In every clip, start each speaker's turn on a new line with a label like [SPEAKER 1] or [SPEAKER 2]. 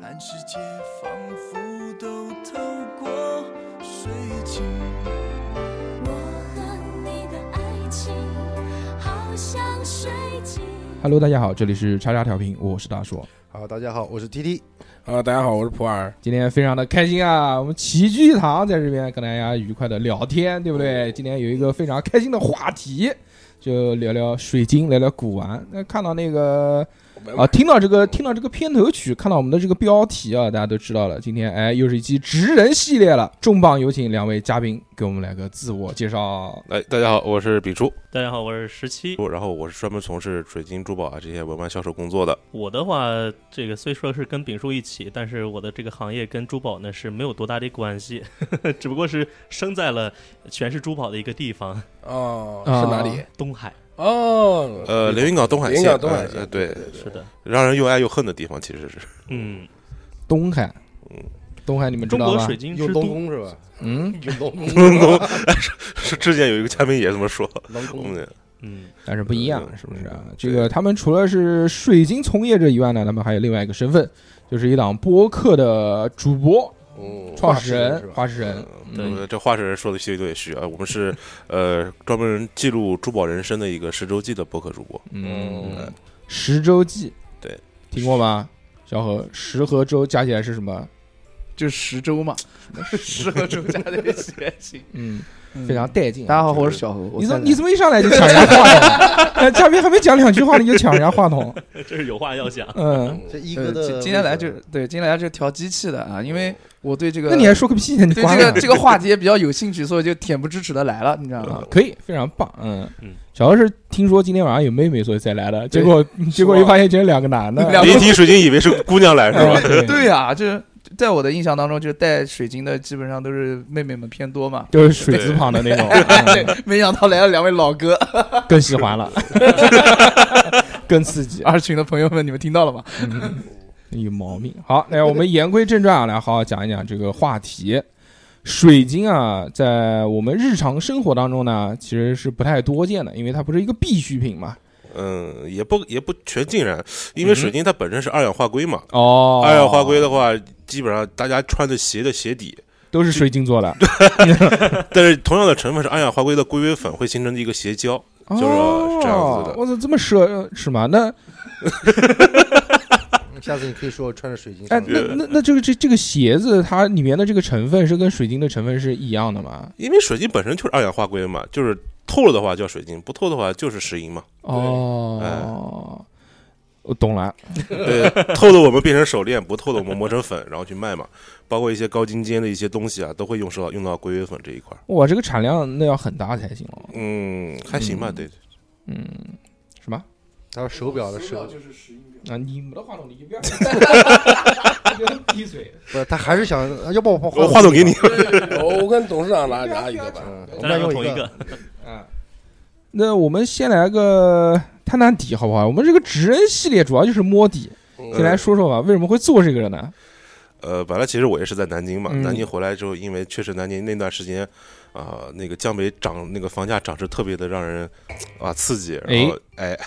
[SPEAKER 1] 看世界仿佛都透过水晶。
[SPEAKER 2] 我和你的爱情好像水晶。
[SPEAKER 3] Hello，大家好，这里是叉叉调频，我是大硕。
[SPEAKER 4] 好，大家好，我是 T T。
[SPEAKER 5] 啊，大家好，我是普洱。
[SPEAKER 3] 今天非常的开心啊，我们齐聚一堂，在这边跟大家愉快的聊天，对不对？今天有一个非常开心的话题，就聊聊水晶，聊聊古玩。那看到那个啊，听到这个，听到这个片头曲，看到我们的这个标题啊，大家都知道了。今天哎，又是一期职人系列了，重磅有请两位嘉宾给我们来个自我介绍。
[SPEAKER 5] 哎，大家好，我是比叔，
[SPEAKER 6] 大家好，我是十七。
[SPEAKER 5] 然后我是专门从事水晶珠宝啊这些文玩销售工作的。
[SPEAKER 6] 我的话，这个虽说是跟丙叔一起，但是我的这个行业跟珠宝呢是没有多大的关系， 只不过是生在了全是珠宝的一个地方
[SPEAKER 5] 哦
[SPEAKER 3] 啊是哪里？
[SPEAKER 6] ——东海。
[SPEAKER 5] 哦，呃，连云港东海
[SPEAKER 4] 连
[SPEAKER 5] 县，
[SPEAKER 4] 云港东海
[SPEAKER 5] 呃
[SPEAKER 4] 县
[SPEAKER 5] 呃对，
[SPEAKER 6] 是的，
[SPEAKER 5] 让人又爱又恨的地方，其实是
[SPEAKER 6] 嗯，
[SPEAKER 3] 东海
[SPEAKER 5] 嗯，
[SPEAKER 3] 东海你们知
[SPEAKER 6] 中
[SPEAKER 3] 道
[SPEAKER 6] 国
[SPEAKER 3] 吗
[SPEAKER 6] 水？晶
[SPEAKER 4] 用
[SPEAKER 6] 之
[SPEAKER 4] 东
[SPEAKER 6] 都。
[SPEAKER 4] 宫是 吧？
[SPEAKER 3] 嗯，
[SPEAKER 4] 用东宫，
[SPEAKER 5] 龙宫。是之前有一个嘉宾也这么说，
[SPEAKER 4] 龙 宫。
[SPEAKER 5] 嗯，
[SPEAKER 6] 嗯，
[SPEAKER 3] 但是不一样，
[SPEAKER 5] 嗯
[SPEAKER 3] 是不是啊？
[SPEAKER 5] 对
[SPEAKER 3] 这个他们除了是水晶从业者以外呢，他们还有另外一个身份，就是一档播客的主播、
[SPEAKER 4] 嗯
[SPEAKER 3] 创始人
[SPEAKER 4] 是、吧？
[SPEAKER 3] 话事人。
[SPEAKER 6] 对
[SPEAKER 5] 呃这话是说的虚都也虚啊。我们是呃专门记录珠宝人生的一个十周记的播客主播，
[SPEAKER 3] 嗯
[SPEAKER 5] 嗯，
[SPEAKER 3] 十周记，
[SPEAKER 5] 对，
[SPEAKER 3] 听过吗？小何，十和周加起来是什么？
[SPEAKER 7] 就十周嘛。
[SPEAKER 4] 适合住家的血型。
[SPEAKER 3] 嗯，非常带劲啊。
[SPEAKER 7] 大家好，我是小何。
[SPEAKER 3] 你怎么你怎么一上来就抢人家话筒？呃 嘉宾还没讲两句话你就抢人家话筒？
[SPEAKER 6] 这是有话要讲。
[SPEAKER 3] 嗯，
[SPEAKER 4] 这一
[SPEAKER 7] 一
[SPEAKER 4] 哥的
[SPEAKER 7] 呃今天来就对，今天来就调机器的啊，因为我对这个
[SPEAKER 3] 那你还说个屁呀！你
[SPEAKER 7] 对
[SPEAKER 3] 关
[SPEAKER 7] 这
[SPEAKER 3] 了
[SPEAKER 7] 个这 个话题也比较有兴趣，所以就恬不知耻的来了，你知道
[SPEAKER 3] 啊
[SPEAKER 7] 吗？，
[SPEAKER 3] 可以，非常棒。嗯
[SPEAKER 6] 嗯，
[SPEAKER 3] 小何是听说今天晚上有妹妹，所以才来的，结
[SPEAKER 7] 对
[SPEAKER 3] 果结果
[SPEAKER 7] 是吧
[SPEAKER 3] 又发现全是两个男的，
[SPEAKER 7] 两个
[SPEAKER 5] 你一提水晶以为是姑娘来是吧？
[SPEAKER 3] 对
[SPEAKER 7] 对呀，就是在我的印象当中，就是带水晶的基本上都是妹妹们偏多嘛。
[SPEAKER 3] 就是水字旁的那种，
[SPEAKER 7] 对，没想到来了两位老哥，
[SPEAKER 3] 嗯更喜欢了， 更刺激，
[SPEAKER 7] 二群的朋友们，你们听到了吗？
[SPEAKER 3] 嗯有毛病。好，来我们言归正传啊，来好好讲一讲这个话题。水晶啊，在我们日常生活当中呢，其实是不太多见的，因为它不是一个必需品嘛。
[SPEAKER 5] 嗯，也不也不全尽然，因为水晶它本身是二氧化硅嘛，
[SPEAKER 3] 哦
[SPEAKER 5] 二氧化硅的话，基本上大家穿的鞋的鞋底，
[SPEAKER 3] 都是水晶做的，
[SPEAKER 5] 但是同样的成分是二氧化硅的硅微粉会形成的一个斜胶，
[SPEAKER 3] 哦，
[SPEAKER 5] 就是这样子的
[SPEAKER 3] 我操，哦这么奢侈吗？那
[SPEAKER 4] 下次你可以说我穿着水晶
[SPEAKER 3] 哎
[SPEAKER 4] 上，
[SPEAKER 3] 那
[SPEAKER 4] 街。
[SPEAKER 3] 那那这个这这个鞋子，它里面的这个成分是跟水晶的成分是一样的吗？
[SPEAKER 5] 因为水晶本身就是二氧化硅嘛，就是透了的话叫水晶，不透的话就是石英嘛。哎
[SPEAKER 3] 哦，我懂了。
[SPEAKER 5] 对，透的我们变成手链，不透的我们磨成粉，然后去卖嘛。包括一些高精尖的一些东西啊，都会用到用到硅微粉这一块儿。
[SPEAKER 3] 哇，这个产量那要很大才行哦。
[SPEAKER 5] 嗯，还行吧，
[SPEAKER 3] 嗯
[SPEAKER 5] 对。
[SPEAKER 3] 嗯，什么？
[SPEAKER 4] 他说手表的手，
[SPEAKER 3] 啊，你没得话筒，你就不要 滴水。
[SPEAKER 4] 不是他还是想，要不我把
[SPEAKER 5] 我话筒给你，
[SPEAKER 8] 我跟董事长拿拿一个吧。
[SPEAKER 4] 嗯，我
[SPEAKER 6] 咱
[SPEAKER 4] 们
[SPEAKER 6] 俩
[SPEAKER 4] 俩
[SPEAKER 6] 用
[SPEAKER 4] 用
[SPEAKER 6] 同一个，
[SPEAKER 3] 啊，那我们先来个探探底好不好？我们这个职人系列主要就是摸底，
[SPEAKER 5] 嗯
[SPEAKER 3] 先来说说吧，为什么会做这个呢？
[SPEAKER 5] 呃，本来其实我也是在南京嘛，
[SPEAKER 3] 嗯
[SPEAKER 5] 南京回来之后，因为确实南京那段时间，啊、那个江北涨，那个房价涨是特别的让人啊刺激，然后哎，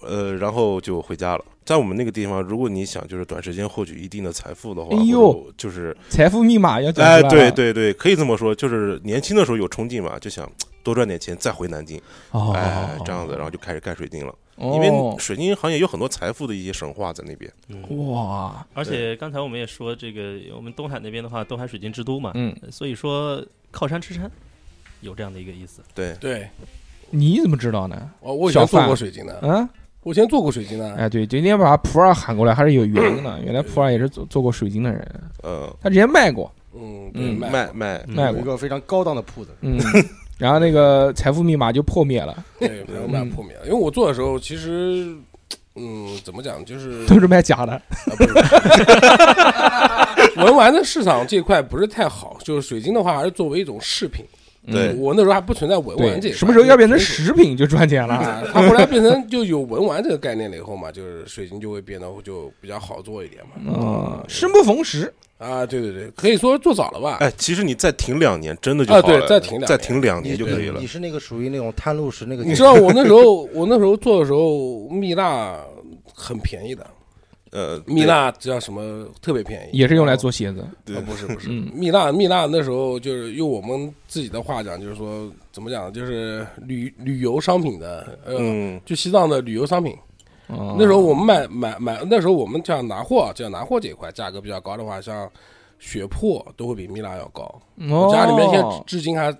[SPEAKER 5] 呃，然后就回家了。在我们那个地方，如果你想就是短时间获取一定的财富的话，
[SPEAKER 3] 哎呦
[SPEAKER 5] 或者就是
[SPEAKER 3] 财富密码要讲
[SPEAKER 5] 哎，
[SPEAKER 3] 出来啊
[SPEAKER 5] 对
[SPEAKER 3] 了
[SPEAKER 5] 对对，可以这么说，就是年轻的时候有冲劲嘛，就想多赚点钱再回南京，
[SPEAKER 3] 哦，
[SPEAKER 5] 哎，这样子，然后就开始干水晶了。
[SPEAKER 3] 哦，
[SPEAKER 5] 因为水晶行业有很多财富的一些神话在那边，
[SPEAKER 6] 嗯，
[SPEAKER 3] 哇，
[SPEAKER 6] 而且刚才我们也说，这个我们东海那边的话，东海水晶之都嘛，
[SPEAKER 3] 嗯，
[SPEAKER 6] 所以说靠山吃山，有这样的一个意思。
[SPEAKER 5] 对，
[SPEAKER 8] 对，
[SPEAKER 3] 你怎么知道呢？
[SPEAKER 8] 哦，我以
[SPEAKER 3] 小
[SPEAKER 8] 前做
[SPEAKER 3] 贩
[SPEAKER 8] 过水晶的，
[SPEAKER 3] 啊，
[SPEAKER 8] 我以前做过水晶的。
[SPEAKER 3] 哎，对，今天把普洱喊过来还是有原因的。原来普洱也是做做过水晶的人，
[SPEAKER 5] 呃，
[SPEAKER 3] 他之前卖过，
[SPEAKER 8] 嗯，
[SPEAKER 3] 嗯
[SPEAKER 8] 对，卖
[SPEAKER 5] 卖卖
[SPEAKER 3] 卖
[SPEAKER 4] 有一
[SPEAKER 3] 过，
[SPEAKER 4] 个非常高档的铺子，
[SPEAKER 3] 嗯，然后那个财富密码就破灭了，
[SPEAKER 8] 对，没有卖破灭。因为我做的时候，其实，嗯，怎么 讲，就是
[SPEAKER 3] 都是卖假的。
[SPEAKER 8] 啊不是文玩的市场这块不是太好，就是水晶的话，还是作为一种饰品。
[SPEAKER 3] 嗯
[SPEAKER 5] 对
[SPEAKER 8] 我那时候还不存在文玩这
[SPEAKER 3] 对，
[SPEAKER 8] 一块
[SPEAKER 3] 什么时候要变成？
[SPEAKER 8] 就是
[SPEAKER 3] 食品就赚钱了？
[SPEAKER 8] 啊，它后来变成就有文玩这个概念了以后嘛，就是水晶就会变得就比较好做一点嘛。
[SPEAKER 3] 嗯，生不逢时。
[SPEAKER 8] 啊，对对对，可以说做早了吧？
[SPEAKER 5] 哎，其实你再停两年，真的就
[SPEAKER 8] 啊
[SPEAKER 5] 好了。
[SPEAKER 8] 对再停两
[SPEAKER 5] 再
[SPEAKER 8] 年
[SPEAKER 5] 停两
[SPEAKER 4] 你
[SPEAKER 5] 年就可以了
[SPEAKER 4] 你。是那个属于那种探路石那 个，
[SPEAKER 8] 你知道我那时候，我那时候做的时候，蜜蜡很便宜的，
[SPEAKER 5] 呃，
[SPEAKER 8] 蜜蜡叫什么特别便宜，
[SPEAKER 3] 也是用来做鞋子。
[SPEAKER 5] 对
[SPEAKER 8] 啊，不是不是，
[SPEAKER 3] 嗯
[SPEAKER 8] 蜜蜡蜜蜡那时候就是用我们自己的话讲，就是说怎么讲，就是旅旅游商品的，呃，
[SPEAKER 5] 嗯
[SPEAKER 8] 就西藏的旅游商品。
[SPEAKER 3] 哦
[SPEAKER 8] 那时候我们买买买，那时候我们这样拿货，这样拿货这一块价格比较高的话，像血珀都会比蜜蜡要高。我
[SPEAKER 3] 哦
[SPEAKER 8] 家里面现在至今还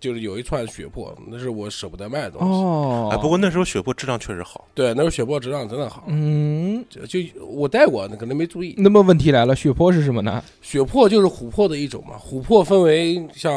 [SPEAKER 8] 就是有一串血珀，那是我舍不得卖的东西。
[SPEAKER 3] 哦，
[SPEAKER 5] 哎，不过那时候血珀质量确实好，
[SPEAKER 8] 对，那时候血珀质量真的好。
[SPEAKER 3] 嗯，
[SPEAKER 8] 就就我戴过，可能没注意。
[SPEAKER 3] 那么问题来了，血泊是什么呢？
[SPEAKER 8] 血珀就是琥珀的一种嘛，琥珀分为像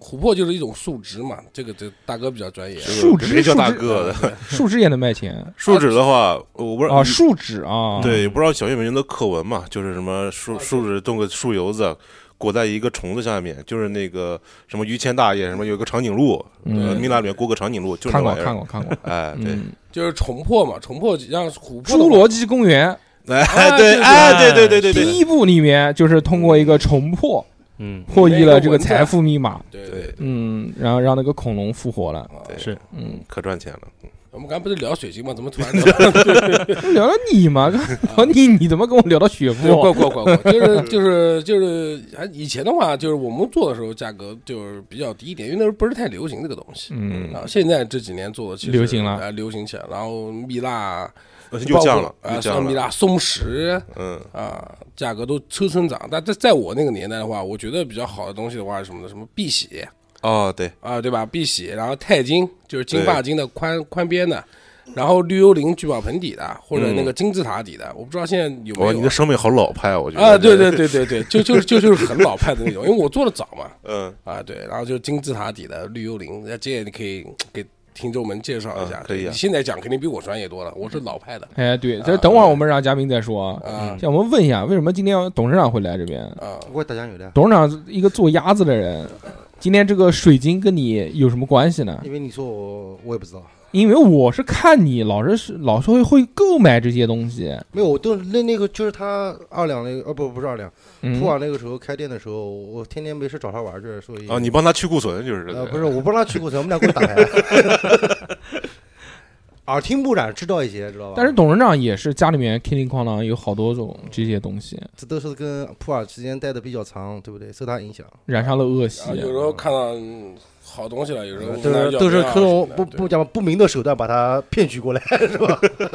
[SPEAKER 8] 琥珀就是一种树脂嘛，这个这大哥比较专业。
[SPEAKER 3] 树
[SPEAKER 5] 直接
[SPEAKER 3] 脂，啊
[SPEAKER 5] 叫
[SPEAKER 3] 树
[SPEAKER 5] 大
[SPEAKER 3] 脂，
[SPEAKER 5] 哥的。
[SPEAKER 3] 树脂也能卖 钱
[SPEAKER 5] 树脂的话，我不知道
[SPEAKER 3] 啊？树脂啊，
[SPEAKER 5] 对，也不知道小学没人的课文嘛，就是什么
[SPEAKER 3] 哦
[SPEAKER 5] 树树脂种个树油子，裹在一个虫子下面，就是那个什么于谦大爷什么有个长颈鹿，
[SPEAKER 3] 嗯
[SPEAKER 5] 呃，蜜蜡里面裹个长颈鹿，就是
[SPEAKER 3] 看
[SPEAKER 5] 那
[SPEAKER 3] 过
[SPEAKER 5] 玩意
[SPEAKER 3] 看
[SPEAKER 5] 儿。
[SPEAKER 3] 过看过。
[SPEAKER 5] 哎，对，
[SPEAKER 3] 嗯，
[SPEAKER 8] 就是重破嘛，重破像琥
[SPEAKER 3] 《
[SPEAKER 8] 珀
[SPEAKER 3] 侏罗纪公园啊
[SPEAKER 5] 哎，
[SPEAKER 8] 对
[SPEAKER 5] 对，
[SPEAKER 8] 对
[SPEAKER 5] 哎，对对对对
[SPEAKER 3] 第
[SPEAKER 5] 对，
[SPEAKER 3] 一部里面就是通过一个重破
[SPEAKER 6] 嗯，
[SPEAKER 3] 破译了这个财富密码，
[SPEAKER 8] 对对，
[SPEAKER 5] 对，
[SPEAKER 3] 嗯，然后让那个恐龙复活了，
[SPEAKER 8] 啊
[SPEAKER 5] 对
[SPEAKER 6] 是
[SPEAKER 3] 嗯，
[SPEAKER 5] 可赚钱了。
[SPEAKER 8] 我们刚才不是聊水晶吗？怎么突然聊？
[SPEAKER 3] 嗯聊聊你嘛，聊你你怎么跟我聊到血
[SPEAKER 8] 过
[SPEAKER 3] 泊？
[SPEAKER 8] 过过过，就是就是就是，还以前的话，就是我们做的时候价格就是比较低一点，因为那时候不是太流行这个东西。
[SPEAKER 3] 嗯，
[SPEAKER 8] 啊，现在这几年做的其实
[SPEAKER 3] 流行了
[SPEAKER 8] 哎流行起来。然后蜜蜡
[SPEAKER 5] 呃又降了，
[SPEAKER 8] 包括
[SPEAKER 5] 又
[SPEAKER 8] 啊，
[SPEAKER 5] 降
[SPEAKER 8] 像蜜
[SPEAKER 5] 了。
[SPEAKER 8] 蜡、松石
[SPEAKER 5] 嗯，
[SPEAKER 8] 啊，价格都蹭蹭涨。但在在我那个年代的话，我觉得比较好的东西的话，是什么的，什么碧玺
[SPEAKER 5] 哦，对，
[SPEAKER 8] 啊，对吧？碧玺，然后钛金，就是金
[SPEAKER 5] 对
[SPEAKER 8] 发金的宽宽边的，然后绿幽灵聚宝盆底的，或者
[SPEAKER 5] 嗯哦
[SPEAKER 8] 那个金字塔底的，我不知道现在有啊没有
[SPEAKER 5] 哇，你的生命好老派啊，我觉得。
[SPEAKER 8] 啊，对对，对对对，就就就就是很老派的那种，因为我做的早嘛，
[SPEAKER 5] 嗯，
[SPEAKER 8] 啊对，然后就金字塔底的绿幽灵，那这也可以给听众们介绍一下
[SPEAKER 5] 啊，可以啊
[SPEAKER 8] 你现在讲肯定比我专业多了，我是老派的
[SPEAKER 3] 哎，对，这等会儿我们让嘉宾再说啊。
[SPEAKER 8] 啊
[SPEAKER 3] 像我们问一下，为什么今天要董事长会来这边？
[SPEAKER 8] 啊，
[SPEAKER 4] 不过打酱油的，
[SPEAKER 3] 董事长一个做鸭子的人，今天这个水晶跟你有什么关系呢？
[SPEAKER 4] 因为你说我我也不知道，
[SPEAKER 3] 因为我是看你老是是老是会会购买这些东西，
[SPEAKER 4] 没有，我都那那个就是他二两那个，呃不不是二两，
[SPEAKER 3] 嗯
[SPEAKER 4] 普，洱那个时候开店的时候，我天天没事找他玩去，
[SPEAKER 8] 嗯
[SPEAKER 4] 所以
[SPEAKER 5] 啊，你帮他去库存就是。
[SPEAKER 4] 呃不是，我不让他去过程，我们俩过去打牌， 耳听目染知道一些，知道吧？
[SPEAKER 3] 但是董事长也是家里面叮叮哐啷有好多种这些东西，
[SPEAKER 4] 这都是跟普洱时间待的比较长，对不对？受他影响，
[SPEAKER 3] 染上了恶习
[SPEAKER 8] 然啊后。有时候看到嗯好东西了，有时候
[SPEAKER 4] 都
[SPEAKER 8] 问他要
[SPEAKER 4] 是
[SPEAKER 8] 不
[SPEAKER 4] 都是
[SPEAKER 8] 要
[SPEAKER 4] 各种
[SPEAKER 8] 什么
[SPEAKER 4] 不
[SPEAKER 8] 的
[SPEAKER 4] 不，讲不明的手段把他骗取过 来，是吧？
[SPEAKER 8] 对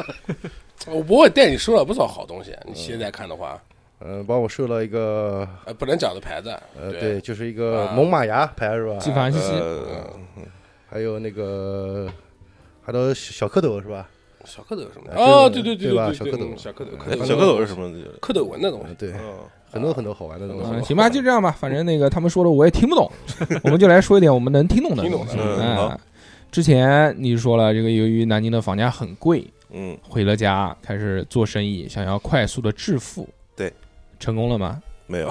[SPEAKER 8] 呃我不会带你收了不少好东西，你现在看的话，
[SPEAKER 4] 嗯，帮我收了一个
[SPEAKER 8] 呃，不能讲的牌子，
[SPEAKER 4] 呃，
[SPEAKER 8] 对
[SPEAKER 4] 对，就是一个
[SPEAKER 8] 啊
[SPEAKER 4] 猛犸牙牌是吧？
[SPEAKER 3] 啊纪梵希，
[SPEAKER 5] 呃，
[SPEAKER 4] 还有那个，还有小蝌蚪是吧？
[SPEAKER 8] 小蝌蚪有什么的，
[SPEAKER 4] 啊这个
[SPEAKER 8] 哦，对对
[SPEAKER 4] 对吧
[SPEAKER 8] 对，
[SPEAKER 4] 小
[SPEAKER 8] 对
[SPEAKER 4] 蝌蚪
[SPEAKER 8] 嗯小蝌蚪，
[SPEAKER 5] 哎
[SPEAKER 8] 蝌蚪
[SPEAKER 5] 小蝌蚪是什么？
[SPEAKER 8] 蝌蚪纹的东西
[SPEAKER 4] 嗯，对，
[SPEAKER 5] 嗯
[SPEAKER 4] 很多很多好玩的东
[SPEAKER 8] 嗯
[SPEAKER 4] 西。
[SPEAKER 3] 嗯，行吧，就这样吧，反正那个他们说的我也听不懂，我们就来说一点我们能听懂的
[SPEAKER 8] 听
[SPEAKER 3] 东
[SPEAKER 8] 懂的
[SPEAKER 3] 西。
[SPEAKER 5] 嗯
[SPEAKER 3] 哎
[SPEAKER 5] 好，
[SPEAKER 3] 之前你说了，这个由于南京的房价很贵，
[SPEAKER 5] 嗯，
[SPEAKER 3] 回了家开始做生意，想要快速的致富，
[SPEAKER 5] 对，
[SPEAKER 3] 成功了吗？
[SPEAKER 5] 没有，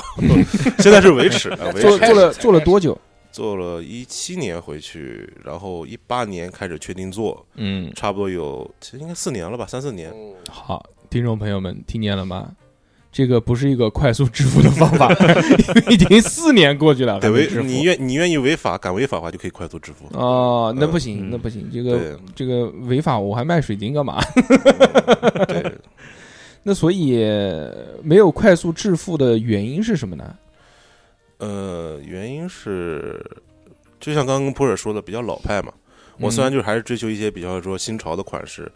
[SPEAKER 5] 现在是维持，啊维
[SPEAKER 3] 做
[SPEAKER 5] 持
[SPEAKER 8] 开
[SPEAKER 3] 做
[SPEAKER 8] 始
[SPEAKER 3] 了
[SPEAKER 8] 才
[SPEAKER 3] 做了
[SPEAKER 8] 开始
[SPEAKER 3] 多久？
[SPEAKER 5] 做了一七年回去，然后一八年开始确定做，
[SPEAKER 3] 嗯，
[SPEAKER 5] 差不多有其实应该四年了吧，三四年。
[SPEAKER 8] 嗯
[SPEAKER 3] 好，听众朋友们，听见了吗？这个不是一个快速致富的方法， 因为已经四年过去了，还
[SPEAKER 5] 得
[SPEAKER 3] 没
[SPEAKER 5] 违
[SPEAKER 3] 致，
[SPEAKER 5] 你
[SPEAKER 3] 富。
[SPEAKER 5] 愿你愿意违法，敢违法的话就可以快速致富。
[SPEAKER 3] 哦，
[SPEAKER 8] 呃
[SPEAKER 3] 那不行，
[SPEAKER 6] 嗯
[SPEAKER 3] 那不行，这
[SPEAKER 5] 对
[SPEAKER 3] 个这个违法，我还卖水晶干嘛？
[SPEAKER 5] 对，
[SPEAKER 3] 那所以没有快速致富的原因是什么呢？
[SPEAKER 5] 呃，原因是就像刚刚跟波尔说的，比较老派嘛。我虽然就是还是追求一些比较说新潮的款式，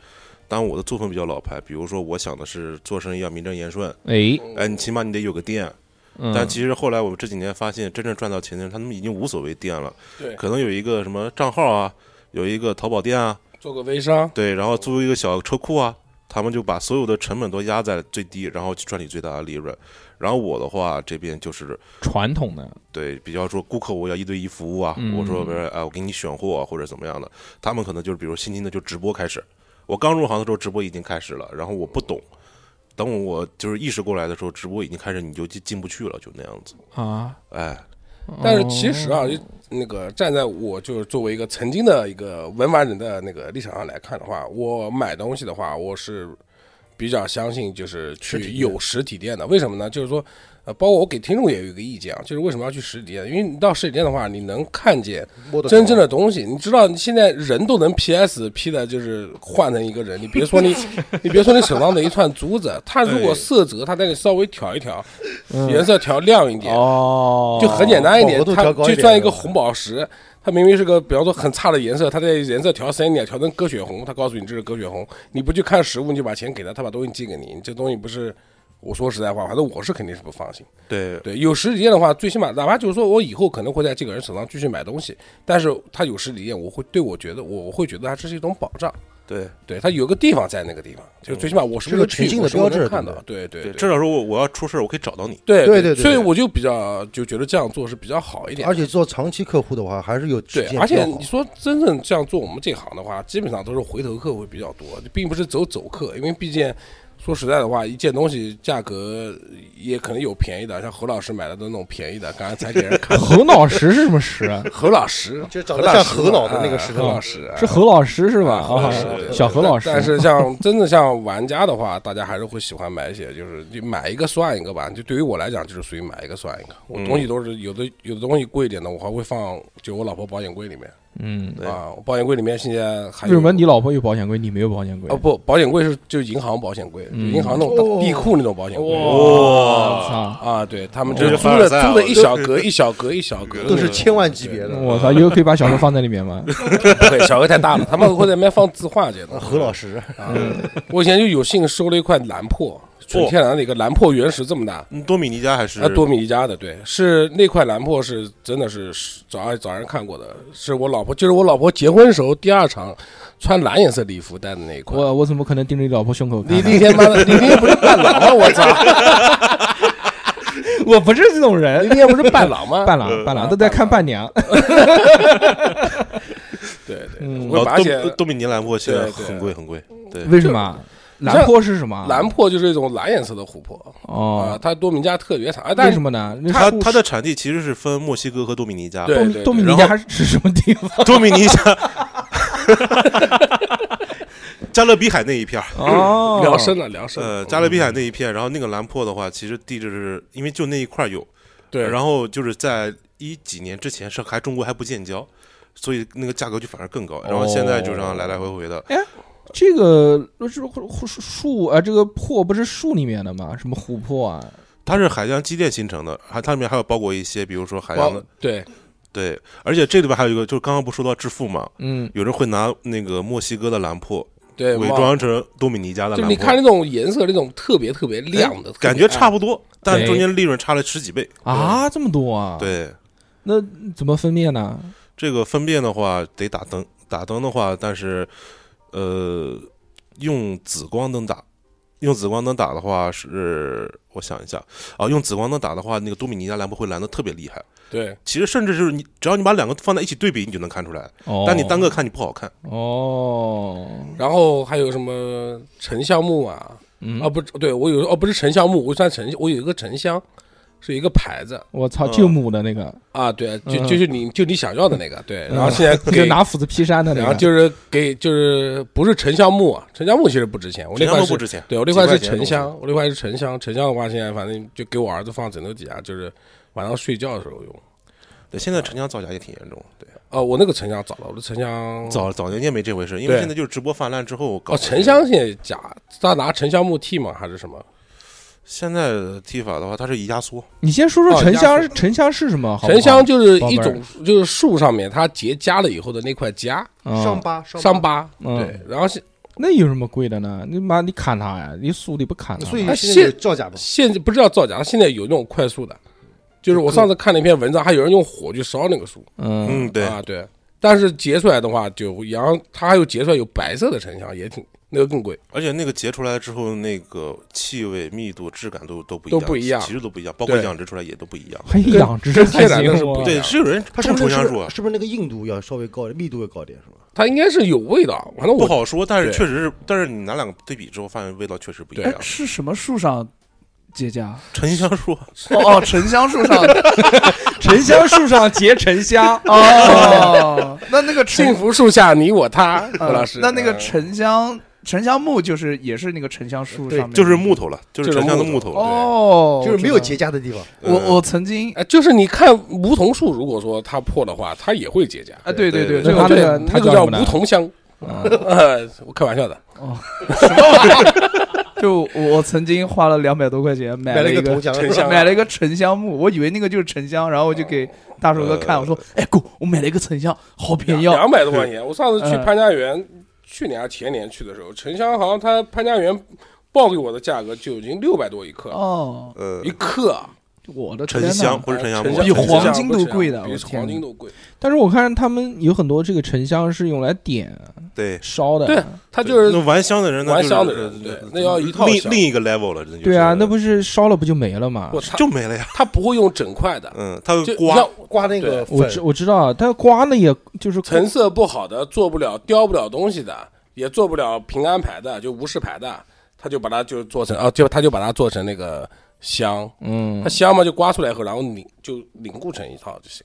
[SPEAKER 5] 但我的作风比较老派。比如说，我想的是做生意要名正言顺，
[SPEAKER 3] 哎，
[SPEAKER 8] 嗯
[SPEAKER 5] 哎，你起码你得有个店。
[SPEAKER 3] 嗯
[SPEAKER 5] 但其实后来我们这几年发现，真正赚到钱的人，他们已经无所谓店了，
[SPEAKER 8] 对，
[SPEAKER 5] 可能有一个什么账号啊，有一个淘宝店啊，
[SPEAKER 8] 做个微商，
[SPEAKER 5] 对，然后租一个小车库啊，他们就把所有的成本都压在最低，然后去赚取最大的利润。然后我的话，这边就是
[SPEAKER 3] 传统的，
[SPEAKER 5] 对，比较说顾客我要一对一服务啊，
[SPEAKER 3] 嗯
[SPEAKER 5] 我说比如说啊，我给你选货、啊、或者怎么样的，他们可能就是比如新进的就直播开始，我刚入行的时候直播已经开始了，然后我不懂。等我就是意识过来的时候，直播已经开始，你就进进不去了，就那样子。
[SPEAKER 3] 啊，
[SPEAKER 5] 哎，
[SPEAKER 8] 但是其实啊，
[SPEAKER 3] 哦
[SPEAKER 8] 就那个站在我就是作为一个曾经的一个文玩人的那个立场上来看的话，我买东西的话，我是比较相信就是去
[SPEAKER 4] 实体店
[SPEAKER 8] 有实体店的，为什么呢？就是说，呃，包括我给听众也有一个意见啊，就是为什么要去实体店？因为你到实体店的话，你能看见
[SPEAKER 4] 摸得
[SPEAKER 8] 真
[SPEAKER 4] 着
[SPEAKER 8] 正的东西。你知道，你现在人都能 PS P 的，就是换成一个人，你别说你，你别说你手上的一串珠子，它如果
[SPEAKER 5] 哎
[SPEAKER 8] 色泽，它带你稍微调一调，
[SPEAKER 3] 嗯
[SPEAKER 8] 颜色调亮一点，
[SPEAKER 3] 哦，
[SPEAKER 8] 就很简单一点
[SPEAKER 4] 饱和，度
[SPEAKER 8] 它
[SPEAKER 4] 调高一
[SPEAKER 8] 就
[SPEAKER 4] 点
[SPEAKER 8] 算一
[SPEAKER 4] 是
[SPEAKER 8] 个
[SPEAKER 4] 吧
[SPEAKER 8] 红宝石，它明明是个比方说很差的颜色，它在颜色调深一点，调成鸽血红，它告诉你这是鸽血红，你不去看实物，你就把钱给他，他把东西寄给你，你这东西不是。我说实在话，反正我是肯定是不放心。
[SPEAKER 5] 对
[SPEAKER 8] 对，有实体店的话，最起码哪怕就是说我以后可能会在这个人手上继续买东西，但是他有实体店，我会对我觉得我我会觉得它这是一种保障。
[SPEAKER 5] 对
[SPEAKER 8] 对，它有个地方在那个地方，就最起码我是
[SPEAKER 4] 是
[SPEAKER 8] 为了
[SPEAKER 4] 个
[SPEAKER 8] 去
[SPEAKER 4] 群性
[SPEAKER 8] 我
[SPEAKER 4] 的
[SPEAKER 8] 是为了
[SPEAKER 4] 标志
[SPEAKER 8] 能看
[SPEAKER 4] 对
[SPEAKER 8] 到。对对
[SPEAKER 5] 对，至少说我我要出事儿，我可以找到你。
[SPEAKER 8] 对
[SPEAKER 4] 对对对
[SPEAKER 8] 所以
[SPEAKER 4] 对
[SPEAKER 8] 我就比较就觉得这样做是比较好一点的。
[SPEAKER 4] 而且做长期客户的话，还是有
[SPEAKER 8] 对
[SPEAKER 4] 时，间
[SPEAKER 8] 而
[SPEAKER 4] 比
[SPEAKER 8] 且
[SPEAKER 4] 较好
[SPEAKER 8] 你说真正这样做我们这行的话，基本上都是回头客会比较多，并不是走走客，因为毕竟说实在的话，一件东西价格也可能有便宜的，像侯老师买的都那种便宜的，刚才才给人 看
[SPEAKER 3] 侯老师是什么石 啊？
[SPEAKER 8] 侯老师，
[SPEAKER 4] 就长得像猴脑的那
[SPEAKER 5] 啊
[SPEAKER 4] 个石
[SPEAKER 8] 石
[SPEAKER 4] 头
[SPEAKER 8] 头老师
[SPEAKER 3] 是侯老师是吧？
[SPEAKER 8] 啊侯
[SPEAKER 3] 啊
[SPEAKER 8] 老师对，对
[SPEAKER 3] 小何老师，
[SPEAKER 8] 但是像真的像玩家的话，大家还是会喜欢买一些，就是就买一个算一个吧。就对于我来讲，就是属于买一个算一个。
[SPEAKER 5] 嗯
[SPEAKER 8] 我东西都是有的，有的东西贵一点的，我还会放就我老婆保险柜里面
[SPEAKER 3] 嗯，
[SPEAKER 5] 对
[SPEAKER 8] 啊。我保险柜里面现在还
[SPEAKER 3] 为
[SPEAKER 8] 有
[SPEAKER 3] 什么你老婆有保险柜，你没有嗯保险柜
[SPEAKER 8] 哦？不，保险柜是就银行保险柜，就银行那种
[SPEAKER 4] 哦
[SPEAKER 8] 大地库那种保险柜。
[SPEAKER 3] 我操！
[SPEAKER 8] 啊，对他们
[SPEAKER 5] 哦
[SPEAKER 8] 就是
[SPEAKER 5] 这
[SPEAKER 8] 租
[SPEAKER 5] 凡尔
[SPEAKER 8] 的
[SPEAKER 5] 赛啊
[SPEAKER 8] 租的一
[SPEAKER 5] 我都
[SPEAKER 8] 小格一小格一小格，
[SPEAKER 4] 都是千万级别的。
[SPEAKER 3] 我操！以后可以把小何放在里面吗？
[SPEAKER 8] 不会，小格太大了，他们会在那边放字画这 些东西。
[SPEAKER 4] 何老师，
[SPEAKER 8] 啊，我以前就有幸收了一块蓝珀，纯天然的一个蓝珀原石这么大，
[SPEAKER 5] 嗯多米尼加还是
[SPEAKER 8] 啊，多米尼加的，对，是那块蓝珀是真的是早上早上看过的，是我老婆，就是我老婆结婚时候第二场穿蓝颜色礼服戴的那一块。
[SPEAKER 3] 我我怎么可能盯着你老婆胸口看
[SPEAKER 8] 你
[SPEAKER 3] 呢？
[SPEAKER 8] 那天妈的，你那天不是伴郎吗？我操！
[SPEAKER 3] 我不是这种
[SPEAKER 8] 你呃
[SPEAKER 3] 人，
[SPEAKER 8] 那天不是伴郎吗？
[SPEAKER 3] 伴郎伴郎都在看伴娘。
[SPEAKER 8] 对对对，
[SPEAKER 3] 嗯
[SPEAKER 8] 我
[SPEAKER 5] 老
[SPEAKER 8] 而且
[SPEAKER 5] 啊多多米尼兰珀现在
[SPEAKER 8] 对对
[SPEAKER 5] 很贵很贵，对
[SPEAKER 3] 为什么？蓝珀是什么？
[SPEAKER 8] 蓝珀就是一种蓝颜色的琥珀啊
[SPEAKER 3] 哦，，
[SPEAKER 8] 它多米加特原产，啊但
[SPEAKER 3] 为
[SPEAKER 8] 是
[SPEAKER 3] 什么呢？
[SPEAKER 5] 它
[SPEAKER 3] 那
[SPEAKER 5] 它嗯的产地其实是分墨西哥和多米尼加，
[SPEAKER 8] 对
[SPEAKER 3] 多多米尼
[SPEAKER 5] 然后
[SPEAKER 3] 加还是什么地 方？
[SPEAKER 5] 多米尼加、 加勒比海那一片儿，
[SPEAKER 3] 哦，
[SPEAKER 8] 聊深嗯了，聊深了，
[SPEAKER 5] 呃，加勒比海那一片，然后那个兰珀的话，其实地质是因为就那一块儿有，
[SPEAKER 8] 对，
[SPEAKER 5] 然后就是在一几年之前是还中国还不建交，所以那个价格就反而更高，然后现在就这
[SPEAKER 8] 哦
[SPEAKER 5] 样来来回回的，
[SPEAKER 3] 这个是树树啊，这个珀不是树里面的吗？什么琥珀啊？
[SPEAKER 5] 它是海洋积淀形成的，还它里面还有包裹一些，比如说海洋
[SPEAKER 8] 包
[SPEAKER 5] 的，
[SPEAKER 8] 对
[SPEAKER 5] 对，而且这里边还有一个，就是刚刚不说到致富嘛，
[SPEAKER 3] 嗯，
[SPEAKER 5] 有人会拿那个墨西哥的兰珀
[SPEAKER 8] 对，
[SPEAKER 5] 伪
[SPEAKER 8] 往
[SPEAKER 5] 装成多米尼加的
[SPEAKER 8] 就
[SPEAKER 5] 兰
[SPEAKER 8] 你
[SPEAKER 5] 珀，
[SPEAKER 8] 看那种颜色，那种特别特别亮的，
[SPEAKER 5] 感觉差
[SPEAKER 8] 不
[SPEAKER 5] 不多，但
[SPEAKER 3] 哎
[SPEAKER 5] 中间利润差了十几倍，
[SPEAKER 3] 啊，这么多啊？，
[SPEAKER 5] 对。
[SPEAKER 3] 那怎么分辨呢？
[SPEAKER 5] 这个分辨的话得打灯，打灯的话，但是呃，用紫光灯打，用紫光灯打的话是，我想一下啊，用紫光灯打的话，那个多米尼加蓝珀会蓝的特别厉害。
[SPEAKER 8] 对，
[SPEAKER 5] 其实甚至就是你，只要你把两个放在一起对比，你就能看出来。
[SPEAKER 3] 哦，
[SPEAKER 5] 但你单个看你不好看，
[SPEAKER 3] 哦，
[SPEAKER 8] 然后还有什么沉香木啊？
[SPEAKER 3] 嗯
[SPEAKER 8] 啊，不是，对我有哦，不是沉香木，我算沉，我有一个沉香，是一个牌子
[SPEAKER 3] 我操，
[SPEAKER 5] 嗯
[SPEAKER 3] 救母的那个，
[SPEAKER 8] 啊，对，就
[SPEAKER 3] 嗯
[SPEAKER 8] 就是你就你想要的那个，对，
[SPEAKER 3] 嗯
[SPEAKER 8] 然后现在
[SPEAKER 3] 就
[SPEAKER 8] 给，
[SPEAKER 3] 拿斧子劈山的那
[SPEAKER 8] 然后
[SPEAKER 3] 个，
[SPEAKER 8] 就是给就是不是沉香木啊，沉香木其实不值钱，我那
[SPEAKER 5] 陈香
[SPEAKER 8] 块
[SPEAKER 5] 都不
[SPEAKER 8] 是，
[SPEAKER 5] 值钱。
[SPEAKER 8] 对我那块是
[SPEAKER 5] 几块钱
[SPEAKER 8] 沉香，我那块是沉香，沉香的话现在反正就给我儿子放枕头底下，就是晚上睡觉的时候用。
[SPEAKER 5] 对，现在沉香造假也挺严重。对，
[SPEAKER 8] 哦，我那个沉香早了，我的沉香
[SPEAKER 5] 早早年间没这回事，因为
[SPEAKER 8] 对
[SPEAKER 5] 现在就是直播泛滥之后搞。
[SPEAKER 8] 哦，沉香现在假，他拿沉香木替吗？还是什么？
[SPEAKER 5] 现在的剃法的话，它是一压缩，
[SPEAKER 3] 你先说说
[SPEAKER 8] 哦
[SPEAKER 3] 沉
[SPEAKER 8] 压
[SPEAKER 3] 香
[SPEAKER 8] 缩，
[SPEAKER 3] 沉香是什么？好不好
[SPEAKER 8] 沉香就是
[SPEAKER 3] 宝贝
[SPEAKER 8] 一
[SPEAKER 3] 儿
[SPEAKER 8] 种，就是树上面它结痂了以后的那块痂
[SPEAKER 3] 嗯
[SPEAKER 4] 上疤
[SPEAKER 8] 伤疤，
[SPEAKER 3] 嗯
[SPEAKER 8] 对，然后现
[SPEAKER 3] 那有什么贵的呢？你妈，你砍它呀？你树你不砍它吗？
[SPEAKER 4] 所以
[SPEAKER 8] 哎
[SPEAKER 4] 现在有
[SPEAKER 8] 现
[SPEAKER 4] 造假吗？
[SPEAKER 8] 现在不知道造假，现在有那种快速的，就是我上次看了一篇文章，还有人用火去烧那个树
[SPEAKER 3] 嗯，
[SPEAKER 5] 嗯，对，
[SPEAKER 8] 啊，对，但是结出来的话，就然后它还有结出来有白色的沉香，也挺那个更贵，
[SPEAKER 5] 而且那个结出来之后，那个气味、密度、质感都都不一
[SPEAKER 8] 都
[SPEAKER 5] 样，
[SPEAKER 8] 不一样
[SPEAKER 5] 其实都不一样，包括
[SPEAKER 8] 对
[SPEAKER 5] 养殖出来也都不一样。
[SPEAKER 3] 还
[SPEAKER 8] 跟
[SPEAKER 3] 养殖
[SPEAKER 8] 跟
[SPEAKER 3] 还
[SPEAKER 8] 天然的
[SPEAKER 3] 行，
[SPEAKER 8] 是不
[SPEAKER 3] 我
[SPEAKER 8] 一样
[SPEAKER 5] 对，是有人
[SPEAKER 4] 它是
[SPEAKER 5] 种
[SPEAKER 4] 不
[SPEAKER 5] 沉
[SPEAKER 4] 是是
[SPEAKER 5] 香
[SPEAKER 4] 不
[SPEAKER 5] 树
[SPEAKER 4] 是
[SPEAKER 5] 啊，
[SPEAKER 4] 是不是那个硬度要稍微高点，密度要高点是吧？
[SPEAKER 8] 它应该是有味道，反正
[SPEAKER 5] 不
[SPEAKER 8] 我
[SPEAKER 5] 好说，但是
[SPEAKER 8] 对
[SPEAKER 5] 确实是，但是你拿两个对比之后，发现味道确实不一
[SPEAKER 7] 哎
[SPEAKER 5] 样，。
[SPEAKER 7] 是什么树上结痂？
[SPEAKER 5] 沉香树啊，
[SPEAKER 7] 哦哦，沉香树上，
[SPEAKER 3] 沉香树上结沉香
[SPEAKER 7] 哦，那那个沉呃
[SPEAKER 8] 幸福树下你我他，何老师，
[SPEAKER 7] 嗯那那个
[SPEAKER 8] 嗯
[SPEAKER 7] 沉香沉香木就是也是那个沉香树
[SPEAKER 4] 对
[SPEAKER 7] 上面，
[SPEAKER 5] 就是木。头了，就是
[SPEAKER 8] 嗯这是
[SPEAKER 5] 沉香的
[SPEAKER 8] 木
[SPEAKER 5] 木
[SPEAKER 8] 头
[SPEAKER 5] 头。对，
[SPEAKER 7] 哦，
[SPEAKER 4] 就是没有
[SPEAKER 7] 我知道
[SPEAKER 4] 结痂的地方。
[SPEAKER 5] 嗯
[SPEAKER 7] 我我曾经
[SPEAKER 8] 哎，就是你看梧桐树，如果说它破的话，它也会结痂。
[SPEAKER 7] 啊，对
[SPEAKER 5] 对
[SPEAKER 7] 对，
[SPEAKER 5] 对
[SPEAKER 7] 这
[SPEAKER 3] 对
[SPEAKER 7] 个
[SPEAKER 3] 它
[SPEAKER 8] 对，
[SPEAKER 3] 那个它
[SPEAKER 8] 那个
[SPEAKER 3] 叫
[SPEAKER 8] 叫
[SPEAKER 3] 什么呢
[SPEAKER 8] 梧桐香。
[SPEAKER 7] 啊
[SPEAKER 8] 呃，我开玩笑的，
[SPEAKER 7] 就我我曾经花了两百多块钱买
[SPEAKER 4] 买了
[SPEAKER 7] 一
[SPEAKER 4] 哎一个铜
[SPEAKER 7] 个
[SPEAKER 4] 墙，
[SPEAKER 8] 沉香
[SPEAKER 7] 买了一个沉香木，我以为那个就是沉香，然后我就给大叔哥看，我说：“哎哥，我买了一个沉香，好便宜啊
[SPEAKER 8] 两百多块钱。我上次去
[SPEAKER 7] 嗯
[SPEAKER 8] 潘家园，去年还啊前年去的时候，沉香好像它潘家园报给我的价格就已经六百多一！”克，
[SPEAKER 7] 哦，
[SPEAKER 5] 呃
[SPEAKER 8] 一，克啊
[SPEAKER 7] 我的天
[SPEAKER 5] 沉
[SPEAKER 7] 呐
[SPEAKER 5] 香不是沉香木，
[SPEAKER 7] 比
[SPEAKER 8] 沉
[SPEAKER 7] 黄
[SPEAKER 8] 香
[SPEAKER 7] 金
[SPEAKER 8] 不
[SPEAKER 7] 都
[SPEAKER 8] 是
[SPEAKER 7] 贵的
[SPEAKER 8] 比
[SPEAKER 7] 我天。
[SPEAKER 8] 黄金都贵。
[SPEAKER 3] 但是我看他们有很多这个沉香是用来点
[SPEAKER 5] 对，
[SPEAKER 3] 烧的，啊
[SPEAKER 8] 对它就是
[SPEAKER 5] 那玩香的人，那
[SPEAKER 8] 玩
[SPEAKER 5] 就是
[SPEAKER 8] 香的人
[SPEAKER 5] 呃
[SPEAKER 8] 对那要一套
[SPEAKER 5] 另
[SPEAKER 8] 香
[SPEAKER 5] 另一个 level 了，真就是
[SPEAKER 3] 对啊，那不是烧了不就没了吗？
[SPEAKER 8] 我它
[SPEAKER 5] 就没了呀？
[SPEAKER 8] 它不会用整块的，
[SPEAKER 5] 嗯，它
[SPEAKER 8] 就
[SPEAKER 5] 刮
[SPEAKER 8] 像
[SPEAKER 4] 刮 那个
[SPEAKER 3] 我
[SPEAKER 4] 粉，
[SPEAKER 3] 知我知道，啊但刮呢也就是
[SPEAKER 8] 成色不好的，做不了、雕不了东西的，也做不了平安牌的，就无事牌的，他就把它就做成啊，就他就把它做成那个香，
[SPEAKER 3] 嗯
[SPEAKER 8] 它，香嘛就刮出来以后，然后凝就凝固成一套就行。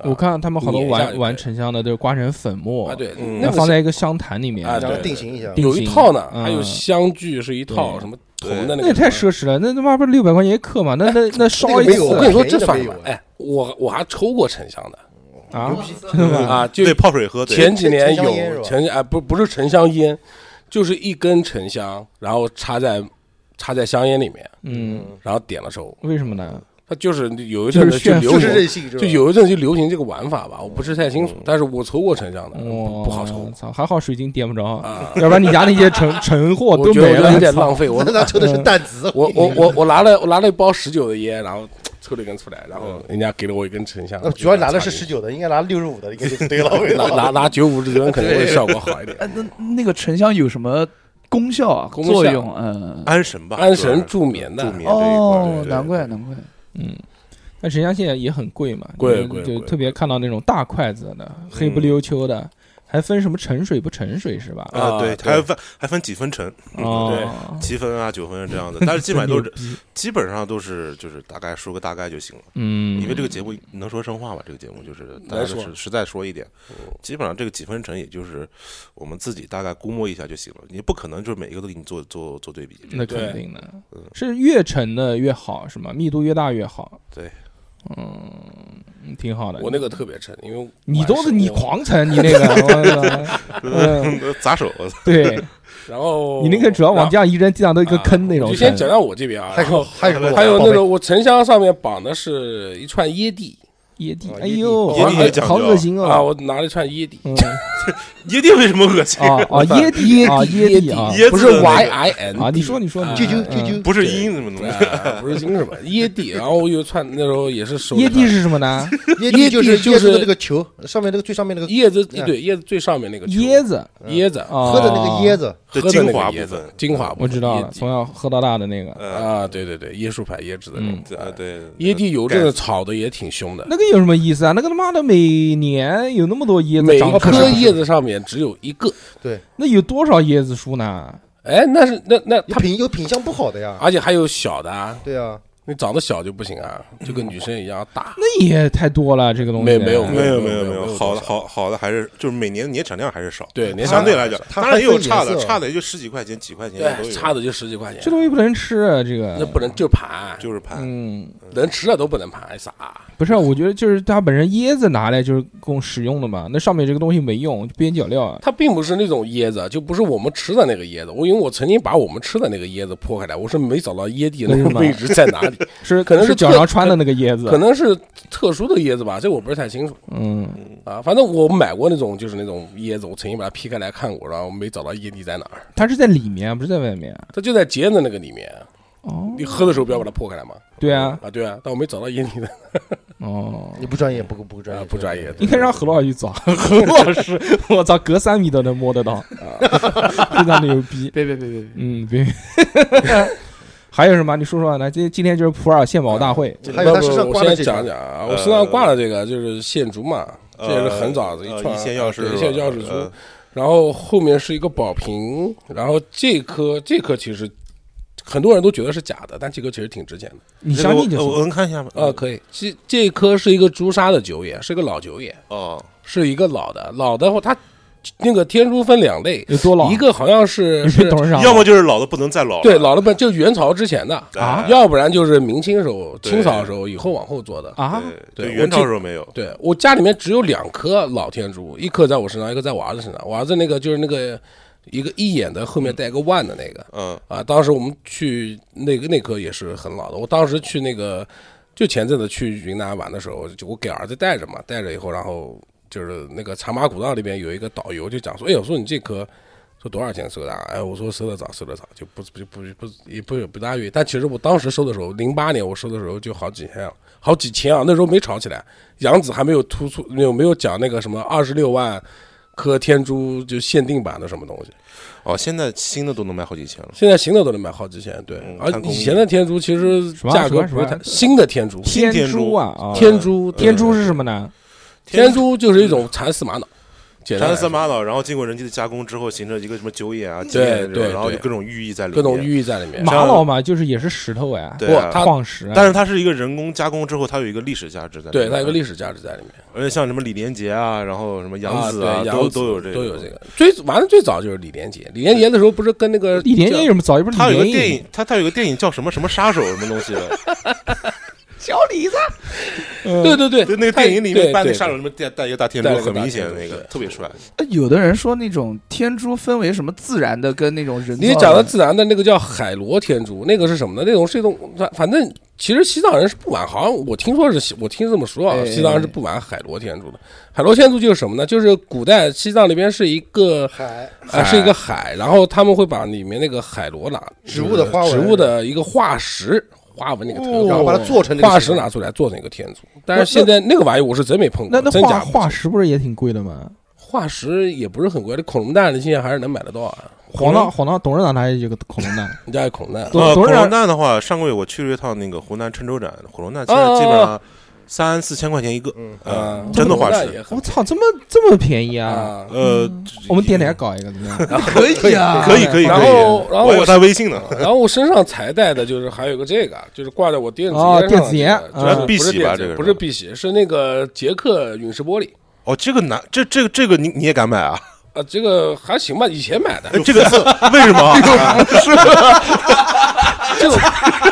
[SPEAKER 8] 啊
[SPEAKER 3] 我看他们好多
[SPEAKER 8] 碾一下就可
[SPEAKER 3] 玩
[SPEAKER 8] 以
[SPEAKER 3] 玩沉香的都是刮成粉末
[SPEAKER 8] 啊，，对，
[SPEAKER 3] 然
[SPEAKER 5] 嗯
[SPEAKER 8] 那个
[SPEAKER 3] 哦后放
[SPEAKER 8] 是
[SPEAKER 3] 在一个香坛里面，
[SPEAKER 8] 啊
[SPEAKER 4] 然后
[SPEAKER 8] 对
[SPEAKER 4] 定型一下。
[SPEAKER 3] 定
[SPEAKER 8] 有一
[SPEAKER 3] 型
[SPEAKER 8] 套呢，
[SPEAKER 3] 嗯
[SPEAKER 8] 还有香具是一套，什么红
[SPEAKER 3] 那
[SPEAKER 5] 对
[SPEAKER 8] 的那个
[SPEAKER 3] 也
[SPEAKER 8] 什么，哎
[SPEAKER 3] 太奢侈了，那他妈不是六百块钱一克嘛？那那那烧
[SPEAKER 4] 那个
[SPEAKER 3] 一
[SPEAKER 4] 没有
[SPEAKER 8] 我
[SPEAKER 3] 次
[SPEAKER 8] 跟你说，
[SPEAKER 4] 便宜的
[SPEAKER 8] 这算什么
[SPEAKER 4] 没？有啊
[SPEAKER 8] 哎，我我还抽过沉香 的
[SPEAKER 3] 啊，
[SPEAKER 8] 啊，就
[SPEAKER 5] 对泡水喝，对
[SPEAKER 8] 前几年
[SPEAKER 4] 沉香烟是
[SPEAKER 8] 有
[SPEAKER 4] 吧
[SPEAKER 8] 沉啊，不不是沉香烟，就是一根沉香，然后插在插在香烟里面，
[SPEAKER 3] 嗯，
[SPEAKER 8] 然后点了抽。
[SPEAKER 3] 为什么呢？
[SPEAKER 8] 它就是有一阵
[SPEAKER 3] 就是
[SPEAKER 8] 子就
[SPEAKER 3] 炫富
[SPEAKER 8] 流
[SPEAKER 4] 就是嗯
[SPEAKER 8] 行，
[SPEAKER 4] 任性，
[SPEAKER 8] 就有一阵子就流行这个玩法吧，我不是太清楚，但是我抽过沉香的，
[SPEAKER 4] 嗯
[SPEAKER 3] 哦，
[SPEAKER 8] 嗯不不好抽
[SPEAKER 3] 操，还好水晶点不着，
[SPEAKER 8] 啊，
[SPEAKER 3] 要不然你家那些 陈陈货
[SPEAKER 8] 我
[SPEAKER 3] 都
[SPEAKER 8] 觉得
[SPEAKER 3] 没
[SPEAKER 8] 我有
[SPEAKER 3] 了，
[SPEAKER 8] 点
[SPEAKER 3] 操
[SPEAKER 8] 浪费。 我
[SPEAKER 4] 我嗯那抽的是弹子，
[SPEAKER 8] 我我 我我拿了我拿了一包十九的烟，然后抽了一根出来，然后人家给了我一根沉香
[SPEAKER 4] 嗯那，主要拿的是
[SPEAKER 8] 十
[SPEAKER 4] 十九的，应该拿六十五的，应该就 对了。我跟你
[SPEAKER 8] 拿
[SPEAKER 4] 说
[SPEAKER 8] 拿 拿九五之根可能会效果好一 点
[SPEAKER 7] 哎，那那个沉香有什么功效啊？
[SPEAKER 8] 功效
[SPEAKER 7] 作用？嗯，
[SPEAKER 5] 安神吧，
[SPEAKER 8] 安
[SPEAKER 5] 主要
[SPEAKER 8] 神
[SPEAKER 5] 是
[SPEAKER 8] 助眠的
[SPEAKER 5] 助眠这一块
[SPEAKER 7] 哦，
[SPEAKER 5] 对
[SPEAKER 7] 难怪难怪，
[SPEAKER 3] 嗯。但沉香现在也很贵嘛，
[SPEAKER 8] 贵
[SPEAKER 3] 就
[SPEAKER 8] 贵
[SPEAKER 3] 就
[SPEAKER 8] 贵
[SPEAKER 3] 特别看到那种大筷子的，黑不溜秋的，还分什么沉水不沉水是吧？
[SPEAKER 5] 啊，
[SPEAKER 8] 啊
[SPEAKER 5] 对，
[SPEAKER 8] 对
[SPEAKER 5] 还分还分几分成，
[SPEAKER 3] 哦，
[SPEAKER 5] 七分啊九分这样的，但是嗯基本上都是
[SPEAKER 3] 真牛逼
[SPEAKER 5] 基本上都是就是大概说个大概就行了，
[SPEAKER 3] 嗯，
[SPEAKER 5] 因为这个节目能说真话吧，这个节目就是大
[SPEAKER 8] 来
[SPEAKER 5] 家
[SPEAKER 8] 说哦
[SPEAKER 5] 实实在说一点，基本上这个几分成也就是我们自己大概估摸一下就行了，你不可能就是每一个都给你做做做对比，
[SPEAKER 3] 那
[SPEAKER 8] 对
[SPEAKER 3] 肯定的，是越沉的越好，是吗？密度越大越好。
[SPEAKER 5] 对，
[SPEAKER 3] 嗯，挺好的。
[SPEAKER 8] 我那个特别沉，因为
[SPEAKER 3] 你都是
[SPEAKER 8] 晚上
[SPEAKER 3] 你
[SPEAKER 8] 我
[SPEAKER 3] 狂沉，你那个，我操嗯
[SPEAKER 5] 砸手，啊
[SPEAKER 3] 对
[SPEAKER 8] 然后
[SPEAKER 3] 你那个主要往地上一扔，地上都一个坑那
[SPEAKER 8] 我
[SPEAKER 3] 种
[SPEAKER 8] 就哦啊先
[SPEAKER 3] 沉。
[SPEAKER 8] 讲讲我这边啊，
[SPEAKER 4] 还
[SPEAKER 8] 然
[SPEAKER 4] 有
[SPEAKER 8] 后
[SPEAKER 4] 还有
[SPEAKER 8] 还有那种我沉香上面绑的是一串椰蒂
[SPEAKER 3] 野地，
[SPEAKER 4] 啊
[SPEAKER 3] 哎
[SPEAKER 4] 野地
[SPEAKER 3] 呦，
[SPEAKER 5] 野
[SPEAKER 3] 好
[SPEAKER 5] 地也讲
[SPEAKER 3] 好
[SPEAKER 5] 究
[SPEAKER 3] 恶心
[SPEAKER 8] 啊，
[SPEAKER 3] 哦。
[SPEAKER 8] 我拿了一串椰蒂，
[SPEAKER 3] 嗯，
[SPEAKER 5] 一定为什么恶心？
[SPEAKER 3] 哦哦，椰地啊， 椰地啊，
[SPEAKER 5] 椰
[SPEAKER 8] 不
[SPEAKER 5] 子
[SPEAKER 8] 是
[SPEAKER 5] 的那个
[SPEAKER 8] Y I N，
[SPEAKER 3] 啊，你说你说你
[SPEAKER 4] 啾
[SPEAKER 3] 说，
[SPEAKER 4] 啾
[SPEAKER 3] 嗯
[SPEAKER 4] 啾 啾，
[SPEAKER 5] 不是音怎么能？
[SPEAKER 8] 啊不是金是吧？椰蒂，然后我又串那时候也是手里
[SPEAKER 3] 呃椰地
[SPEAKER 8] 串
[SPEAKER 3] 是什么 呢？
[SPEAKER 4] 椰蒂就是
[SPEAKER 8] 椰蒂就
[SPEAKER 4] 椰子
[SPEAKER 8] 是
[SPEAKER 4] 的那个球上面那个最上面那个
[SPEAKER 8] 椰子，对椰子最上面那个球
[SPEAKER 3] 嗯椰子
[SPEAKER 8] 椰子
[SPEAKER 3] 啊，
[SPEAKER 4] 喝的那个椰子，
[SPEAKER 5] 这
[SPEAKER 8] 喝的那
[SPEAKER 5] 精
[SPEAKER 8] 个
[SPEAKER 5] 华
[SPEAKER 8] 椰
[SPEAKER 5] 部
[SPEAKER 8] 子
[SPEAKER 5] 分，
[SPEAKER 8] 精华部
[SPEAKER 3] 我
[SPEAKER 8] 分
[SPEAKER 3] 知道
[SPEAKER 8] 椰
[SPEAKER 3] 了，
[SPEAKER 8] 蒂
[SPEAKER 3] 从小喝到大的那个，
[SPEAKER 5] 呃，
[SPEAKER 8] 啊，对对对，椰树牌椰子的那
[SPEAKER 3] 嗯
[SPEAKER 8] 种，
[SPEAKER 5] 啊对，
[SPEAKER 8] 椰蒂有阵
[SPEAKER 5] 盖
[SPEAKER 8] 子
[SPEAKER 5] 子
[SPEAKER 8] 炒的也挺凶的，
[SPEAKER 3] 那个有什么意思啊？那个他妈的每年有那么多椰子
[SPEAKER 8] 每
[SPEAKER 3] 长得不
[SPEAKER 8] 颗
[SPEAKER 3] 是
[SPEAKER 8] 椰子上面只有一个，
[SPEAKER 3] 那有多少椰子树呢？
[SPEAKER 8] 哎，那是那那
[SPEAKER 4] 有
[SPEAKER 8] 它，
[SPEAKER 4] 品有品相不好的呀。
[SPEAKER 8] 而且还有小的啊，
[SPEAKER 4] 对啊，
[SPEAKER 8] 你长得小就不行啊，就跟女生一样大。
[SPEAKER 5] 嗯
[SPEAKER 3] 那也太多了，这个东西
[SPEAKER 8] 没有没有
[SPEAKER 5] 没有没有
[SPEAKER 8] 没有
[SPEAKER 5] 没
[SPEAKER 8] 没有
[SPEAKER 5] 有，好的
[SPEAKER 8] 多少
[SPEAKER 5] 好好的还是就是每年年产量还是少，
[SPEAKER 8] 对年
[SPEAKER 5] 相
[SPEAKER 8] 产
[SPEAKER 5] 对
[SPEAKER 8] 量
[SPEAKER 5] 来讲，
[SPEAKER 4] 它
[SPEAKER 5] 当然也有
[SPEAKER 4] 还分
[SPEAKER 5] 差的
[SPEAKER 4] 颜，色
[SPEAKER 5] 差的也就十几块钱几块钱都
[SPEAKER 8] 对，
[SPEAKER 5] 有，
[SPEAKER 8] 哎差的就十几块钱
[SPEAKER 3] 这，东西不能吃啊，这
[SPEAKER 8] 那
[SPEAKER 3] 个
[SPEAKER 8] 不能就盘，就
[SPEAKER 5] 就是盘，
[SPEAKER 3] 嗯，
[SPEAKER 8] 能吃的都不能盘，啥？
[SPEAKER 3] 不是啊，我觉得就是它本身椰子拿来就是供食用的嘛，那上面这个东西没用，就边角料啊。
[SPEAKER 8] 它并不是那种椰子，就不是我们吃的那个椰子。我因为我曾经把我们吃的那个椰子破开来，我是没找到椰蒂的那
[SPEAKER 3] 为什
[SPEAKER 8] 个
[SPEAKER 3] 么
[SPEAKER 8] 位置在哪里，
[SPEAKER 3] 是
[SPEAKER 8] 可能是
[SPEAKER 3] 是脚
[SPEAKER 8] 特
[SPEAKER 3] 上穿的那个椰子，
[SPEAKER 8] 可能是特殊的椰子吧，这我不是太清楚
[SPEAKER 3] 嗯，
[SPEAKER 8] 啊。反正我买过那种就是那种椰子，我曾经把它劈开来看过，然后没找到椰蒂在哪儿，
[SPEAKER 3] 它是在里面，不是在外面。啊
[SPEAKER 8] 它就在结的那个里面。
[SPEAKER 3] 哦，
[SPEAKER 8] 你喝的时候不要把它破开来嘛。
[SPEAKER 3] 对啊，
[SPEAKER 8] 啊，对啊，但我没找到椰蒂的，
[SPEAKER 3] 哦，
[SPEAKER 4] 你不专业，不不不专业
[SPEAKER 8] 啊，，不专业。
[SPEAKER 3] 应该让何老师去找，何老师， 我操，隔三米都能摸得到， 非常牛逼。
[SPEAKER 7] 别别别别别，
[SPEAKER 3] 嗯，别。 还有什么？你说说，来，今今天就是普洱献宝大会，
[SPEAKER 4] 还有他身上
[SPEAKER 8] 不不
[SPEAKER 4] 挂
[SPEAKER 8] 我
[SPEAKER 4] 的
[SPEAKER 8] 先
[SPEAKER 4] 这
[SPEAKER 8] 讲
[SPEAKER 4] 个，
[SPEAKER 8] 讲啊，我身上挂的这个就是线竹嘛，这
[SPEAKER 5] 呃
[SPEAKER 8] 也是很早的
[SPEAKER 5] 呃
[SPEAKER 8] 串
[SPEAKER 5] 一线钥匙
[SPEAKER 8] 对
[SPEAKER 5] 是
[SPEAKER 8] 一线
[SPEAKER 5] 吧
[SPEAKER 8] 钥匙珠
[SPEAKER 5] 呃，
[SPEAKER 8] 然后后面是一个宝瓶，然后这颗这颗其实很多人都觉得是假的，但这颗其实挺值钱的
[SPEAKER 3] 你
[SPEAKER 5] 这
[SPEAKER 3] 相
[SPEAKER 5] 个
[SPEAKER 3] 信就
[SPEAKER 5] 我我
[SPEAKER 3] 行。
[SPEAKER 5] 能看一下吗？嗯
[SPEAKER 8] 啊，可以。这这颗是一个朱砂的九眼，是个老九眼，
[SPEAKER 5] 哦，
[SPEAKER 8] 是一个老的，老的话它。那个天书分两类，
[SPEAKER 3] 有多老？
[SPEAKER 8] 一个好像是
[SPEAKER 3] 你 是
[SPEAKER 8] 是
[SPEAKER 3] 董事长吗，
[SPEAKER 5] 要么就是老的不能再老了，
[SPEAKER 8] 对老了不就元朝之前的
[SPEAKER 5] 啊
[SPEAKER 8] 要不然就是明清时候、
[SPEAKER 5] 对
[SPEAKER 8] 清朝时候以后往后做的。
[SPEAKER 3] 啊，
[SPEAKER 5] 对，就
[SPEAKER 8] 对我
[SPEAKER 5] 元朝
[SPEAKER 8] 记
[SPEAKER 5] 时候没有，
[SPEAKER 8] 对我家里面只有两颗老天珠，一颗在我身上，一颗在我儿子身上。我儿子那个就是那个一个一眼的后面带个万的那个，
[SPEAKER 5] 嗯，
[SPEAKER 8] 啊，当时我们去那个那颗也是很老的。我当时去那个，就前阵子去云南玩的时候，就我给儿子带着嘛，带着以后，然后就是那个茶马古道那边有一个导游就讲说，哎呦，说你这颗说多少钱收的啊？哎，我说收的早，收的早，就不不不不也不不大愿意。但其实我当时收的时候，零八年我收的时候就好几千了，好几千啊，那时候没炒起来，杨紫还没有突出，没有没有讲那个什么二十六万颗天珠就限定版的什么东西。
[SPEAKER 5] 哦，现在新的都能卖好几千了，
[SPEAKER 8] 现在新的都能卖好几千，对
[SPEAKER 5] 嗯。
[SPEAKER 8] 而
[SPEAKER 5] 看工艺
[SPEAKER 8] 以前的天珠其实
[SPEAKER 3] 什么啊
[SPEAKER 8] 价格
[SPEAKER 3] 什么
[SPEAKER 8] 不
[SPEAKER 3] 什么
[SPEAKER 8] 是太新的天珠，
[SPEAKER 5] 新天
[SPEAKER 3] 珠
[SPEAKER 5] 珠
[SPEAKER 3] 啊，啊
[SPEAKER 8] 天珠
[SPEAKER 3] 天珠
[SPEAKER 8] 对
[SPEAKER 3] 是什么呢？
[SPEAKER 8] 天珠就是一种蚕丝玛瑙，简单
[SPEAKER 5] 山
[SPEAKER 8] 来
[SPEAKER 5] 三
[SPEAKER 8] 说
[SPEAKER 5] 玛瑙，然后经过人机的加工之后，形成一个什么九眼啊、
[SPEAKER 8] 对
[SPEAKER 5] 金眼这种
[SPEAKER 8] 对
[SPEAKER 5] 然后就
[SPEAKER 8] 对
[SPEAKER 5] 各种寓意在里面，啊
[SPEAKER 8] 各种寓意在里面。
[SPEAKER 3] 玛瑙嘛，就是也是石头哎，
[SPEAKER 5] 对啊
[SPEAKER 8] 它
[SPEAKER 3] 矿石啊，
[SPEAKER 5] 但是它是一个人工加工之后，它有一个历史价值在里面，
[SPEAKER 8] 对，它有个历史价值在里面。
[SPEAKER 5] 而且像什么李连杰啊，然后什么杨紫
[SPEAKER 8] 啊，对
[SPEAKER 5] 都
[SPEAKER 8] 杨紫
[SPEAKER 5] 都有这个，
[SPEAKER 8] 都有这。个。最完了最早就是李连杰，李连杰的时候不是跟那个
[SPEAKER 3] 李连杰有什么早？又不是
[SPEAKER 5] 他有个
[SPEAKER 3] 李
[SPEAKER 5] 电
[SPEAKER 3] 连
[SPEAKER 5] 影，他他有个电影叫什么什么杀手什么东西 的，
[SPEAKER 3] 影，
[SPEAKER 8] 对
[SPEAKER 3] 对，
[SPEAKER 8] 对对，
[SPEAKER 5] 就那个电影里面
[SPEAKER 8] 对
[SPEAKER 5] 扮那
[SPEAKER 8] 对
[SPEAKER 5] 杀手，什么带带一个大天
[SPEAKER 8] 戴
[SPEAKER 5] 珠，
[SPEAKER 8] 了个
[SPEAKER 5] 很
[SPEAKER 8] 大
[SPEAKER 5] 明显的
[SPEAKER 8] 天
[SPEAKER 5] 那
[SPEAKER 8] 珠
[SPEAKER 5] 个，
[SPEAKER 8] 对
[SPEAKER 5] 特别帅。
[SPEAKER 7] 呃有的人说那种天珠分为什么自然的跟那种人造
[SPEAKER 8] 你讲
[SPEAKER 7] 的
[SPEAKER 8] 的 自然的那个叫海螺天珠，那个是什么呢？那种是一种，反反正其实西藏人是不玩，好像我听说是西，我听这么说
[SPEAKER 7] 哎
[SPEAKER 8] 啊，西藏人是不玩海螺天珠的。海螺天珠就是什么呢？就是古代西藏那边是一个
[SPEAKER 4] 海
[SPEAKER 8] 啊、是一个海，然后他们会把里面那个海螺拿
[SPEAKER 4] 植物的花纹
[SPEAKER 8] 植物的一个化石花纹那个特别
[SPEAKER 4] 然后把它做成这个
[SPEAKER 8] 化
[SPEAKER 4] 形
[SPEAKER 8] 石
[SPEAKER 4] 状
[SPEAKER 8] 拿出来做成一个天珠。但是现在那个玩意我是真没碰过，
[SPEAKER 3] 那那
[SPEAKER 8] 真
[SPEAKER 3] 化
[SPEAKER 8] 假不
[SPEAKER 3] 化
[SPEAKER 8] 知
[SPEAKER 3] 石不是也挺贵的吗？
[SPEAKER 8] 化石也不是很贵，这恐龙蛋你现在还是能买得到啊。
[SPEAKER 3] 黄浪黄浪董事长他也有个恐龙蛋，
[SPEAKER 8] 你家有恐龙蛋。
[SPEAKER 3] 董
[SPEAKER 5] 呃，
[SPEAKER 3] 董
[SPEAKER 5] 恐
[SPEAKER 3] 事长
[SPEAKER 5] 龙蛋的话，上个月我去了一趟那个湖南郴州展，恐龙蛋现在基本上三四千块钱一个，呃
[SPEAKER 8] 嗯，
[SPEAKER 5] 真的化
[SPEAKER 8] 恐龙蛋
[SPEAKER 5] 石
[SPEAKER 8] 也。很
[SPEAKER 3] 我操，这么这么便宜啊！
[SPEAKER 8] 啊，
[SPEAKER 5] 呃，
[SPEAKER 3] 我们电台搞一个怎么 样？
[SPEAKER 7] 可以啊，
[SPEAKER 5] 可以可以可以，
[SPEAKER 8] 然后然后
[SPEAKER 5] 我有
[SPEAKER 8] 我
[SPEAKER 5] 他微信呢。
[SPEAKER 8] 然后我身上才带的就是还有个这个，啊就是挂在我电子烟
[SPEAKER 3] 哦
[SPEAKER 8] 上的
[SPEAKER 3] 电子烟
[SPEAKER 8] 这个
[SPEAKER 3] 嗯
[SPEAKER 8] 就是
[SPEAKER 5] 碧
[SPEAKER 8] 不是
[SPEAKER 5] 玺吧
[SPEAKER 8] 电子
[SPEAKER 5] 这个
[SPEAKER 8] 不
[SPEAKER 5] 是
[SPEAKER 8] 是碧玺，是那个捷克陨石玻璃
[SPEAKER 5] 哦，这个难，这这个这个你你也敢买 啊？
[SPEAKER 8] 啊，这个还行吧，以 前买的，
[SPEAKER 5] 这个为什么 啊？
[SPEAKER 8] 这个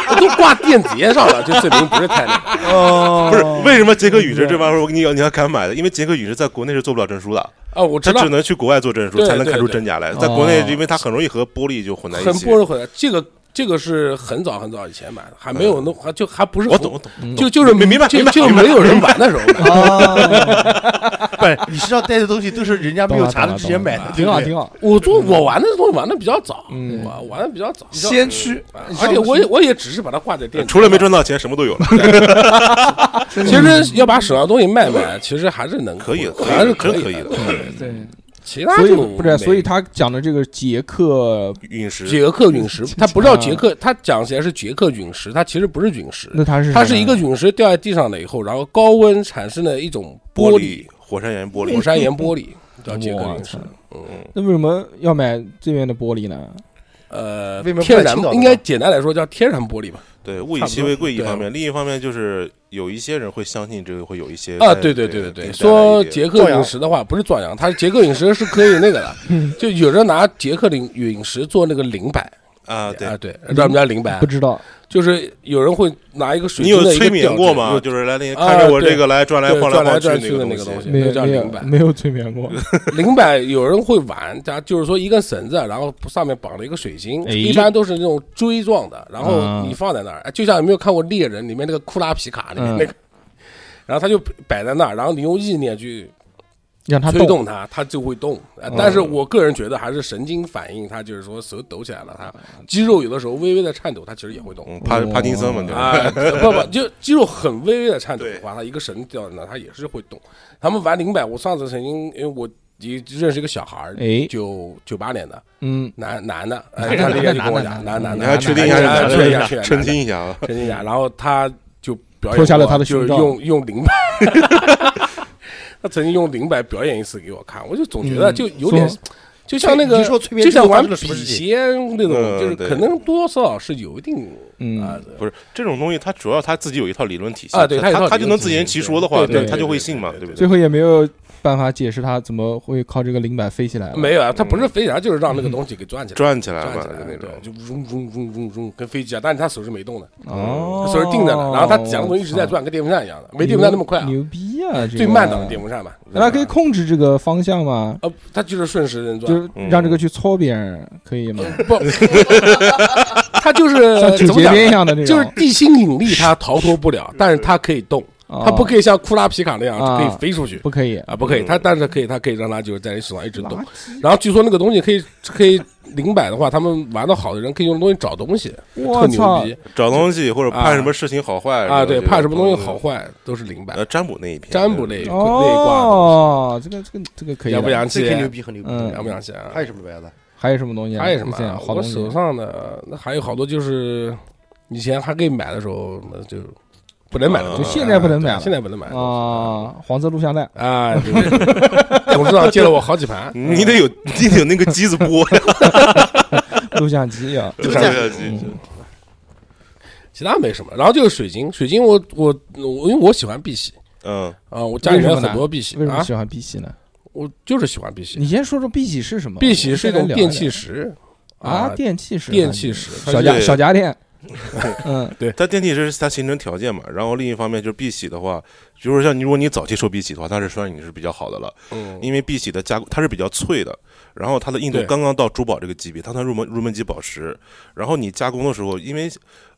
[SPEAKER 8] 我都挂电子烟上了，就证明不是太那个。
[SPEAKER 7] 哦，
[SPEAKER 5] 不是为什么捷克陨石这玩意儿我跟你讲你要敢买的？因为捷克陨石在国内是做不了证书的，
[SPEAKER 8] 啊，我
[SPEAKER 5] 它
[SPEAKER 8] 知道
[SPEAKER 5] 只，能去国外做证书
[SPEAKER 8] 对
[SPEAKER 5] 才能看出
[SPEAKER 8] 对对哦
[SPEAKER 5] 真假来。在国内，因为它很容易和玻璃就混在一
[SPEAKER 8] 很
[SPEAKER 5] 起。
[SPEAKER 8] 波折回来，这个这个是很早很早以前买的，还没有弄，还就还不是
[SPEAKER 5] 嗯我
[SPEAKER 8] 很
[SPEAKER 5] 懂我，懂，
[SPEAKER 8] 就就是
[SPEAKER 5] 明明白
[SPEAKER 8] 就
[SPEAKER 5] 明白
[SPEAKER 8] 就
[SPEAKER 5] 明白
[SPEAKER 8] 没有人玩的时候买。
[SPEAKER 4] 不是哎你身上带的东西都是人家没有查的之前买的，
[SPEAKER 3] 挺好
[SPEAKER 4] 对
[SPEAKER 3] 挺好。
[SPEAKER 8] 我做我玩的东西玩的比较早，
[SPEAKER 3] 嗯
[SPEAKER 8] 我玩的比较早，
[SPEAKER 7] 先驱，
[SPEAKER 8] 而且我也我也只是把它挂在电子烟上，
[SPEAKER 5] 除了没赚到钱，什么都有 了。
[SPEAKER 8] 其实要把手上东西卖卖，其实还是能
[SPEAKER 5] 可以的，
[SPEAKER 8] 还是
[SPEAKER 5] 可以的，真
[SPEAKER 8] 以
[SPEAKER 5] 以的。。嗯
[SPEAKER 7] 对，
[SPEAKER 8] 其他
[SPEAKER 3] 所以
[SPEAKER 8] 就
[SPEAKER 3] 不是，啊所以
[SPEAKER 8] 没
[SPEAKER 3] 他讲的这个捷克，
[SPEAKER 5] 陨石
[SPEAKER 8] 捷克陨石，它不叫捷克，它讲起来是捷克陨石，它其实不是陨石，
[SPEAKER 3] 那他是啊
[SPEAKER 8] 它
[SPEAKER 3] 什
[SPEAKER 8] 是
[SPEAKER 3] 么
[SPEAKER 8] 一个陨石掉在地上了以后，然后高温产生的一种
[SPEAKER 5] 玻
[SPEAKER 8] 璃，
[SPEAKER 5] 璃，火山岩玻
[SPEAKER 8] 火
[SPEAKER 5] 璃，
[SPEAKER 8] 山岩玻璃叫捷克
[SPEAKER 3] 哇
[SPEAKER 8] 陨石
[SPEAKER 3] 操。
[SPEAKER 8] 嗯，
[SPEAKER 3] 那为什么要买这边的玻璃呢？
[SPEAKER 8] 呃
[SPEAKER 4] 为什，么不
[SPEAKER 8] 天
[SPEAKER 4] 在
[SPEAKER 8] 然
[SPEAKER 4] 青岛呢
[SPEAKER 8] 应该简单来说叫天然玻璃吧？
[SPEAKER 5] 对，物以稀为贵一方面，另一方面就是有一些人会相信这个会有一些带
[SPEAKER 8] 啊，对对对
[SPEAKER 5] 对
[SPEAKER 8] 对对，
[SPEAKER 5] 带
[SPEAKER 8] 说
[SPEAKER 5] 来一
[SPEAKER 8] 捷
[SPEAKER 5] 点
[SPEAKER 8] 克陨石的话不是壮阳，它是捷克陨石是可以那个 的，就有人拿捷克陨陨石做那个灵摆
[SPEAKER 5] 啊，对
[SPEAKER 8] 啊，，对，知道什么叫灵摆啊？
[SPEAKER 3] 不知道，
[SPEAKER 8] 就是有人会拿一个水
[SPEAKER 5] 你
[SPEAKER 8] 晶
[SPEAKER 5] 有
[SPEAKER 8] 的一个
[SPEAKER 5] 催眠
[SPEAKER 8] 吊
[SPEAKER 5] 过
[SPEAKER 8] 坠
[SPEAKER 5] 吗？
[SPEAKER 8] 有
[SPEAKER 5] 就是来，你
[SPEAKER 8] 啊
[SPEAKER 5] 看着我
[SPEAKER 8] 对
[SPEAKER 5] 这个来转来
[SPEAKER 8] 对
[SPEAKER 5] 晃
[SPEAKER 8] 转
[SPEAKER 5] 晃
[SPEAKER 8] 来
[SPEAKER 5] 去
[SPEAKER 8] 转去
[SPEAKER 5] 个
[SPEAKER 8] 的那
[SPEAKER 5] 东
[SPEAKER 8] 个东
[SPEAKER 5] 西
[SPEAKER 8] 西，
[SPEAKER 3] 没有
[SPEAKER 8] 那叫
[SPEAKER 3] 没有
[SPEAKER 8] 灵摆
[SPEAKER 3] 没有催眠 过。
[SPEAKER 8] 灵摆有人会玩，它就是说一根绳子，然后上面绑了一个水晶，
[SPEAKER 3] 哎
[SPEAKER 8] 一般都是那种锥状的，然
[SPEAKER 3] 啊
[SPEAKER 8] 后你放在那儿，哎就像有没有看过《猎人》里面那个库拉皮卡里面
[SPEAKER 3] 嗯
[SPEAKER 8] 那个，然后它就摆在那儿，然后你用意念去
[SPEAKER 3] 让他
[SPEAKER 8] 推动它，它就会动。
[SPEAKER 5] 嗯
[SPEAKER 8] 哎但是我个人觉得还是神经反应，它就是说手抖起来了，它肌肉有的时候微微的颤抖，它其实也会动。
[SPEAKER 5] 嗯，帕帕金森嘛，对吧？
[SPEAKER 8] 哦啊，不不，就肌肉很微微的颤抖的话，它一个绳掉在那，它也是会动。他们玩灵摆，我上次曾经，因为我也认识一个小孩儿，
[SPEAKER 3] 哎，
[SPEAKER 8] 九九八年的
[SPEAKER 3] 嗯，
[SPEAKER 8] 男男的，
[SPEAKER 3] 男
[SPEAKER 8] 哎，
[SPEAKER 3] 的
[SPEAKER 8] 他那天就
[SPEAKER 3] 男的
[SPEAKER 8] 跟我讲，
[SPEAKER 3] 男的
[SPEAKER 8] 男男
[SPEAKER 5] 你
[SPEAKER 8] 的，
[SPEAKER 5] 还确定一下，
[SPEAKER 8] 男的
[SPEAKER 5] 确定
[SPEAKER 8] 确定
[SPEAKER 5] 一
[SPEAKER 8] 一
[SPEAKER 5] 下，
[SPEAKER 8] 下，
[SPEAKER 5] 澄清一下啊！
[SPEAKER 8] 确定一下，然后他就表演
[SPEAKER 3] 脱下了
[SPEAKER 8] 过
[SPEAKER 3] 他的
[SPEAKER 8] 就是
[SPEAKER 3] 胸罩
[SPEAKER 8] 用用灵摆。 他曾经用灵摆表演一次给我看，我就总觉得
[SPEAKER 3] 嗯
[SPEAKER 8] 就有点
[SPEAKER 3] 说，
[SPEAKER 8] 就像那个
[SPEAKER 4] 你说催眠
[SPEAKER 8] 就像
[SPEAKER 4] 之后发
[SPEAKER 8] 玩
[SPEAKER 4] 生
[SPEAKER 8] 笔
[SPEAKER 4] 了什么事情
[SPEAKER 8] 仙那
[SPEAKER 5] 嗯
[SPEAKER 8] 种，就是
[SPEAKER 5] 对
[SPEAKER 8] 可能多少是有一定
[SPEAKER 3] 嗯
[SPEAKER 8] 啊
[SPEAKER 5] 不是这种东西，它主要它自己有一套理论体系
[SPEAKER 8] 啊对
[SPEAKER 5] 他
[SPEAKER 8] 它有一套
[SPEAKER 5] 他
[SPEAKER 8] 理
[SPEAKER 5] 就
[SPEAKER 8] 论
[SPEAKER 5] 能
[SPEAKER 8] 体
[SPEAKER 5] 自圆
[SPEAKER 8] 系
[SPEAKER 5] 其
[SPEAKER 8] 对
[SPEAKER 5] 说的话，
[SPEAKER 8] 对对
[SPEAKER 5] 他就
[SPEAKER 8] 对
[SPEAKER 5] 会
[SPEAKER 8] 对
[SPEAKER 5] 信嘛，
[SPEAKER 8] 对
[SPEAKER 5] 对不
[SPEAKER 3] 最
[SPEAKER 5] 对？
[SPEAKER 3] 后也没有办法解释它怎么会靠这个灵摆飞起来了。
[SPEAKER 8] 没有啊，它不是飞起来，就是让那
[SPEAKER 3] 嗯
[SPEAKER 8] 个东西给转起来，
[SPEAKER 5] 嗯转起哎来
[SPEAKER 8] 转
[SPEAKER 5] 嘛
[SPEAKER 8] 起来
[SPEAKER 5] 就那种
[SPEAKER 8] 对，就嗡嗡嗡嗡嗡，跟飞机一啊样，但是它手是没动的，
[SPEAKER 3] 哦，
[SPEAKER 8] 它手是定在那，然后它讲的东西一直在转，跟电风扇一样的，没电风扇那么快啊，
[SPEAKER 3] 牛逼啊！
[SPEAKER 8] 最慢的电
[SPEAKER 3] 点，
[SPEAKER 8] 风扇嘛，
[SPEAKER 3] 那它可以控制这个方向吗？
[SPEAKER 8] 呃，它就是顺时针转，
[SPEAKER 3] 就是让
[SPEAKER 8] 嗯
[SPEAKER 3] 这个去搓别人，可以吗？
[SPEAKER 8] 不， 它就是
[SPEAKER 3] 像九
[SPEAKER 8] 呃怎么
[SPEAKER 3] 节
[SPEAKER 8] 讲
[SPEAKER 3] 鞭一样的这种，
[SPEAKER 8] 就是地心引力它逃脱不了，但是它可以动，它
[SPEAKER 3] 它
[SPEAKER 8] 不可以像库拉皮卡那样
[SPEAKER 3] 哦啊
[SPEAKER 8] 可以飞出去
[SPEAKER 3] 不可以
[SPEAKER 8] 啊，不可以，
[SPEAKER 5] 嗯
[SPEAKER 8] 它但是可以，它可以让它就是在你手上一直动
[SPEAKER 3] 垃。
[SPEAKER 8] 然后据说那个东西可以可以零摆的话，他们玩的好的人可以用东西找东西，特
[SPEAKER 3] 我
[SPEAKER 8] 牛
[SPEAKER 3] 操！
[SPEAKER 8] 逼
[SPEAKER 5] 找东西或者
[SPEAKER 8] 啊
[SPEAKER 5] 判什么事情好坏
[SPEAKER 8] 啊！对，判什么东西。
[SPEAKER 5] 这
[SPEAKER 8] 好
[SPEAKER 5] 个
[SPEAKER 8] 坏都是零摆
[SPEAKER 5] 呃，，占卜那一篇，
[SPEAKER 8] 占卜那一那一挂的东
[SPEAKER 3] 哦，这个这个这个哦可
[SPEAKER 8] 西，
[SPEAKER 3] 以
[SPEAKER 8] 洋不
[SPEAKER 3] 的。
[SPEAKER 8] 洋
[SPEAKER 4] 这
[SPEAKER 8] 气
[SPEAKER 4] 个？牛逼，很牛逼。
[SPEAKER 3] 嗯
[SPEAKER 8] 洋不洋气啊
[SPEAKER 4] 还？有什么别的？
[SPEAKER 3] 还有什么东西啊？
[SPEAKER 8] 还有什么
[SPEAKER 3] 这样
[SPEAKER 8] 啊？
[SPEAKER 3] 好
[SPEAKER 8] 我
[SPEAKER 3] 东西
[SPEAKER 8] 手上的那还有好多，就是以前还可以买的时候，那就不能买了，
[SPEAKER 5] 就
[SPEAKER 3] 啊现在不能买了
[SPEAKER 8] 对现在不能买了
[SPEAKER 3] 啊，黄色录像 带。
[SPEAKER 8] 啊！对对对 董事长借了我好几盘，
[SPEAKER 5] 你得
[SPEAKER 8] 嗯
[SPEAKER 5] 有，你得有那个机子播 呀，
[SPEAKER 3] 录像机啊呀，
[SPEAKER 5] 录像机。
[SPEAKER 8] 嗯其他没什么。然后就是水晶，水晶我我我因为我喜欢碧玺
[SPEAKER 5] 嗯，
[SPEAKER 8] 啊，我家里面
[SPEAKER 3] 为
[SPEAKER 8] 有
[SPEAKER 3] 什么呢
[SPEAKER 8] 很多碧玺
[SPEAKER 3] 为什么
[SPEAKER 8] 啊，
[SPEAKER 3] 喜欢碧玺呢？
[SPEAKER 8] 我就是喜欢碧玺。
[SPEAKER 3] 你先说说碧玺是什么？
[SPEAKER 8] 碧玺是一种电气
[SPEAKER 3] 石
[SPEAKER 8] 石
[SPEAKER 3] 啊，电气石，
[SPEAKER 8] 电气石，它
[SPEAKER 3] 小
[SPEAKER 8] 是
[SPEAKER 3] 家
[SPEAKER 5] 对
[SPEAKER 3] 小家电。嗯，
[SPEAKER 5] 它电梯是它形成条件嘛，然后另一方面就是碧玺的话，比如说像你如果你早期收碧玺的话，它是算你是比较好的了，
[SPEAKER 8] 嗯
[SPEAKER 5] 因为碧玺的加工它是比较脆的，然后它的硬度
[SPEAKER 8] 对
[SPEAKER 5] 刚刚到珠宝这个级别，它算入门入门级宝石。然后你加工的时候，因为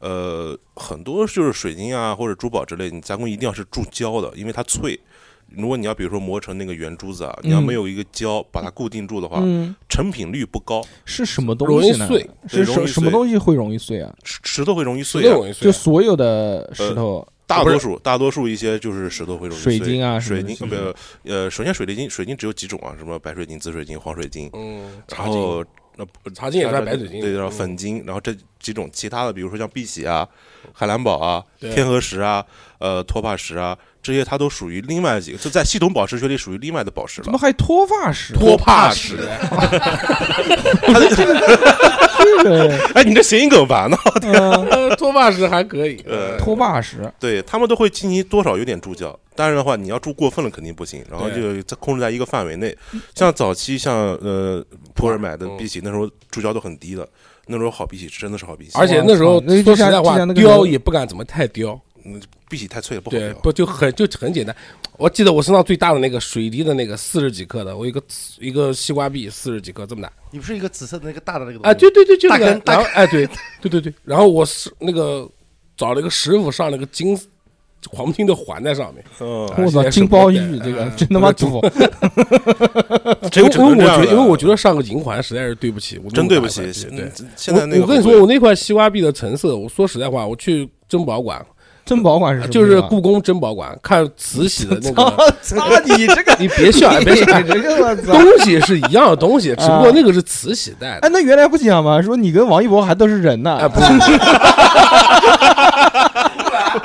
[SPEAKER 5] 呃很多就是水晶啊或者珠宝之类，你加工一定要是注胶的，因为它脆。如果你要比如说磨成那个圆珠子啊，你要
[SPEAKER 3] 嗯
[SPEAKER 5] 没有一个胶把它固定住的话，
[SPEAKER 3] 嗯，
[SPEAKER 5] 成品率不高，
[SPEAKER 3] 是什么东
[SPEAKER 8] 啊容易
[SPEAKER 3] 西呢？
[SPEAKER 8] 碎，
[SPEAKER 3] 是
[SPEAKER 5] 对容易
[SPEAKER 3] 什什么
[SPEAKER 5] 碎
[SPEAKER 3] 东西会容易碎啊？
[SPEAKER 5] 石石头会容易
[SPEAKER 8] 石
[SPEAKER 5] 碎
[SPEAKER 8] 头
[SPEAKER 5] 啊、
[SPEAKER 8] 容易碎
[SPEAKER 3] 就。所有的石头，
[SPEAKER 5] 大
[SPEAKER 8] 不是
[SPEAKER 5] 多数大多数一些就是石头会容易
[SPEAKER 3] 水
[SPEAKER 5] 碎
[SPEAKER 3] 晶啊什么
[SPEAKER 5] 水
[SPEAKER 3] 的
[SPEAKER 5] 晶
[SPEAKER 3] 是不是
[SPEAKER 5] 呃不呃，首先水晶水晶只有几种啊，什么白水晶、紫水晶、黄水晶，
[SPEAKER 8] 嗯，
[SPEAKER 5] 然
[SPEAKER 8] 茶晶
[SPEAKER 5] 后呃不
[SPEAKER 8] 茶啊晶也算
[SPEAKER 5] 它
[SPEAKER 8] 白水晶
[SPEAKER 5] 对，然后
[SPEAKER 8] 嗯
[SPEAKER 5] 粉晶，然后这几种其他的，比如说像碧玺啊、海蓝宝啊、
[SPEAKER 8] 对
[SPEAKER 5] 天河石啊、呃托帕石啊，这些它都属于另外几个，就在系统宝石学里属于另外的宝石
[SPEAKER 3] 怎么
[SPEAKER 5] 了。
[SPEAKER 3] 还脱发石？
[SPEAKER 8] 托帕石，
[SPEAKER 3] 这个，
[SPEAKER 5] 哎，你这谐音梗完呢？
[SPEAKER 3] 嗯，
[SPEAKER 8] 呃托帕石还可以。
[SPEAKER 5] 呃
[SPEAKER 3] 脱发
[SPEAKER 8] 啊
[SPEAKER 3] 石，
[SPEAKER 5] 对他们都会进行多少有点助教，当然的话，你要助过分了肯定不行，然后就在控制在一个范围内。
[SPEAKER 8] 嗯
[SPEAKER 5] 像早期像呃普洱买的碧玺，那时候助教都很低的，那时候好碧玺是真的是好碧玺，
[SPEAKER 8] 而且那时
[SPEAKER 3] 哇
[SPEAKER 8] 候
[SPEAKER 3] 那就
[SPEAKER 8] 说实
[SPEAKER 3] 像
[SPEAKER 8] 在
[SPEAKER 3] 就
[SPEAKER 8] 话
[SPEAKER 3] 像那，个
[SPEAKER 8] 雕也不敢怎么太雕，
[SPEAKER 5] 嗯碧玺太脆了不好
[SPEAKER 8] 对，
[SPEAKER 5] 掉。
[SPEAKER 8] 不就很就很简单。我记得我身上最大的那个水滴的那个四十几克的，我一个一个西瓜币四十几克这么大
[SPEAKER 4] 你不是一个紫色的那个大的那个东西
[SPEAKER 8] 啊，对对对，就
[SPEAKER 4] 大
[SPEAKER 8] 那个
[SPEAKER 4] 根，大
[SPEAKER 8] 然后哎对对对对，然后我是那个找了一个师傅上了个金黄金的环在上面，
[SPEAKER 5] 嗯，
[SPEAKER 3] 我操，金包玉，这
[SPEAKER 8] 嗯
[SPEAKER 3] 个真他妈 土，
[SPEAKER 5] 这个只
[SPEAKER 8] 因为
[SPEAKER 5] 能这
[SPEAKER 8] 哎我
[SPEAKER 5] 样
[SPEAKER 8] 觉
[SPEAKER 5] 了
[SPEAKER 8] 得因为我觉得上个银环实在是对不起，我
[SPEAKER 5] 真对不起
[SPEAKER 8] 那么大一块，对。
[SPEAKER 5] 嗯现在那个
[SPEAKER 8] 我我跟你
[SPEAKER 5] 会
[SPEAKER 8] 说，我那块西瓜币的成色，我说实在话，我去珍宝馆，
[SPEAKER 3] 珍宝馆是什么
[SPEAKER 8] 就是
[SPEAKER 3] 地方
[SPEAKER 8] 故宫珍宝馆看慈禧的那个，
[SPEAKER 7] 操操你这个，
[SPEAKER 8] 你别笑， 别笑，
[SPEAKER 3] 你这哎个我操！
[SPEAKER 8] 东西是一啊样的东 西，只不过那个是慈禧带
[SPEAKER 3] 哎
[SPEAKER 8] 的。，
[SPEAKER 3] 那原来不讲吗？说你跟王一博还都是人呢，
[SPEAKER 8] 哎，不是，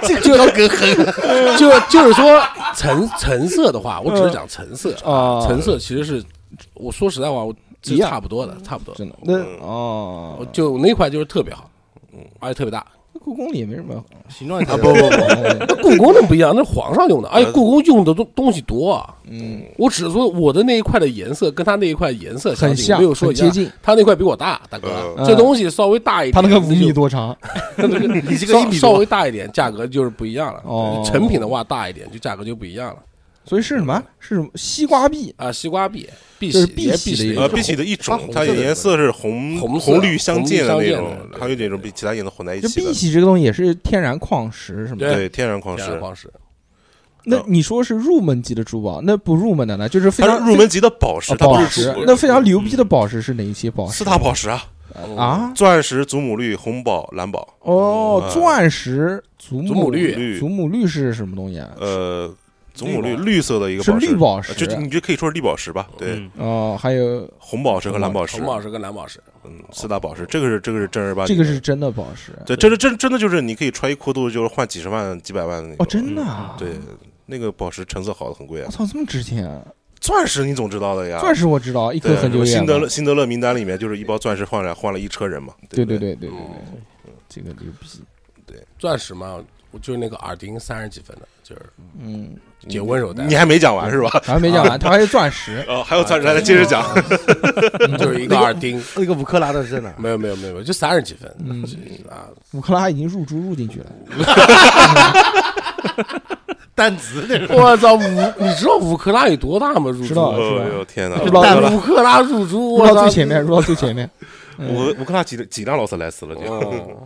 [SPEAKER 8] 这就要更狠，就嗯就是说橙橙色的话，我只是讲橙色
[SPEAKER 3] 哦
[SPEAKER 8] 橙色其实是，我说实在话，我
[SPEAKER 3] 一
[SPEAKER 8] 是
[SPEAKER 3] 样
[SPEAKER 8] 差不多的，差不多。
[SPEAKER 3] 真的。那
[SPEAKER 5] 嗯
[SPEAKER 8] 我
[SPEAKER 3] 哦，
[SPEAKER 8] 就那块就是特别好，嗯而且特别大。
[SPEAKER 3] 故宫里也没什么。哎
[SPEAKER 4] 形状也
[SPEAKER 8] 啊不不不，那 故宫那不一样，那是皇上用的。哎，
[SPEAKER 5] 呃
[SPEAKER 8] 故宫用的东东西多啊。
[SPEAKER 3] 嗯，
[SPEAKER 8] 我只是说我的那一块的颜色跟他那一块颜色相
[SPEAKER 3] 很
[SPEAKER 8] 近，
[SPEAKER 3] 像，
[SPEAKER 8] 没有说
[SPEAKER 3] 很
[SPEAKER 8] 一样
[SPEAKER 3] 接。近。
[SPEAKER 8] 他那块比我大，大哥
[SPEAKER 5] 呃，
[SPEAKER 8] 这东西稍微大一点，
[SPEAKER 3] 他那个五
[SPEAKER 8] 就
[SPEAKER 3] 米多长，
[SPEAKER 4] 你这个一
[SPEAKER 8] 稍
[SPEAKER 4] 米
[SPEAKER 8] 稍
[SPEAKER 4] 多
[SPEAKER 8] 微，大一点，价格就是不一样了。
[SPEAKER 3] 哦
[SPEAKER 8] 对成品的话大一点，就价格就不一样了
[SPEAKER 3] 所以是什么？是什么西瓜币？
[SPEAKER 8] 啊。西瓜碧，碧
[SPEAKER 3] 这
[SPEAKER 8] 玺
[SPEAKER 3] 是碧
[SPEAKER 8] 也是
[SPEAKER 3] 玺的
[SPEAKER 8] 碧
[SPEAKER 3] 一
[SPEAKER 8] 玺
[SPEAKER 3] 种
[SPEAKER 5] 呃，碧玺的一
[SPEAKER 4] 发
[SPEAKER 5] 种，
[SPEAKER 4] 红
[SPEAKER 5] 它
[SPEAKER 4] 色的
[SPEAKER 5] 颜色是红
[SPEAKER 8] 红色
[SPEAKER 5] 红绿相间的
[SPEAKER 8] 红绿
[SPEAKER 5] 那
[SPEAKER 8] 相间
[SPEAKER 5] 种
[SPEAKER 8] 的，对
[SPEAKER 5] 它有点种比其他颜色混在一
[SPEAKER 3] 就
[SPEAKER 5] 起
[SPEAKER 3] 碧
[SPEAKER 5] 的。
[SPEAKER 3] 玺这个东西也是天然矿石什么的。
[SPEAKER 8] 对
[SPEAKER 5] 对，天然
[SPEAKER 3] 呃
[SPEAKER 5] 矿石，
[SPEAKER 8] 黄石。
[SPEAKER 3] 那你说是入门级的珠宝，那不入门的呢？就是非
[SPEAKER 5] 它是
[SPEAKER 3] 常
[SPEAKER 5] 入门级的宝石，
[SPEAKER 3] 啊
[SPEAKER 5] 它不
[SPEAKER 3] 宝
[SPEAKER 5] 是
[SPEAKER 3] 石
[SPEAKER 5] 主。
[SPEAKER 3] 那非常牛逼的宝石是哪一些宝
[SPEAKER 5] 四
[SPEAKER 3] 石
[SPEAKER 5] 大宝石啊，
[SPEAKER 3] 啊？
[SPEAKER 5] 钻石、祖母绿、红宝、蓝宝。
[SPEAKER 3] 哦，
[SPEAKER 5] 嗯
[SPEAKER 3] 钻石、祖
[SPEAKER 8] 祖母绿
[SPEAKER 5] 绿
[SPEAKER 3] 祖母绿是什么东西啊？
[SPEAKER 5] 呃，祖母
[SPEAKER 8] 绿
[SPEAKER 5] 绿
[SPEAKER 8] 宝
[SPEAKER 5] 绿色的一个
[SPEAKER 3] 是
[SPEAKER 5] 宝石，
[SPEAKER 3] 绿宝
[SPEAKER 5] 呃
[SPEAKER 3] 石啊
[SPEAKER 5] 就就你就可以说是绿宝石吧。对，
[SPEAKER 6] 嗯，
[SPEAKER 3] 哦，还有
[SPEAKER 5] 红宝石和蓝宝石
[SPEAKER 8] 红，宝石跟蓝宝石，
[SPEAKER 5] 嗯，四大宝石，这个是这啊个是正儿八
[SPEAKER 3] 这
[SPEAKER 5] 经
[SPEAKER 3] 个
[SPEAKER 5] 的，
[SPEAKER 3] 是真的宝石
[SPEAKER 5] 对，真的真真的就是你可以揣一裤兜就是换几十万、几百万的那
[SPEAKER 3] 哦，
[SPEAKER 5] 种。
[SPEAKER 3] 真的啊？
[SPEAKER 5] 嗯对，那个宝石成色好的很贵
[SPEAKER 3] 我
[SPEAKER 5] 啊。
[SPEAKER 3] 操，这么值钱啊！
[SPEAKER 5] 钻石你总知道的呀，
[SPEAKER 3] 钻石我知道，一颗
[SPEAKER 5] 啊对，
[SPEAKER 3] 很
[SPEAKER 5] 什
[SPEAKER 3] 久
[SPEAKER 5] 么
[SPEAKER 3] 远
[SPEAKER 5] 辛德
[SPEAKER 3] 了
[SPEAKER 5] 勒。辛德勒名单里面就是一包钻石换来换了一车人嘛。
[SPEAKER 3] 对
[SPEAKER 5] 对
[SPEAKER 3] 对
[SPEAKER 5] 不对，
[SPEAKER 3] 对对对对，这个牛逼！
[SPEAKER 8] 钻石嘛，我就是那个耳钉三十几分的，就是
[SPEAKER 3] 嗯，
[SPEAKER 8] 解温柔带
[SPEAKER 5] 你，还没讲完是吧？
[SPEAKER 3] 还没讲完，它还有钻石，
[SPEAKER 5] 哦，还有
[SPEAKER 3] 啊
[SPEAKER 5] 钻石，来来接着讲。
[SPEAKER 3] 嗯
[SPEAKER 8] 就是一个耳钉，
[SPEAKER 4] 那个五克拉的是哪？
[SPEAKER 8] 没有没有没有，就三十几分
[SPEAKER 3] 嗯
[SPEAKER 8] 啊，
[SPEAKER 3] 五克拉已经入猪入进去了。
[SPEAKER 4] 单子那种。
[SPEAKER 8] 我操五，你知道五克拉有多大吗？入
[SPEAKER 3] 知道
[SPEAKER 8] 珠，
[SPEAKER 5] 哦呦天哪！
[SPEAKER 3] 不知道
[SPEAKER 8] 但五克拉入珠，
[SPEAKER 3] 入
[SPEAKER 8] 我
[SPEAKER 3] 到
[SPEAKER 8] 操
[SPEAKER 3] 最前面，入到最前面。
[SPEAKER 5] 我乌克兰几几辆劳斯莱斯了就。
[SPEAKER 8] 哦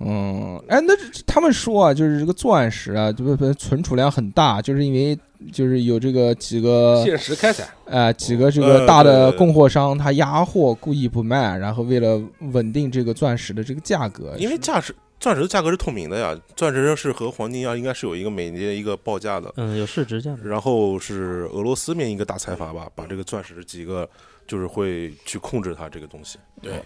[SPEAKER 3] 嗯，哎，那这他们说啊，就是这个钻石啊，就不不存储量很大，就是因为就是有这个几个
[SPEAKER 8] 限时开采，
[SPEAKER 3] 呃几个这个大的
[SPEAKER 5] 呃对对对
[SPEAKER 3] 供货商，他压货故意不卖，然后为了稳定这个钻石的这个价格，
[SPEAKER 5] 因为价值钻石的价格是透明的呀，钻石是和黄金一样，应该是有一个每年一个报价的。
[SPEAKER 6] 嗯，有市值价值。
[SPEAKER 5] 然后是俄罗斯面一个大财阀吧，把这个钻石几个就是会去控制它这个东西。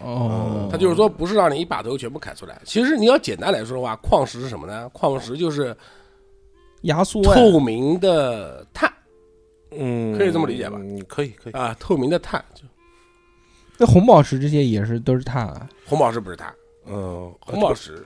[SPEAKER 3] 哦，
[SPEAKER 8] 它嗯就是说不是让你一把头全部砍出来。其实你要简单来说的话，矿石是什么呢？矿石就是
[SPEAKER 3] 压缩哎
[SPEAKER 8] 透明的碳
[SPEAKER 5] 嗯
[SPEAKER 8] 可以这么理解吧
[SPEAKER 5] 嗯，可以可以。
[SPEAKER 8] 啊，透明的碳，就
[SPEAKER 3] 那红宝石这些也是都是碳啊，
[SPEAKER 8] 红宝石不是碳，
[SPEAKER 5] 嗯，
[SPEAKER 8] 红宝石，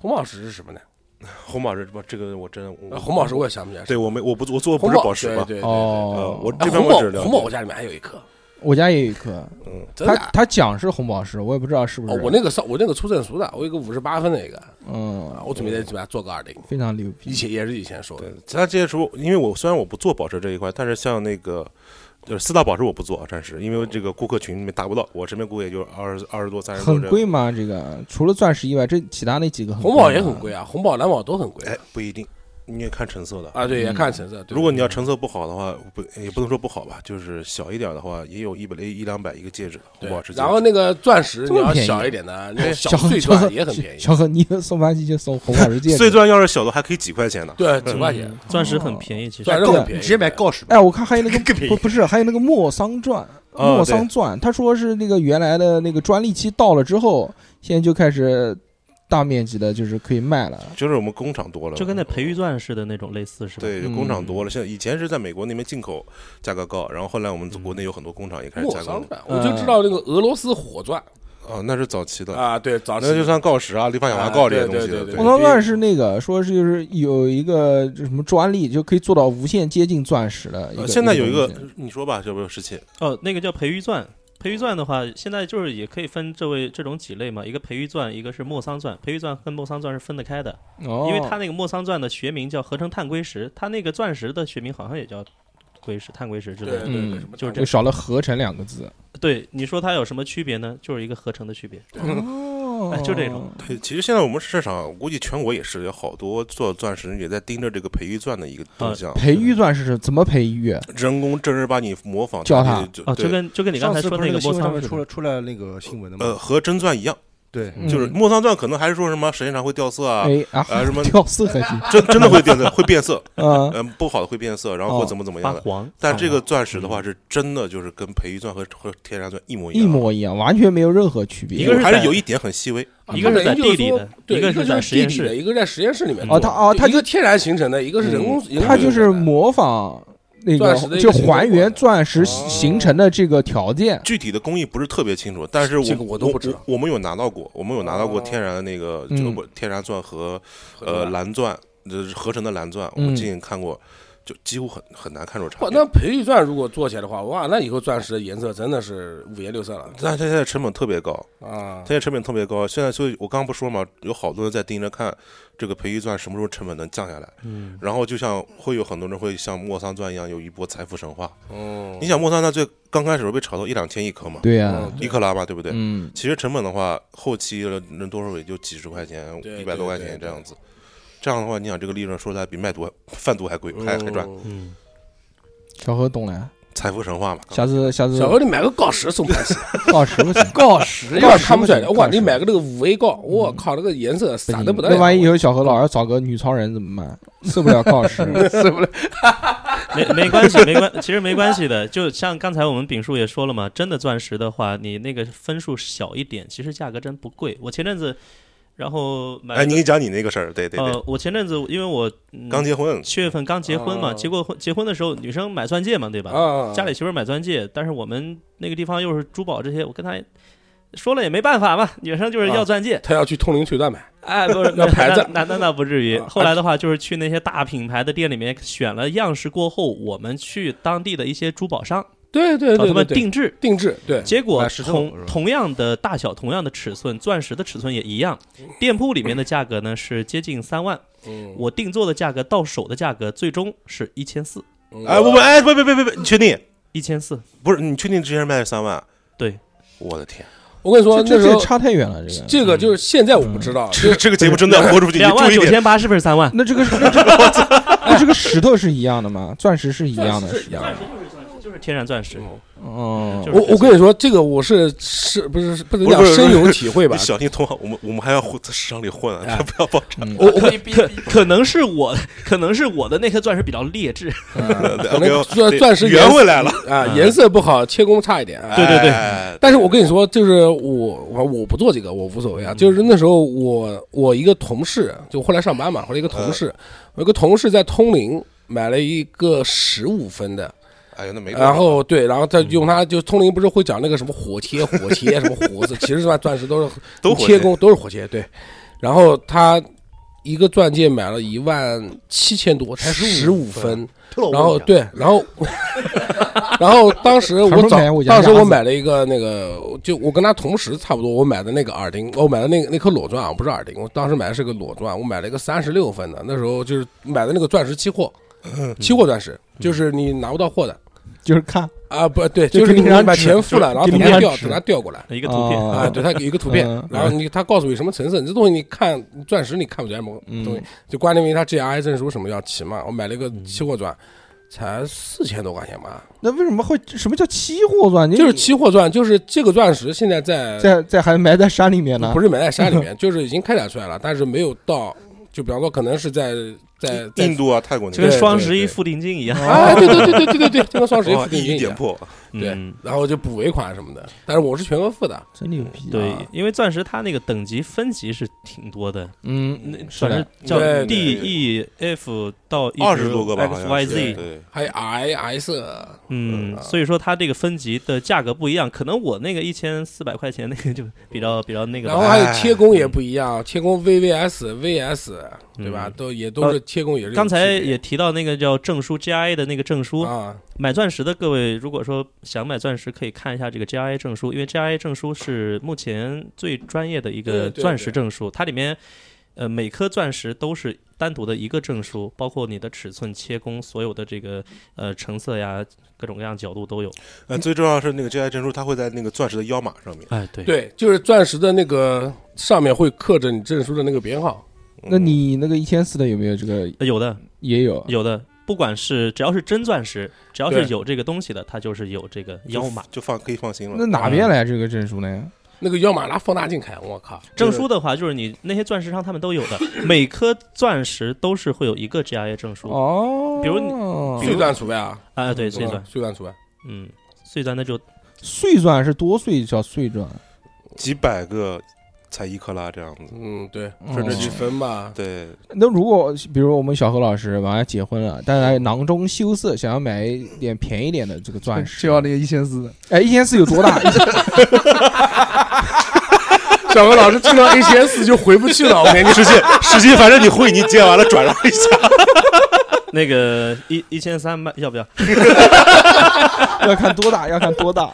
[SPEAKER 8] 红宝石是什么呢？
[SPEAKER 5] 啊红宝石不，这个我真
[SPEAKER 8] 呃红宝石我也想不起来。
[SPEAKER 5] 对我没我不我做的不
[SPEAKER 8] 红
[SPEAKER 5] 是宝石
[SPEAKER 8] 对
[SPEAKER 5] 吧？
[SPEAKER 8] 对对对。
[SPEAKER 3] 哦
[SPEAKER 5] 呃，我
[SPEAKER 8] 哎
[SPEAKER 5] 这边
[SPEAKER 8] 红
[SPEAKER 5] 我
[SPEAKER 8] 宝
[SPEAKER 5] 只了
[SPEAKER 8] 红宝，我
[SPEAKER 5] 解。
[SPEAKER 8] 家里面还有一颗，
[SPEAKER 3] 我家也有一颗，
[SPEAKER 5] 嗯，
[SPEAKER 8] 真
[SPEAKER 3] 他
[SPEAKER 8] 的啊。
[SPEAKER 3] 他讲是红宝石，我也不知道是不是，
[SPEAKER 8] 哦，我那个上我那个粗证俗的，我有一个五十八分的一个，啊，
[SPEAKER 3] 嗯，
[SPEAKER 8] 我准备再给它做个耳钉。
[SPEAKER 3] 非常牛
[SPEAKER 8] 以
[SPEAKER 3] 逼，
[SPEAKER 8] 前也是以前说的
[SPEAKER 5] 对，其他这些时候，因为我虽然我不做宝石这一块，但是像那个就是四大宝石我不做啊，暂时，因为这个顾客群里面达不到，我身边顾客也就二十二十多三十多
[SPEAKER 3] 很
[SPEAKER 5] 这样。
[SPEAKER 3] 贵吗？这个除了钻石以外，这其他那几个很
[SPEAKER 8] 红宝也
[SPEAKER 3] 吗
[SPEAKER 8] 很贵啊，红宝蓝宝都很贵
[SPEAKER 5] 哎，不一定，你也看成色的。
[SPEAKER 8] 啊，对，也看成色。对
[SPEAKER 5] 如果你要成色不好的话，不也不能说不好吧，就是小一点的话，也有一百一两百一个戒指的红
[SPEAKER 8] 对
[SPEAKER 5] 宝石戒指。
[SPEAKER 8] 然后那个钻石
[SPEAKER 3] 这
[SPEAKER 8] 你
[SPEAKER 3] 么
[SPEAKER 8] 要
[SPEAKER 3] 便宜哎
[SPEAKER 8] 小一点的，那种小
[SPEAKER 3] 小何
[SPEAKER 8] 碎
[SPEAKER 3] 小何
[SPEAKER 8] 钻也很便宜，
[SPEAKER 3] 小何，你送番茄就送红宝石戒指。
[SPEAKER 5] 碎钻要是小的还可以几块钱呢。
[SPEAKER 8] 对，几块钱，
[SPEAKER 6] 钻石很便宜，其实
[SPEAKER 8] 钻石
[SPEAKER 3] 够
[SPEAKER 8] 很
[SPEAKER 3] 了
[SPEAKER 8] 便宜，
[SPEAKER 4] 直接买锆石吧。
[SPEAKER 3] 哎，我看还有那 个
[SPEAKER 4] 更便宜
[SPEAKER 3] 不不是，还有那个莫桑
[SPEAKER 8] 啊
[SPEAKER 3] 钻，
[SPEAKER 5] 哦
[SPEAKER 3] 莫桑钻，他说是那个原来的那个专利期到了之后，现在就开始大面积的，就是可以卖了。
[SPEAKER 5] 就是我们工厂多了，
[SPEAKER 6] 就跟那培育钻似的那种类似，是吧？
[SPEAKER 5] 对，就工厂多了。现在以前是在美国那边进口价格高，然后后来我们国内有很多工厂也开始
[SPEAKER 8] 莫
[SPEAKER 5] 加
[SPEAKER 8] 桑
[SPEAKER 5] 工。
[SPEAKER 8] 钻，我就知道那个俄罗斯火钻
[SPEAKER 5] 哦，那是早期的，
[SPEAKER 8] 啊，对，早期
[SPEAKER 5] 那就算锆石啊、立方氧化锆这些东西
[SPEAKER 8] 啊对
[SPEAKER 5] 的。
[SPEAKER 8] 对对对
[SPEAKER 3] 莫桑钻是那个说是就是有一个就什么专利，就可以做到无限接近钻石的一个。
[SPEAKER 5] 呃现在有一个
[SPEAKER 3] 东西，
[SPEAKER 5] 你说吧，要不要十七？
[SPEAKER 6] 哦，那个叫培育钻。培育钻的话，现在就是也可以分这位这种几类嘛，一个培育钻，一个是莫桑钻。培育钻跟莫桑钻是分得开的，
[SPEAKER 3] 哦，
[SPEAKER 6] 因为它那个莫桑钻的学名叫合成碳硅石，它那个钻石的学名好像也叫硅石、碳硅石之
[SPEAKER 8] 对
[SPEAKER 6] 类的。
[SPEAKER 8] 对对，
[SPEAKER 3] 嗯
[SPEAKER 8] 什么
[SPEAKER 6] 就是这
[SPEAKER 3] 就少了合成两个字。
[SPEAKER 6] 对，你说它有什么区别呢？就是一个合成的区别。
[SPEAKER 3] 哦
[SPEAKER 6] 哎就这种。
[SPEAKER 5] 对，其实现在我们市场，我估计全国也是有好多做钻石也在盯着这个培育钻的一个动向，
[SPEAKER 3] 培育钻石是怎么培育？啊
[SPEAKER 5] 人工正儿八经模仿
[SPEAKER 3] 教它
[SPEAKER 5] 它这个，
[SPEAKER 6] 哦，
[SPEAKER 5] 就
[SPEAKER 6] 就
[SPEAKER 5] 对，
[SPEAKER 6] 跟就跟你刚
[SPEAKER 4] 上
[SPEAKER 6] 才
[SPEAKER 4] 次
[SPEAKER 6] 说
[SPEAKER 4] 不是
[SPEAKER 6] 那个
[SPEAKER 4] 新
[SPEAKER 6] 莫
[SPEAKER 4] 闻上
[SPEAKER 6] 桑
[SPEAKER 4] 面
[SPEAKER 6] 似
[SPEAKER 4] 出
[SPEAKER 6] 的，
[SPEAKER 4] 了出了那个新闻的
[SPEAKER 5] 呃，
[SPEAKER 4] 嘛？
[SPEAKER 5] 和真钻一样，
[SPEAKER 4] 对，
[SPEAKER 5] 嗯就是莫桑钻可能还是说什么时间长会掉色啊，
[SPEAKER 3] 嗯哎啊
[SPEAKER 5] 呃 什么
[SPEAKER 3] 跳色还 行，
[SPEAKER 5] 真真的会变色，会变色，
[SPEAKER 3] 嗯，
[SPEAKER 5] 嗯，不好的会变色，然
[SPEAKER 3] 哦
[SPEAKER 5] 后会怎么怎么
[SPEAKER 6] 发
[SPEAKER 5] 样的。
[SPEAKER 6] 黄。
[SPEAKER 5] 但这个钻石的话，是真的就是跟培育钻和和天然钻一模一
[SPEAKER 3] 一
[SPEAKER 5] 样，
[SPEAKER 3] 模一样，完全没有任何区别。
[SPEAKER 6] 一个是
[SPEAKER 5] 还
[SPEAKER 6] 在
[SPEAKER 5] 是有一点很细微。
[SPEAKER 8] 啊
[SPEAKER 6] 一个
[SPEAKER 8] 它
[SPEAKER 6] 是在
[SPEAKER 8] 等于就是
[SPEAKER 6] 地里
[SPEAKER 8] 说
[SPEAKER 6] 的
[SPEAKER 8] 对，
[SPEAKER 6] 一
[SPEAKER 8] 一
[SPEAKER 6] 个是在
[SPEAKER 8] 是
[SPEAKER 6] 实验
[SPEAKER 8] 地
[SPEAKER 6] 室
[SPEAKER 8] 里的，一个是在实验室里面
[SPEAKER 6] 嗯
[SPEAKER 8] 做
[SPEAKER 3] 哦，它
[SPEAKER 8] 的
[SPEAKER 3] 哦，它
[SPEAKER 8] 一
[SPEAKER 3] 就
[SPEAKER 8] 个天然形成的，一个是人工，人工
[SPEAKER 3] 它就
[SPEAKER 8] 形
[SPEAKER 3] 是
[SPEAKER 8] 成的
[SPEAKER 3] 模仿那
[SPEAKER 8] 钻石的一个
[SPEAKER 3] 就
[SPEAKER 8] 形状
[SPEAKER 3] 还原
[SPEAKER 8] 过程
[SPEAKER 3] 钻石
[SPEAKER 8] 哦
[SPEAKER 3] 形成的这个条件。
[SPEAKER 5] 具体的工艺不是特别清楚，但是我
[SPEAKER 8] 这个我都不知道
[SPEAKER 5] 我我们有拿到过，我们有拿到过天然的那个，
[SPEAKER 3] 哦嗯
[SPEAKER 5] 就不天然钻和呃蓝钻，就是合成的蓝钻，我
[SPEAKER 3] 嗯
[SPEAKER 5] 们亲眼看过，就几乎很很难看出差
[SPEAKER 8] 哇，
[SPEAKER 5] 别
[SPEAKER 8] 那。培育钻如果做起来的话，哇，那以后钻石的颜色真的是五颜六色了
[SPEAKER 5] 但它现在成本特别高，
[SPEAKER 8] 啊
[SPEAKER 5] 它！现在成本特别高。现在所以，我刚刚不说嘛，有好多人在盯着看这个培育钻什么时候成本能降下来。
[SPEAKER 6] 嗯，
[SPEAKER 5] 然后就像会有很多人会像莫桑钻一样有一波财富神话。
[SPEAKER 8] 哦
[SPEAKER 5] 你想莫桑钻最刚开始被炒到一两千一颗嘛，
[SPEAKER 3] 对呀、
[SPEAKER 8] 嗯
[SPEAKER 5] 一克拉嘛，对不哦对？
[SPEAKER 3] 嗯，
[SPEAKER 5] 其实成本的话，后期了能多少也就几十块钱，
[SPEAKER 8] 对
[SPEAKER 5] 一百多块
[SPEAKER 8] 对
[SPEAKER 5] 钱
[SPEAKER 8] 对
[SPEAKER 5] 这样子。这样的话，你想这个利润说出来比卖毒还贩毒还贵，
[SPEAKER 8] 哦
[SPEAKER 5] 还还赚，
[SPEAKER 6] 嗯，
[SPEAKER 3] 小何懂了，
[SPEAKER 5] 财富神话嘛。
[SPEAKER 3] 下次下次
[SPEAKER 8] 小何，你买个锆石送他去，
[SPEAKER 3] 报十不行
[SPEAKER 7] 锆石
[SPEAKER 8] 锆
[SPEAKER 7] 呀，
[SPEAKER 8] 石看不出来的。哇，
[SPEAKER 3] 锆石
[SPEAKER 8] 你买个那个五 A 锆，我靠，那个颜色
[SPEAKER 3] 不
[SPEAKER 8] 闪的
[SPEAKER 3] 行
[SPEAKER 8] 不得
[SPEAKER 3] 那
[SPEAKER 8] 了。
[SPEAKER 3] 万一以后小何老要找个女超人怎么办？受不了锆石，
[SPEAKER 7] 是不是？
[SPEAKER 6] 没没关系，没关， 其实没关系的。就像刚才我们丙叔也说了嘛，真的钻石的话，你那个分数小一点，其实价格真不贵。我前阵子，然后买了
[SPEAKER 5] 哎，
[SPEAKER 6] 个
[SPEAKER 5] 你讲你那个事儿，对对对，
[SPEAKER 8] 嗯
[SPEAKER 6] 呃，我前阵子因为我、嗯、
[SPEAKER 5] 刚结婚，
[SPEAKER 6] 七月份刚结婚嘛，结过婚结婚的时候，女生买钻戒嘛，对吧？
[SPEAKER 8] 啊，
[SPEAKER 6] 家里媳妇儿买钻戒，但是我们那个地方又是珠宝这些，我跟她说了也没办法嘛，女生就是
[SPEAKER 5] 啊
[SPEAKER 6] 要钻戒，
[SPEAKER 8] 他要去通灵翠蛋买，
[SPEAKER 6] 哎，不是
[SPEAKER 8] 要牌子
[SPEAKER 6] 那那那那不至于。
[SPEAKER 8] 啊
[SPEAKER 6] 后来的话，就是去那些大品牌的店里面选了样式过后，我们去当地的一些珠宝商
[SPEAKER 8] 对
[SPEAKER 6] 找
[SPEAKER 8] 对对
[SPEAKER 6] 他
[SPEAKER 8] 对嗯
[SPEAKER 6] 们
[SPEAKER 8] 对，
[SPEAKER 6] 定制。
[SPEAKER 8] 定制对，
[SPEAKER 6] 结果
[SPEAKER 4] 买石头是
[SPEAKER 6] 同
[SPEAKER 4] 吧
[SPEAKER 6] 同样的大小、同样的尺寸，钻石的尺寸也一样。店铺里面的价格呢是接近三万，
[SPEAKER 8] 嗯
[SPEAKER 6] 我定做的价格到手的价格最终是一千四，
[SPEAKER 8] 嗯
[SPEAKER 5] 哎，不不，哎，不不不不不，你确定？
[SPEAKER 6] 一千四。
[SPEAKER 5] 不是你确定之前卖三万？
[SPEAKER 6] 对，
[SPEAKER 5] 我的天，
[SPEAKER 8] 我跟你 说，
[SPEAKER 3] 这
[SPEAKER 8] 那时
[SPEAKER 3] 这
[SPEAKER 8] 候
[SPEAKER 3] 差太远了，这个
[SPEAKER 8] 这个就是现在我不知道，就
[SPEAKER 5] 这这个节目真的要豁出去，你
[SPEAKER 6] 两万
[SPEAKER 5] 注意
[SPEAKER 6] 九
[SPEAKER 5] 点。
[SPEAKER 6] 千八是不是三万？
[SPEAKER 3] 那这个是那这个那这个石头是一样的吗？钻石是一样的，是一样的。
[SPEAKER 6] 就是钻石，就是天然钻石。
[SPEAKER 3] 哦
[SPEAKER 6] 就，是
[SPEAKER 8] 我我跟你说，这个我是是不是不能
[SPEAKER 5] 不是
[SPEAKER 8] 讲
[SPEAKER 5] 不是
[SPEAKER 8] 深有体 会吧
[SPEAKER 5] 你？小心同行，我们我们还要混在市场里混
[SPEAKER 6] 哎
[SPEAKER 5] 啊，不要爆炸。
[SPEAKER 8] 我我
[SPEAKER 6] 可可能是我，可能是我的那颗钻石比较劣质。
[SPEAKER 8] 嗯 可
[SPEAKER 5] 没有
[SPEAKER 8] 能钻钻石
[SPEAKER 5] 圆
[SPEAKER 8] 颜色
[SPEAKER 5] 回来了。
[SPEAKER 8] 啊，
[SPEAKER 6] 嗯
[SPEAKER 8] 颜色不好，切工差一点啊。
[SPEAKER 6] 对对对
[SPEAKER 5] 哎
[SPEAKER 8] 但是我跟你说，就是我我我不做这个，我无所谓啊。
[SPEAKER 5] 嗯
[SPEAKER 8] 就是那时候我我一个同事，就后来上班嘛，后来一个同事，
[SPEAKER 5] 嗯
[SPEAKER 8] 我一个同事在通灵买了一个十五分的，
[SPEAKER 5] 哎呦，那没办法。
[SPEAKER 8] 然后对，然后他用它就通灵不是会讲那个什么火切火切什么 火字，其实吧钻石都是
[SPEAKER 5] 都火
[SPEAKER 8] 切
[SPEAKER 5] 箭
[SPEAKER 8] 工都是火切对，然后他。一个钻戒买了一万七千多，才十五分，然后
[SPEAKER 4] 啊
[SPEAKER 8] 对，然后，然后当时
[SPEAKER 3] 还
[SPEAKER 8] 我
[SPEAKER 3] 不
[SPEAKER 8] 找
[SPEAKER 3] 买我，家
[SPEAKER 8] 当时
[SPEAKER 3] 鸭
[SPEAKER 8] 我
[SPEAKER 3] 子
[SPEAKER 8] 买了一个那个，就我跟他同时差不多，我买的那个耳钉，哦我买的那个那颗裸钻啊，不是耳钉，我当时买的是个裸钻，我买了一个三十六分的，那时候就是买的那个钻石期货，
[SPEAKER 3] 嗯
[SPEAKER 8] 期货钻石，就是你拿不到货的
[SPEAKER 3] 就是看
[SPEAKER 8] 啊，不对，
[SPEAKER 3] 就
[SPEAKER 8] 就是
[SPEAKER 3] 给
[SPEAKER 8] 你
[SPEAKER 3] 你张
[SPEAKER 8] 把
[SPEAKER 3] 纸
[SPEAKER 8] 钱付了，然后
[SPEAKER 3] 给
[SPEAKER 8] 等
[SPEAKER 3] 你
[SPEAKER 8] 它
[SPEAKER 3] 张
[SPEAKER 8] 调，
[SPEAKER 3] 纸
[SPEAKER 8] 等它调过来。
[SPEAKER 6] 一个图片，
[SPEAKER 3] 哦
[SPEAKER 8] 啊，对，它有一个图片
[SPEAKER 3] 嗯，
[SPEAKER 8] 然后你他告诉你什么成色，这东西你看钻石你看不出来什么东西，就关键因为它 GRI 证书什么要齐嘛，我买了一个期货钻，才四千多块钱吧，
[SPEAKER 3] 那为什么会什么叫期货钻？你
[SPEAKER 8] 就是期货钻，就是这个钻石现在在
[SPEAKER 3] 在在还埋在山里面呢，
[SPEAKER 8] 不
[SPEAKER 3] 是
[SPEAKER 8] 是埋在山里面，就是已经开采出来了，但是没有到，就比方说可能是在在在
[SPEAKER 5] 印度啊，泰国那
[SPEAKER 6] 就
[SPEAKER 5] 边
[SPEAKER 6] 跟
[SPEAKER 8] 对
[SPEAKER 6] 双十一付定金一样。
[SPEAKER 8] 啊，对对对对对对对，就跟双十一
[SPEAKER 5] 哇
[SPEAKER 8] 付定
[SPEAKER 5] 哦一
[SPEAKER 8] 金
[SPEAKER 5] 一
[SPEAKER 8] 一
[SPEAKER 5] 点
[SPEAKER 8] 样，
[SPEAKER 5] 破，
[SPEAKER 8] 对
[SPEAKER 6] 嗯，
[SPEAKER 8] 然后就补尾款什么的，但是我是全额付的，
[SPEAKER 3] 真牛逼。
[SPEAKER 6] 对，，因为钻石它那个等级分级是挺多的，那
[SPEAKER 3] 嗯，是
[SPEAKER 6] 钻
[SPEAKER 3] 的
[SPEAKER 6] 石，叫
[SPEAKER 8] 对
[SPEAKER 6] D
[SPEAKER 5] 对
[SPEAKER 6] E F 到
[SPEAKER 5] 二十多个吧，好
[SPEAKER 6] X
[SPEAKER 5] 像
[SPEAKER 6] Y
[SPEAKER 5] 是
[SPEAKER 6] Z，
[SPEAKER 5] 对，
[SPEAKER 8] 还有 I S
[SPEAKER 6] 嗯，所以说它这个分级的价格不一样，可能我那个一千四百块钱那个就比较比较那个
[SPEAKER 8] 然后
[SPEAKER 6] 吧。
[SPEAKER 8] 还
[SPEAKER 5] 哎
[SPEAKER 8] 有切工也不一样，切工 VVS、VS 对吧？
[SPEAKER 6] 嗯
[SPEAKER 8] 都也都是切工也是有
[SPEAKER 6] 刚才
[SPEAKER 8] 区别
[SPEAKER 6] 也提到那个叫证书 GIA 的那个证书，
[SPEAKER 8] 啊，
[SPEAKER 6] 买钻石的各位，如果说想买钻石，可以看一下这个 GIA 证书，因为 GIA 证书是目前最专业的一
[SPEAKER 8] 对
[SPEAKER 6] 个
[SPEAKER 8] 对对
[SPEAKER 6] 钻石证书，它里面呃每颗钻石都是单独的一个证书，包括你的尺寸、切工，所有的这个呃成色呀，各种各样角度都有。
[SPEAKER 5] 呃，最重要是那个 GI 珍珠，它会在那个钻石的腰马上面。
[SPEAKER 6] 哎，对，
[SPEAKER 8] 对，就是钻石的那个上面会刻着你证书的那个编号，
[SPEAKER 3] 那你那个一千四的有没有这个？
[SPEAKER 6] 呃有的
[SPEAKER 3] 也有，
[SPEAKER 6] 有的，不管是只要是真钻石，只要是
[SPEAKER 8] 对
[SPEAKER 6] 有这个东西的，它就是有这个
[SPEAKER 5] 嗯就
[SPEAKER 6] 腰马。
[SPEAKER 5] 就放可以放心了。
[SPEAKER 3] 那哪边来这个证书呢？
[SPEAKER 8] 那个要马拿放大镜看，我靠，
[SPEAKER 6] 证书的话，就是你那些钻石商他们都有的，每颗钻石都是会有一个 GIA 证书。
[SPEAKER 3] 哦，
[SPEAKER 6] 比如
[SPEAKER 8] 就是
[SPEAKER 3] 你
[SPEAKER 8] 碎钻除外啊，
[SPEAKER 6] 啊，对，碎钻，
[SPEAKER 8] 碎钻除外，
[SPEAKER 6] 嗯，碎钻那就
[SPEAKER 3] 碎钻是多碎叫碎钻，
[SPEAKER 5] 几百个才一克拉这样子。
[SPEAKER 8] 嗯，对，
[SPEAKER 3] 哦
[SPEAKER 8] 甚至几分
[SPEAKER 6] 嗯
[SPEAKER 8] 吧，
[SPEAKER 5] 对，
[SPEAKER 3] 那如果比如我们小何老师马上结婚了，但是还囊中羞涩，想要买一点便宜点的这个钻 石，
[SPEAKER 7] 就要那个一千四的。
[SPEAKER 3] 哎，一千四有多大？
[SPEAKER 8] 小何老师听到 A 千四就回不去了，我跟你
[SPEAKER 5] 实际实际，反正你会，你接完了转让一下。
[SPEAKER 6] 那个一一千三百要不要？
[SPEAKER 3] 要看多 大，要看多大。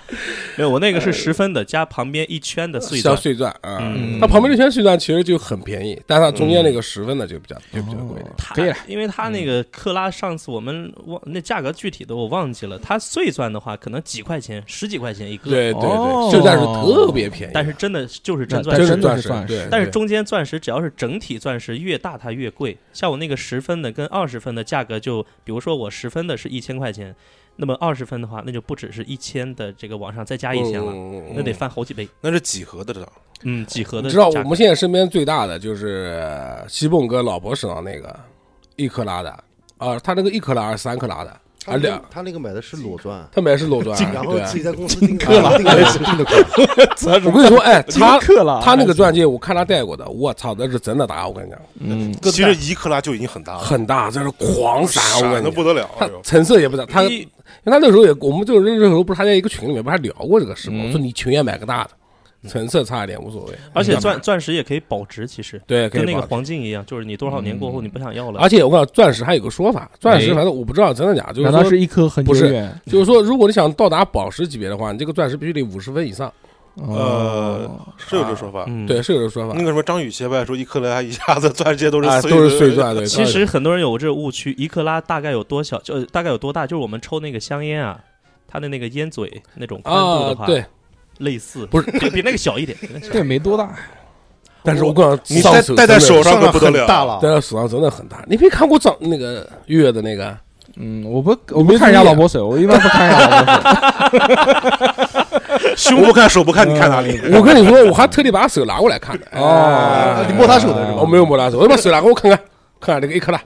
[SPEAKER 6] 没有，我那个是十分的，加旁边一圈的
[SPEAKER 8] 说，
[SPEAKER 6] 碎
[SPEAKER 8] 小
[SPEAKER 6] 钻。
[SPEAKER 8] 碎钻啊。
[SPEAKER 6] 嗯，
[SPEAKER 8] 它旁边那圈碎钻其实就很便宜，但它中间那个十分的就比较就比较贵一点。
[SPEAKER 6] 它
[SPEAKER 3] 哦可以了，
[SPEAKER 6] 因为它那个克拉，上次我们忘那价格具体的我忘记了，它碎钻的话可能几块钱，十几块钱一个，
[SPEAKER 8] 对对
[SPEAKER 3] 哦
[SPEAKER 8] 对，碎钻是特别便宜，
[SPEAKER 6] 但是真的就是真
[SPEAKER 3] 那
[SPEAKER 6] 钻
[SPEAKER 3] 但
[SPEAKER 6] 石
[SPEAKER 8] 就是
[SPEAKER 3] 真的
[SPEAKER 8] 钻
[SPEAKER 3] 是
[SPEAKER 8] 石，
[SPEAKER 3] 钻石
[SPEAKER 8] 对，
[SPEAKER 6] 但是
[SPEAKER 8] 对
[SPEAKER 6] 中间钻石只要是整体钻石越大它越贵，像我那个十分的跟二十分的价格就，比如说我十分的是一千块钱，那么二十分的话那就不只是一千的这个往上再加一千了，
[SPEAKER 8] 嗯嗯嗯
[SPEAKER 6] 那得翻好几倍。
[SPEAKER 5] 那是几何的这样，
[SPEAKER 6] 嗯，几何的
[SPEAKER 8] 你知道
[SPEAKER 6] 价
[SPEAKER 8] 我
[SPEAKER 6] 格
[SPEAKER 8] 们现在身边最大的就是呃西蹦哥老婆手上那个一克拉的啊，他那个一克拉还是三克拉的
[SPEAKER 9] 他
[SPEAKER 8] 啊
[SPEAKER 9] 那
[SPEAKER 8] 两
[SPEAKER 9] 个，他那个买的是裸钻，
[SPEAKER 8] 他买的是裸钻，
[SPEAKER 9] 然后
[SPEAKER 8] 对啊
[SPEAKER 9] 自己在公司订克了，订 的订的款，
[SPEAKER 8] 我跟你说， 哎，他
[SPEAKER 3] 克了，
[SPEAKER 8] 他那个钻戒我看他戴过的，我操，那是真的大，我跟你讲，
[SPEAKER 3] 嗯，
[SPEAKER 5] 其实一克拉就已经很大了，
[SPEAKER 8] 很大，这是 狂闪，我
[SPEAKER 5] 闪
[SPEAKER 8] 跟
[SPEAKER 5] 的
[SPEAKER 8] 你
[SPEAKER 5] 啊不
[SPEAKER 8] 讲。
[SPEAKER 5] 得了。哎
[SPEAKER 8] 他
[SPEAKER 5] 呦
[SPEAKER 8] 成色也不大，他因为他那时候也，我们就是那时候不是他在一个群里面不是还聊过这个事吗？
[SPEAKER 3] 嗯
[SPEAKER 8] 我说你群也买个大的，成色差一点无所谓，
[SPEAKER 6] 而且
[SPEAKER 8] 你干嘛
[SPEAKER 6] 钻钻石也可以保值，其实
[SPEAKER 8] 对可
[SPEAKER 6] 跟
[SPEAKER 8] 以
[SPEAKER 6] 那个
[SPEAKER 8] 保值嗯
[SPEAKER 6] 黄金一样，就是你多少年过后你不想要了，
[SPEAKER 8] 而且我告诉你，钻石还有个说法，钻
[SPEAKER 3] 哎
[SPEAKER 8] 石反正我不知道真的假的，就是
[SPEAKER 3] 难道
[SPEAKER 8] 说
[SPEAKER 3] 是一颗很久
[SPEAKER 8] 不是
[SPEAKER 3] 远？
[SPEAKER 8] 就是说，如果你想到达宝石级别的话，你这个钻石必须得五十分以上。
[SPEAKER 3] 哦，
[SPEAKER 8] 呃
[SPEAKER 5] 是有这说法。
[SPEAKER 6] 嗯，
[SPEAKER 8] 对，。是有这个说法
[SPEAKER 5] 那个什么张宇邪派说一克莱一下子 钻戒
[SPEAKER 6] 嗯
[SPEAKER 5] 都是
[SPEAKER 8] 啊，
[SPEAKER 5] 碎
[SPEAKER 8] 都
[SPEAKER 5] 的
[SPEAKER 8] 是碎钻，对。
[SPEAKER 6] 其
[SPEAKER 8] 当然
[SPEAKER 6] 实很多人有这个误区，一克拉大概有多小？就呃大概有多大？就是我们抽那个香烟啊，它的那个烟嘴那种宽度
[SPEAKER 8] 啊
[SPEAKER 6] 的话，，
[SPEAKER 8] 对，
[SPEAKER 6] 类似，
[SPEAKER 8] 不是
[SPEAKER 6] 对比那个小一 点。比那个小
[SPEAKER 3] 这也没多大，
[SPEAKER 8] 但是我跟
[SPEAKER 5] 你
[SPEAKER 8] 你讲，上
[SPEAKER 5] 戴
[SPEAKER 8] 手
[SPEAKER 5] 戴在
[SPEAKER 8] 真的
[SPEAKER 5] 手上
[SPEAKER 9] 上
[SPEAKER 5] 可
[SPEAKER 9] 了
[SPEAKER 5] 不得
[SPEAKER 9] 很
[SPEAKER 5] 了，
[SPEAKER 9] 大了，
[SPEAKER 8] 戴在手上真的很大。你没看过长那个月的那个？
[SPEAKER 3] 嗯，我不我不看人家老婆手，我一般不看人家老婆手。
[SPEAKER 5] 胸不看手不看，你看哪里？
[SPEAKER 8] 我跟你说，我还特地把手拿过来看的。
[SPEAKER 3] 哦
[SPEAKER 8] 哎
[SPEAKER 9] 你摸他手的是吧
[SPEAKER 8] 我没有摸他手，我把手拿给我看看，看看那个一克拉，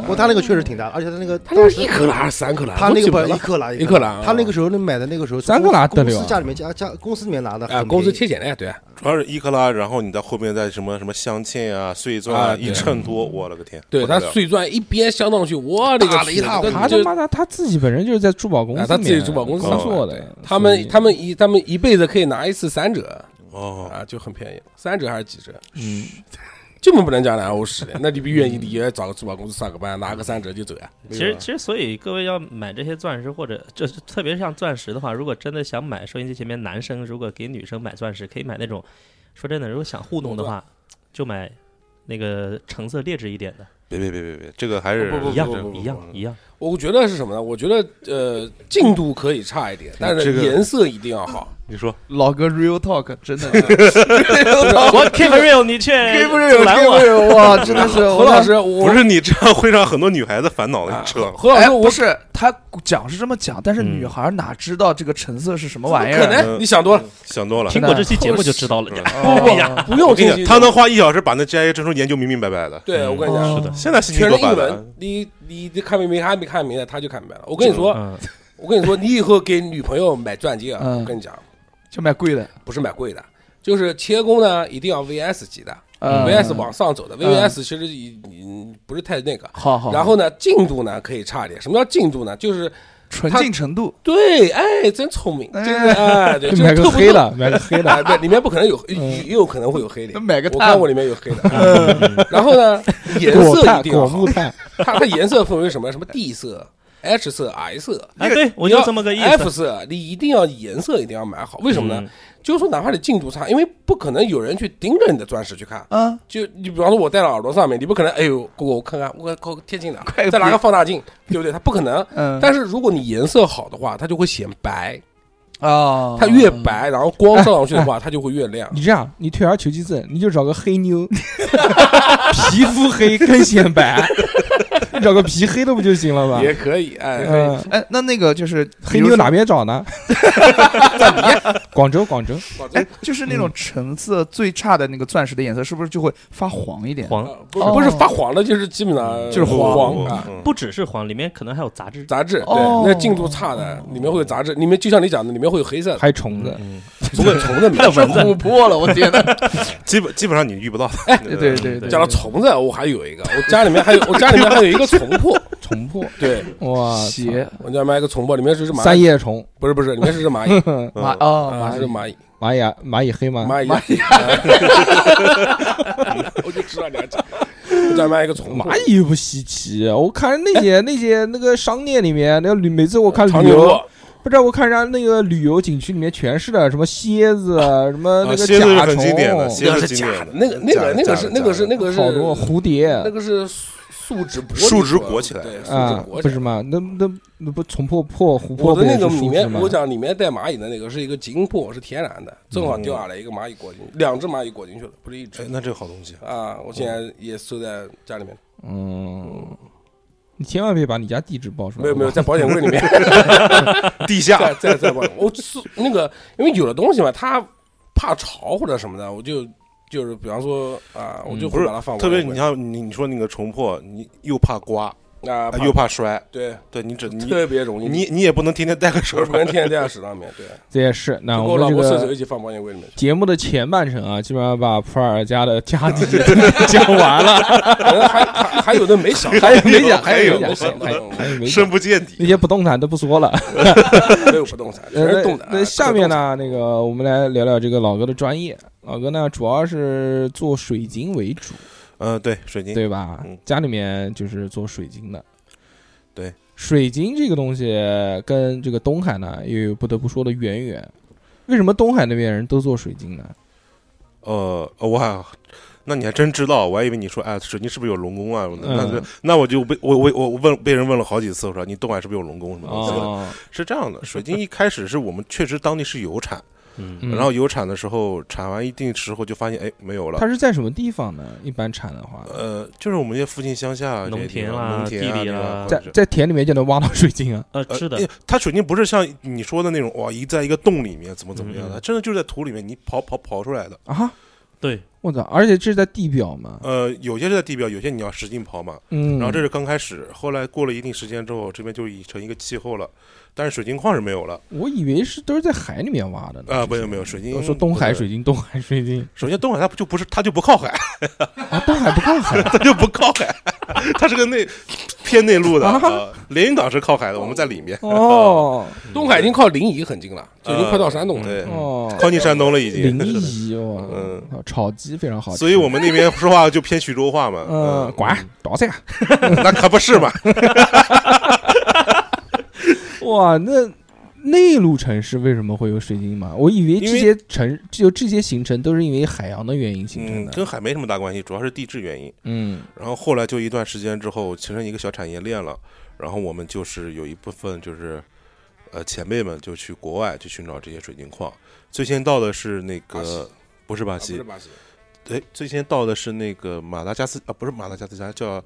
[SPEAKER 9] 不过他那个确实挺大的，而且他那个
[SPEAKER 8] 他那是一克拉还是三克拉？
[SPEAKER 9] 啊他那
[SPEAKER 8] 我记
[SPEAKER 9] 个不
[SPEAKER 8] 不得了
[SPEAKER 9] 一克拉
[SPEAKER 8] 一克拉
[SPEAKER 9] 他那个时候那买的那个时候，
[SPEAKER 3] 三克拉得
[SPEAKER 9] 公
[SPEAKER 3] 了
[SPEAKER 9] 司家里面家家公司里面拿的很
[SPEAKER 8] 啊，
[SPEAKER 9] 便宜，
[SPEAKER 8] 公司贴钱的，对啊，
[SPEAKER 5] 主要是一克拉，然后你在后面再什么什么镶嵌啊、碎钻
[SPEAKER 8] 啊
[SPEAKER 5] 一
[SPEAKER 8] 对
[SPEAKER 5] 衬托，我了个天！
[SPEAKER 8] 对
[SPEAKER 5] 不得
[SPEAKER 8] 他
[SPEAKER 5] 了
[SPEAKER 8] 碎钻一边镶上去，我的
[SPEAKER 9] 大了
[SPEAKER 8] 个去
[SPEAKER 9] 一塌糊涂
[SPEAKER 8] 那
[SPEAKER 3] 啊他
[SPEAKER 8] 就
[SPEAKER 3] 他妈的他自己本身就是在珠宝公司
[SPEAKER 8] 啊
[SPEAKER 3] 里面，
[SPEAKER 8] 他自己珠宝公司啊
[SPEAKER 3] 工作的。嗯
[SPEAKER 8] 他
[SPEAKER 3] 所以
[SPEAKER 8] 们他们一他们一辈子可以拿一次三折
[SPEAKER 5] 哦，
[SPEAKER 8] 啊，就很便宜，三折还是几折？
[SPEAKER 3] 嗯，
[SPEAKER 8] 这么不能讲两欧 十的，那你不愿意你也找个珠宝公司上个班，拿个三折就走呀？
[SPEAKER 6] 其实，其实，所以各位要买这些钻石，或者这是特别像钻石的话，如果真的想买，收音机前面男生如果给女生买钻石，可以买那种，说真的，如果想糊弄的话，就买那个成色劣质一点的，
[SPEAKER 5] 别别别别别，这个还是
[SPEAKER 8] 不不不
[SPEAKER 6] 一样一样一样。
[SPEAKER 8] 我觉得是什么呢？我觉得呃，进度可以差一点，但
[SPEAKER 5] 这
[SPEAKER 8] 是
[SPEAKER 5] 个
[SPEAKER 8] 颜色一定 要好。
[SPEAKER 5] 你说
[SPEAKER 7] 老哥 real talk 真 的
[SPEAKER 5] 哎
[SPEAKER 6] 我哦 keep real，你却
[SPEAKER 7] keep
[SPEAKER 6] 阻
[SPEAKER 7] real
[SPEAKER 6] 拦我
[SPEAKER 7] keep。real，哇，哎真的 是
[SPEAKER 8] 何
[SPEAKER 7] 我
[SPEAKER 8] 老
[SPEAKER 7] 当
[SPEAKER 8] 师，我
[SPEAKER 5] 不是你这样会让很多女孩子烦恼的，
[SPEAKER 8] 啊
[SPEAKER 5] 你知 道吗？
[SPEAKER 8] 何老
[SPEAKER 7] 哎，
[SPEAKER 8] 师，我
[SPEAKER 7] 不是他讲是这么讲，但是
[SPEAKER 6] 嗯
[SPEAKER 7] 女孩哪知道这个成色是什么玩意
[SPEAKER 8] 可
[SPEAKER 7] 儿？啊
[SPEAKER 5] 哎
[SPEAKER 8] 能你想多了，
[SPEAKER 5] 想多了。
[SPEAKER 6] 听过这期节目就知道了，你
[SPEAKER 8] 不不不用
[SPEAKER 5] 嗯哎我跟
[SPEAKER 8] 进
[SPEAKER 5] 你讲，
[SPEAKER 8] 行
[SPEAKER 5] 他能花一小时把那 GIA 证书研究明明白白的。
[SPEAKER 8] 对我跟你
[SPEAKER 7] 哦
[SPEAKER 8] 讲，
[SPEAKER 6] 是的
[SPEAKER 5] 现在心情
[SPEAKER 8] 全是
[SPEAKER 5] 多
[SPEAKER 8] 英
[SPEAKER 5] 烦了
[SPEAKER 8] 文，你你你看明白，还没看明白，他就看明白了。我跟你说，
[SPEAKER 6] 嗯，
[SPEAKER 8] 我跟你说，你以后给女朋友买钻戒啊，
[SPEAKER 7] 嗯
[SPEAKER 8] 我跟你讲，
[SPEAKER 7] 就买贵的，
[SPEAKER 8] 不是买贵的，就是切工呢一定要 VS 级的
[SPEAKER 7] 嗯
[SPEAKER 8] ，VS 往上走的，VS 其实已已不是太那个。
[SPEAKER 7] 好好，
[SPEAKER 8] 然后呢，进度呢可以差一点。什么叫进度呢？就是
[SPEAKER 7] 纯
[SPEAKER 8] 他
[SPEAKER 7] 净程度，
[SPEAKER 8] 对，哎，真聪明，
[SPEAKER 7] 哎
[SPEAKER 8] 真 的哎，对，
[SPEAKER 3] 就买
[SPEAKER 8] 这
[SPEAKER 3] 个
[SPEAKER 8] 透不
[SPEAKER 3] 黑
[SPEAKER 8] 透
[SPEAKER 3] 的，买个 黑的，
[SPEAKER 8] 啊，对，里面不可能有，也
[SPEAKER 3] 嗯
[SPEAKER 8] 也有可能会有黑的。
[SPEAKER 7] 买个
[SPEAKER 8] 我
[SPEAKER 7] 碳
[SPEAKER 8] 看过里面有黑 的，嗯 然后呢，颜
[SPEAKER 3] 果
[SPEAKER 8] 色一
[SPEAKER 3] 炭、
[SPEAKER 8] 定要
[SPEAKER 3] 果
[SPEAKER 8] 好
[SPEAKER 3] 木。炭，
[SPEAKER 8] 它的颜色分为什么？什么 D 色、H 色、I 色。
[SPEAKER 6] 哎，对，我就这么个意
[SPEAKER 8] 你要 F
[SPEAKER 6] 思。
[SPEAKER 8] 色，你一定要颜色一定要买好，为什么呢
[SPEAKER 6] 嗯？
[SPEAKER 8] 就是说，哪怕你进度差，因为不可能有人去盯着你的钻石去看。
[SPEAKER 7] 啊，
[SPEAKER 8] 就你比方说，我戴到耳朵上面，你不可能，哎呦，给我看看，我靠，贴近
[SPEAKER 7] 快
[SPEAKER 8] 点，再拿个放大镜，对不对？它不可能。
[SPEAKER 7] 嗯，
[SPEAKER 8] 但是如果你颜色好的话，它就会显白，
[SPEAKER 7] 啊，
[SPEAKER 8] 它越白，然后光照上去的话，它就会越 亮。
[SPEAKER 3] 你这样，你退而求其次，你就找个黑 妞，皮肤黑更显白，你找个皮黑的不就行了吗？
[SPEAKER 8] 也可以，哎，可以
[SPEAKER 3] 嗯，
[SPEAKER 7] 哎，那那个就是
[SPEAKER 3] 黑
[SPEAKER 7] 比如
[SPEAKER 3] 妞
[SPEAKER 7] 说
[SPEAKER 3] 哪边找 呢？广州，广州，
[SPEAKER 7] 哎，就是那种成色最差的那个钻石的颜色，是不是就会发黄一点？
[SPEAKER 6] 黄
[SPEAKER 8] 呃不是不是发黄了，就是基本上
[SPEAKER 7] 就是
[SPEAKER 8] 黄
[SPEAKER 5] 我
[SPEAKER 8] 啊，
[SPEAKER 5] 嗯
[SPEAKER 6] 不只是黄，里面可能还有杂质。
[SPEAKER 8] 杂质对，
[SPEAKER 7] 哦
[SPEAKER 8] 那进度差的里面会有杂质，里面就像你讲的，里面会有黑色的，
[SPEAKER 3] 还有虫子，
[SPEAKER 6] 嗯，
[SPEAKER 8] 不会虫子没有
[SPEAKER 6] 蚊子
[SPEAKER 7] 琥珀了，我天哪！
[SPEAKER 5] 基本基本上你遇不到。
[SPEAKER 8] 哎
[SPEAKER 7] 哎对对对对，
[SPEAKER 8] 讲到虫子，我还有一个，我家里面还有，我家里面还有一个虫破，
[SPEAKER 5] 嗯
[SPEAKER 3] 虫破，
[SPEAKER 8] 对
[SPEAKER 3] 哇，
[SPEAKER 6] 啊
[SPEAKER 7] 鞋
[SPEAKER 8] 我家里面有一个虫破，里面是只蚂
[SPEAKER 3] 三
[SPEAKER 8] 蚁，
[SPEAKER 3] 叶虫，
[SPEAKER 8] 不是不是，里面是只 蚂蚁，
[SPEAKER 7] 蚂
[SPEAKER 5] 嗯
[SPEAKER 7] 哦
[SPEAKER 8] 啊，
[SPEAKER 7] 蚂
[SPEAKER 8] 是
[SPEAKER 7] 蚁
[SPEAKER 8] 只蚂蚁，
[SPEAKER 3] 蚂蚁啊蚂蚁黑吗？
[SPEAKER 8] 蚂蚁，
[SPEAKER 7] 蚂
[SPEAKER 8] 蚁， 我就知道你要讲，我家里面有一个虫破，
[SPEAKER 3] 蚂蚁又不稀奇，我看那 些那些那个商店里面，那个旅每次我看
[SPEAKER 8] 长
[SPEAKER 3] 旅
[SPEAKER 8] 颈鹿
[SPEAKER 3] 游，。不知道我看人家那个旅游景区里面全是的，什么蝎子，什么那
[SPEAKER 5] 啊
[SPEAKER 3] 个
[SPEAKER 5] 蝎子是
[SPEAKER 3] 甲
[SPEAKER 5] 很
[SPEAKER 3] 虫，
[SPEAKER 5] 经典的，
[SPEAKER 8] 那
[SPEAKER 5] 蝎
[SPEAKER 8] 个
[SPEAKER 5] 子
[SPEAKER 8] 是
[SPEAKER 5] 经
[SPEAKER 8] 假
[SPEAKER 5] 典的，，
[SPEAKER 8] 的那个那个那个是那个是那个是
[SPEAKER 3] 好多啊蝴蝶
[SPEAKER 8] 那个是树树脂薄，
[SPEAKER 5] 树脂裹起来
[SPEAKER 8] 对，树
[SPEAKER 3] 啊
[SPEAKER 8] 脂，
[SPEAKER 3] 不
[SPEAKER 8] 裹起
[SPEAKER 3] 是
[SPEAKER 8] 来。
[SPEAKER 3] 吗？那那那不虫破破琥
[SPEAKER 8] 我
[SPEAKER 3] 珀不
[SPEAKER 8] 的
[SPEAKER 3] 也
[SPEAKER 8] 那个
[SPEAKER 3] 是
[SPEAKER 8] 里
[SPEAKER 3] 树脂
[SPEAKER 8] 面，
[SPEAKER 3] 吗
[SPEAKER 8] 我？讲里面带蚂蚁的那个是一个金箔，是天然的，正好掉下来一个蚂蚁裹进去，两只蚂蚁裹进去了，不是一只
[SPEAKER 5] 嗯哎，。那这个好东西。
[SPEAKER 8] 啊，我现在也收在家里面，
[SPEAKER 3] 嗯，你千万别把你家地址报
[SPEAKER 5] 嗯
[SPEAKER 3] 出来。
[SPEAKER 8] 没有没有，
[SPEAKER 3] 好吧
[SPEAKER 8] 在保险柜里 面，
[SPEAKER 5] 地下
[SPEAKER 8] 在在在保险，我是那个，因为有的东西嘛，它怕潮或者什么的，我就就是比方说啊，我就
[SPEAKER 5] 不
[SPEAKER 3] 嗯
[SPEAKER 8] 会
[SPEAKER 5] 是
[SPEAKER 8] 把它放。
[SPEAKER 5] 特别，你像你你说那个虫破，你又怕刮，
[SPEAKER 8] 那
[SPEAKER 3] 哎
[SPEAKER 5] 啊又怕摔。
[SPEAKER 8] 对，
[SPEAKER 5] 对你只你
[SPEAKER 8] 特别容易，
[SPEAKER 5] 你你也不能天天戴个手
[SPEAKER 8] 我不能
[SPEAKER 5] 表，
[SPEAKER 8] 天天在屎上面， 对，
[SPEAKER 3] 这也是。那
[SPEAKER 8] 跟
[SPEAKER 3] 哎我
[SPEAKER 8] 我老
[SPEAKER 3] 们这
[SPEAKER 8] 婆
[SPEAKER 3] 个
[SPEAKER 8] 顺手一起放保险柜里面去。
[SPEAKER 3] 节目的前半程啊，基本上把普洱家的家底讲完 了，
[SPEAKER 8] 可能还还还有的没想，
[SPEAKER 3] 还有没讲，
[SPEAKER 5] 还
[SPEAKER 3] 有
[SPEAKER 5] 有
[SPEAKER 3] 没
[SPEAKER 8] 没
[SPEAKER 3] 讲，
[SPEAKER 8] 想
[SPEAKER 3] 还有
[SPEAKER 8] 到
[SPEAKER 3] 还哎有没讲
[SPEAKER 5] 深。不见底。
[SPEAKER 3] 那些不动产都不说了，
[SPEAKER 8] 没有不动产，全
[SPEAKER 3] 呃
[SPEAKER 8] 是动的哎啊
[SPEAKER 3] 那。那下面？呢，那个我们来聊聊这个老哥的专业。老哥呢，主要是做水晶为主，
[SPEAKER 5] 嗯，对，水晶。
[SPEAKER 3] 对吧
[SPEAKER 5] 嗯？
[SPEAKER 3] 家里面就是做水晶的。
[SPEAKER 5] 对，
[SPEAKER 3] 水晶这个东西跟这个东海呢，又有不得不说的渊源。为什么东海那边人都做水晶呢？
[SPEAKER 5] 呃，哦哇，那你还真知道，我还以为你说哎，水晶是不是有龙宫啊？那
[SPEAKER 3] 嗯
[SPEAKER 5] 那那我就被我我我问被人问了好几次，我说你东莞是不是有龙宫什么东西的？
[SPEAKER 3] 哦，
[SPEAKER 5] 是这样的，水晶一开始是我们确实当地是有产，
[SPEAKER 6] 嗯，
[SPEAKER 3] 嗯
[SPEAKER 5] 然后有产的时候，产完一定时候就发现哎没有了
[SPEAKER 3] 它。是在什么地方呢？一般产的话，
[SPEAKER 5] 呃，就是我们这附近乡下这些地方
[SPEAKER 6] 农
[SPEAKER 5] 农
[SPEAKER 6] 田啊
[SPEAKER 5] 田
[SPEAKER 6] 地里
[SPEAKER 5] 啊
[SPEAKER 6] 啊
[SPEAKER 5] 这
[SPEAKER 3] 在
[SPEAKER 5] 样
[SPEAKER 3] 在田里面就能挖到水晶 啊。
[SPEAKER 6] 呃，
[SPEAKER 5] 呃，
[SPEAKER 6] 是的
[SPEAKER 5] 因，为它水晶不是像你说的那种哇，一在一个洞里面怎么怎么样
[SPEAKER 6] 嗯
[SPEAKER 5] 的，
[SPEAKER 6] 嗯
[SPEAKER 5] 它真的就是在土里面你刨刨刨出来的。
[SPEAKER 3] 啊，
[SPEAKER 6] 对，
[SPEAKER 3] 我操！而且这是在地表嘛，
[SPEAKER 5] 呃，有些是在地表，有些你要使劲刨嘛。
[SPEAKER 3] 嗯，
[SPEAKER 5] 然后这是刚开始，后来过了一定时间之后，这边就已成一个气候了，但是水晶矿是没有了
[SPEAKER 3] 我以为是都是在海里面挖的呢。
[SPEAKER 5] 啊，没有没有水晶。
[SPEAKER 3] 我说东海水，晶，东海水 晶
[SPEAKER 5] 首先东海它不就不是它就不靠海，
[SPEAKER 3] 啊，东海不靠海
[SPEAKER 5] 它就不靠海， 它是个内偏内陆的，啊连云港是靠海的，我们在里面，
[SPEAKER 3] 哦
[SPEAKER 8] 东海已经靠临沂很近了，就已经快到山东了。
[SPEAKER 5] 对，
[SPEAKER 3] 哦，
[SPEAKER 5] 靠近山东了已经
[SPEAKER 3] 临。 沂哇
[SPEAKER 5] 嗯，
[SPEAKER 3] 炒鸡非常好吃，
[SPEAKER 5] 所以我们呃那边说话就偏徐州话嘛，
[SPEAKER 3] 哦嗯，管倒菜啊
[SPEAKER 5] 嗯，那可不是嘛，
[SPEAKER 3] 哇，那内陆城市为什么会有水晶嘛？我以为
[SPEAKER 5] 因
[SPEAKER 3] 这
[SPEAKER 5] 为
[SPEAKER 3] 些城就这些形成都是因为海洋的原因形成
[SPEAKER 5] 嗯，
[SPEAKER 3] 的，
[SPEAKER 5] 跟海没什么大关系，主要是地质原因。
[SPEAKER 3] 嗯
[SPEAKER 5] 然后后来就一段时间之后，形成一个小产业链了。然后我们就是有一部分就是，呃，前辈们就去国外去寻找这些水晶矿。最先到的是那
[SPEAKER 8] 巴西啊
[SPEAKER 5] 个不是巴
[SPEAKER 8] 不
[SPEAKER 5] 西
[SPEAKER 8] 是，巴西，
[SPEAKER 5] 对，最先到的是那个马达加斯啊，不是马达加斯加，叫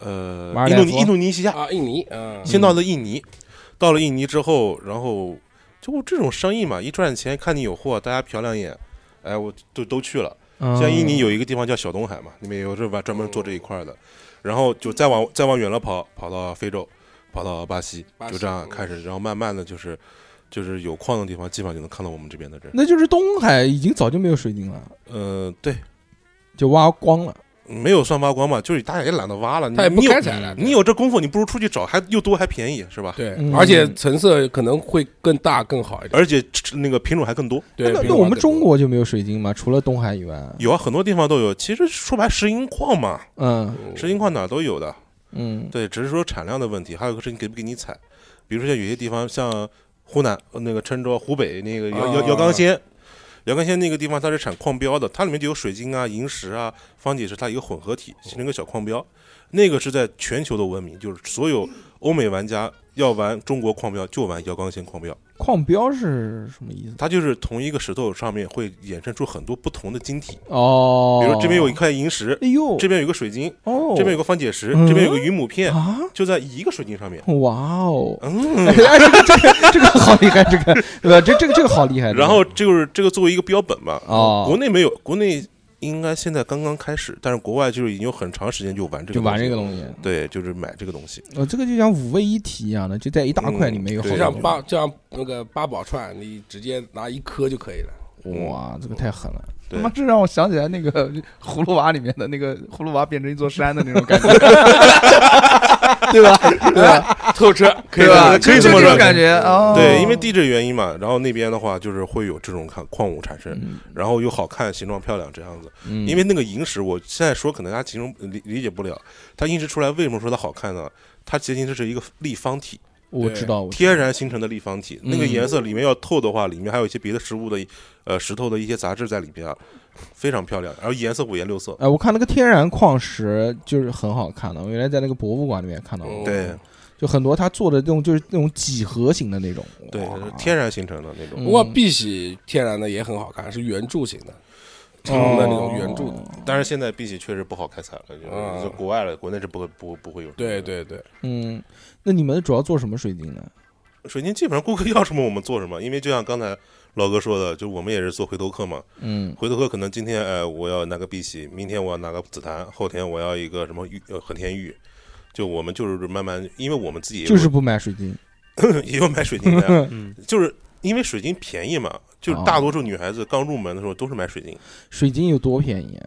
[SPEAKER 5] 呃
[SPEAKER 3] 马尔
[SPEAKER 5] 印
[SPEAKER 3] 代
[SPEAKER 5] 度
[SPEAKER 3] 夫
[SPEAKER 5] 尼印度尼西亚，
[SPEAKER 8] 啊，印尼，嗯，
[SPEAKER 5] 先到了印尼。到了印尼之后，然后就这种生意嘛，一赚钱看你有货，大家瞟两眼，哎，我就都去了。
[SPEAKER 3] 嗯，
[SPEAKER 5] 像印尼有一个地方叫小东海嘛，那边有这专专门做这一块儿的，然后就再往再往远了跑，跑到非洲，跑到巴西
[SPEAKER 8] 巴，西
[SPEAKER 5] 就这样
[SPEAKER 8] 嗯
[SPEAKER 5] 开始，然后慢慢的就是就是有矿的地方，基本上就能看到我们这边的人。
[SPEAKER 3] 那就是东海已经早就没有水晶了，
[SPEAKER 5] 嗯，对，
[SPEAKER 3] 就挖光了。
[SPEAKER 5] 没有算挖光嘛，就是大家也懒得挖了，你
[SPEAKER 8] 他也不
[SPEAKER 5] 你有
[SPEAKER 8] 开采了。
[SPEAKER 5] 你有这功夫，你不如出去找，还又多还便宜，是吧？
[SPEAKER 8] 对
[SPEAKER 3] 嗯，
[SPEAKER 8] 而且成色可能会更大更好一点。
[SPEAKER 5] 而且那个品种还更多，
[SPEAKER 8] 对，
[SPEAKER 3] 那
[SPEAKER 8] 比
[SPEAKER 3] 那
[SPEAKER 8] 如
[SPEAKER 3] 我
[SPEAKER 8] 马
[SPEAKER 3] 们
[SPEAKER 8] 德
[SPEAKER 3] 中
[SPEAKER 8] 国
[SPEAKER 3] 国就没有水晶吗？除了东海以外，
[SPEAKER 5] 有啊，很多地方都有。其实说白，石英矿嘛，
[SPEAKER 3] 嗯
[SPEAKER 5] 石英矿哪儿都有的，
[SPEAKER 3] 嗯
[SPEAKER 5] 对，只是说产量的问题，还有个是你给不给你采。比如说像有些地方，像湖南呃那个郴州、湖北那个
[SPEAKER 3] 哦
[SPEAKER 5] 姚姚姚
[SPEAKER 8] 啊
[SPEAKER 5] 岗仙，姚岗仙那个地方它是产矿标的，它里面就有水晶啊、萤石啊、方解石，它一个混合体形成一个小矿标。那个是在全球的闻名，就是所有欧美玩家要玩中国矿标就玩姚岗仙矿标，
[SPEAKER 3] 矿标是什么意思？
[SPEAKER 5] 它就是同一个石头上面会衍生出很多不同的晶体，
[SPEAKER 3] 哦，
[SPEAKER 5] 比如这边有一，块萤石，
[SPEAKER 3] 哎呦，
[SPEAKER 5] 这边有一个水晶，
[SPEAKER 3] 哦，
[SPEAKER 5] 这边有个方解石，
[SPEAKER 3] 嗯
[SPEAKER 5] 这边有个云母片，
[SPEAKER 3] 啊，
[SPEAKER 5] 就在一个水晶上面。
[SPEAKER 3] 哇哦，
[SPEAKER 5] 嗯
[SPEAKER 3] 哎，，这个这个这个好厉害，这个对吧？这这个这个好 厉害。
[SPEAKER 5] 然后就是这个作为一个标本嘛，
[SPEAKER 3] 嗯哦
[SPEAKER 5] 国内没有，国内应该现在刚刚开始，但是国外就是已经有很长时间就玩这
[SPEAKER 3] 就
[SPEAKER 5] 个，
[SPEAKER 3] 玩这个东西，
[SPEAKER 5] 对，就是买这个东西，
[SPEAKER 3] 呃，这个就像五味一体一样的，就在一大块里面有好多
[SPEAKER 5] 嗯
[SPEAKER 8] 就
[SPEAKER 5] 对
[SPEAKER 8] 像
[SPEAKER 3] 东
[SPEAKER 8] 八就像那个八宝串，你直接拿一颗就可 以了。
[SPEAKER 3] 西。哇，啊这个太狠了！
[SPEAKER 7] 他
[SPEAKER 5] 对
[SPEAKER 7] 妈，这让我想起来那个 葫芦娃里面的那个葫芦娃变成一座山的那种感觉，对吧？对吧？
[SPEAKER 8] 透车，
[SPEAKER 5] 可以
[SPEAKER 7] 对吧？
[SPEAKER 5] 可以这
[SPEAKER 7] 就
[SPEAKER 5] 么说
[SPEAKER 7] 就这种感觉啊。哦
[SPEAKER 5] 对，因为地质原因嘛，然后那边的话就是会有这种看矿物产生，
[SPEAKER 3] 嗯
[SPEAKER 5] 然后又好看，形状漂亮这样子。
[SPEAKER 3] 嗯，
[SPEAKER 5] 因为那个萤石，我现在说可能大家形容理理解不了，它萤石出来为什么说它好看呢？它结晶是一个立方体，
[SPEAKER 3] 我知道，我知道
[SPEAKER 5] 天然形成的立方体，那个
[SPEAKER 3] 嗯
[SPEAKER 5] 颜色里面要透的话，里面还有一些别的食物的，呃，石头的一些杂质在里边啊，非常漂亮，然后颜色五颜六色。
[SPEAKER 3] 哎，我看那个天然矿石就是很好看的，我原来在那个博物馆里面看到过，
[SPEAKER 8] 嗯
[SPEAKER 5] 对
[SPEAKER 3] 就很多他做的那种就是那种几何型的那种，
[SPEAKER 5] 对
[SPEAKER 3] 哇，
[SPEAKER 5] 天然形成的那种。
[SPEAKER 8] 不过
[SPEAKER 3] 嗯
[SPEAKER 8] 碧玺天然的也很好看，是圆柱形的，成龙的那种圆柱的。
[SPEAKER 3] 哦
[SPEAKER 5] 但是现在碧玺确实不好开采了，就是
[SPEAKER 3] 啊
[SPEAKER 8] 嗯
[SPEAKER 5] 就国外了，国内是不会不不会有。
[SPEAKER 8] 对，对对，
[SPEAKER 3] 嗯，那你们主要做什么水晶呢？
[SPEAKER 5] 水晶基本上顾客要什么我们做什么，因为就像刚才老哥说的，就我们也是做回头客嘛，
[SPEAKER 3] 嗯，
[SPEAKER 5] 回头客可能今呃天哎我要拿个碧玺，明天我要拿个紫檀，后天我要一个什么玉呃和田玉，就我们就是慢慢，因为我们自己也有
[SPEAKER 3] 就是不买水晶，
[SPEAKER 5] 也有买水晶的呀，
[SPEAKER 6] 嗯，
[SPEAKER 5] 就是因为水晶便宜嘛，就是大多数女孩子刚入门的时候都是买水晶。
[SPEAKER 3] 水晶有多便宜啊？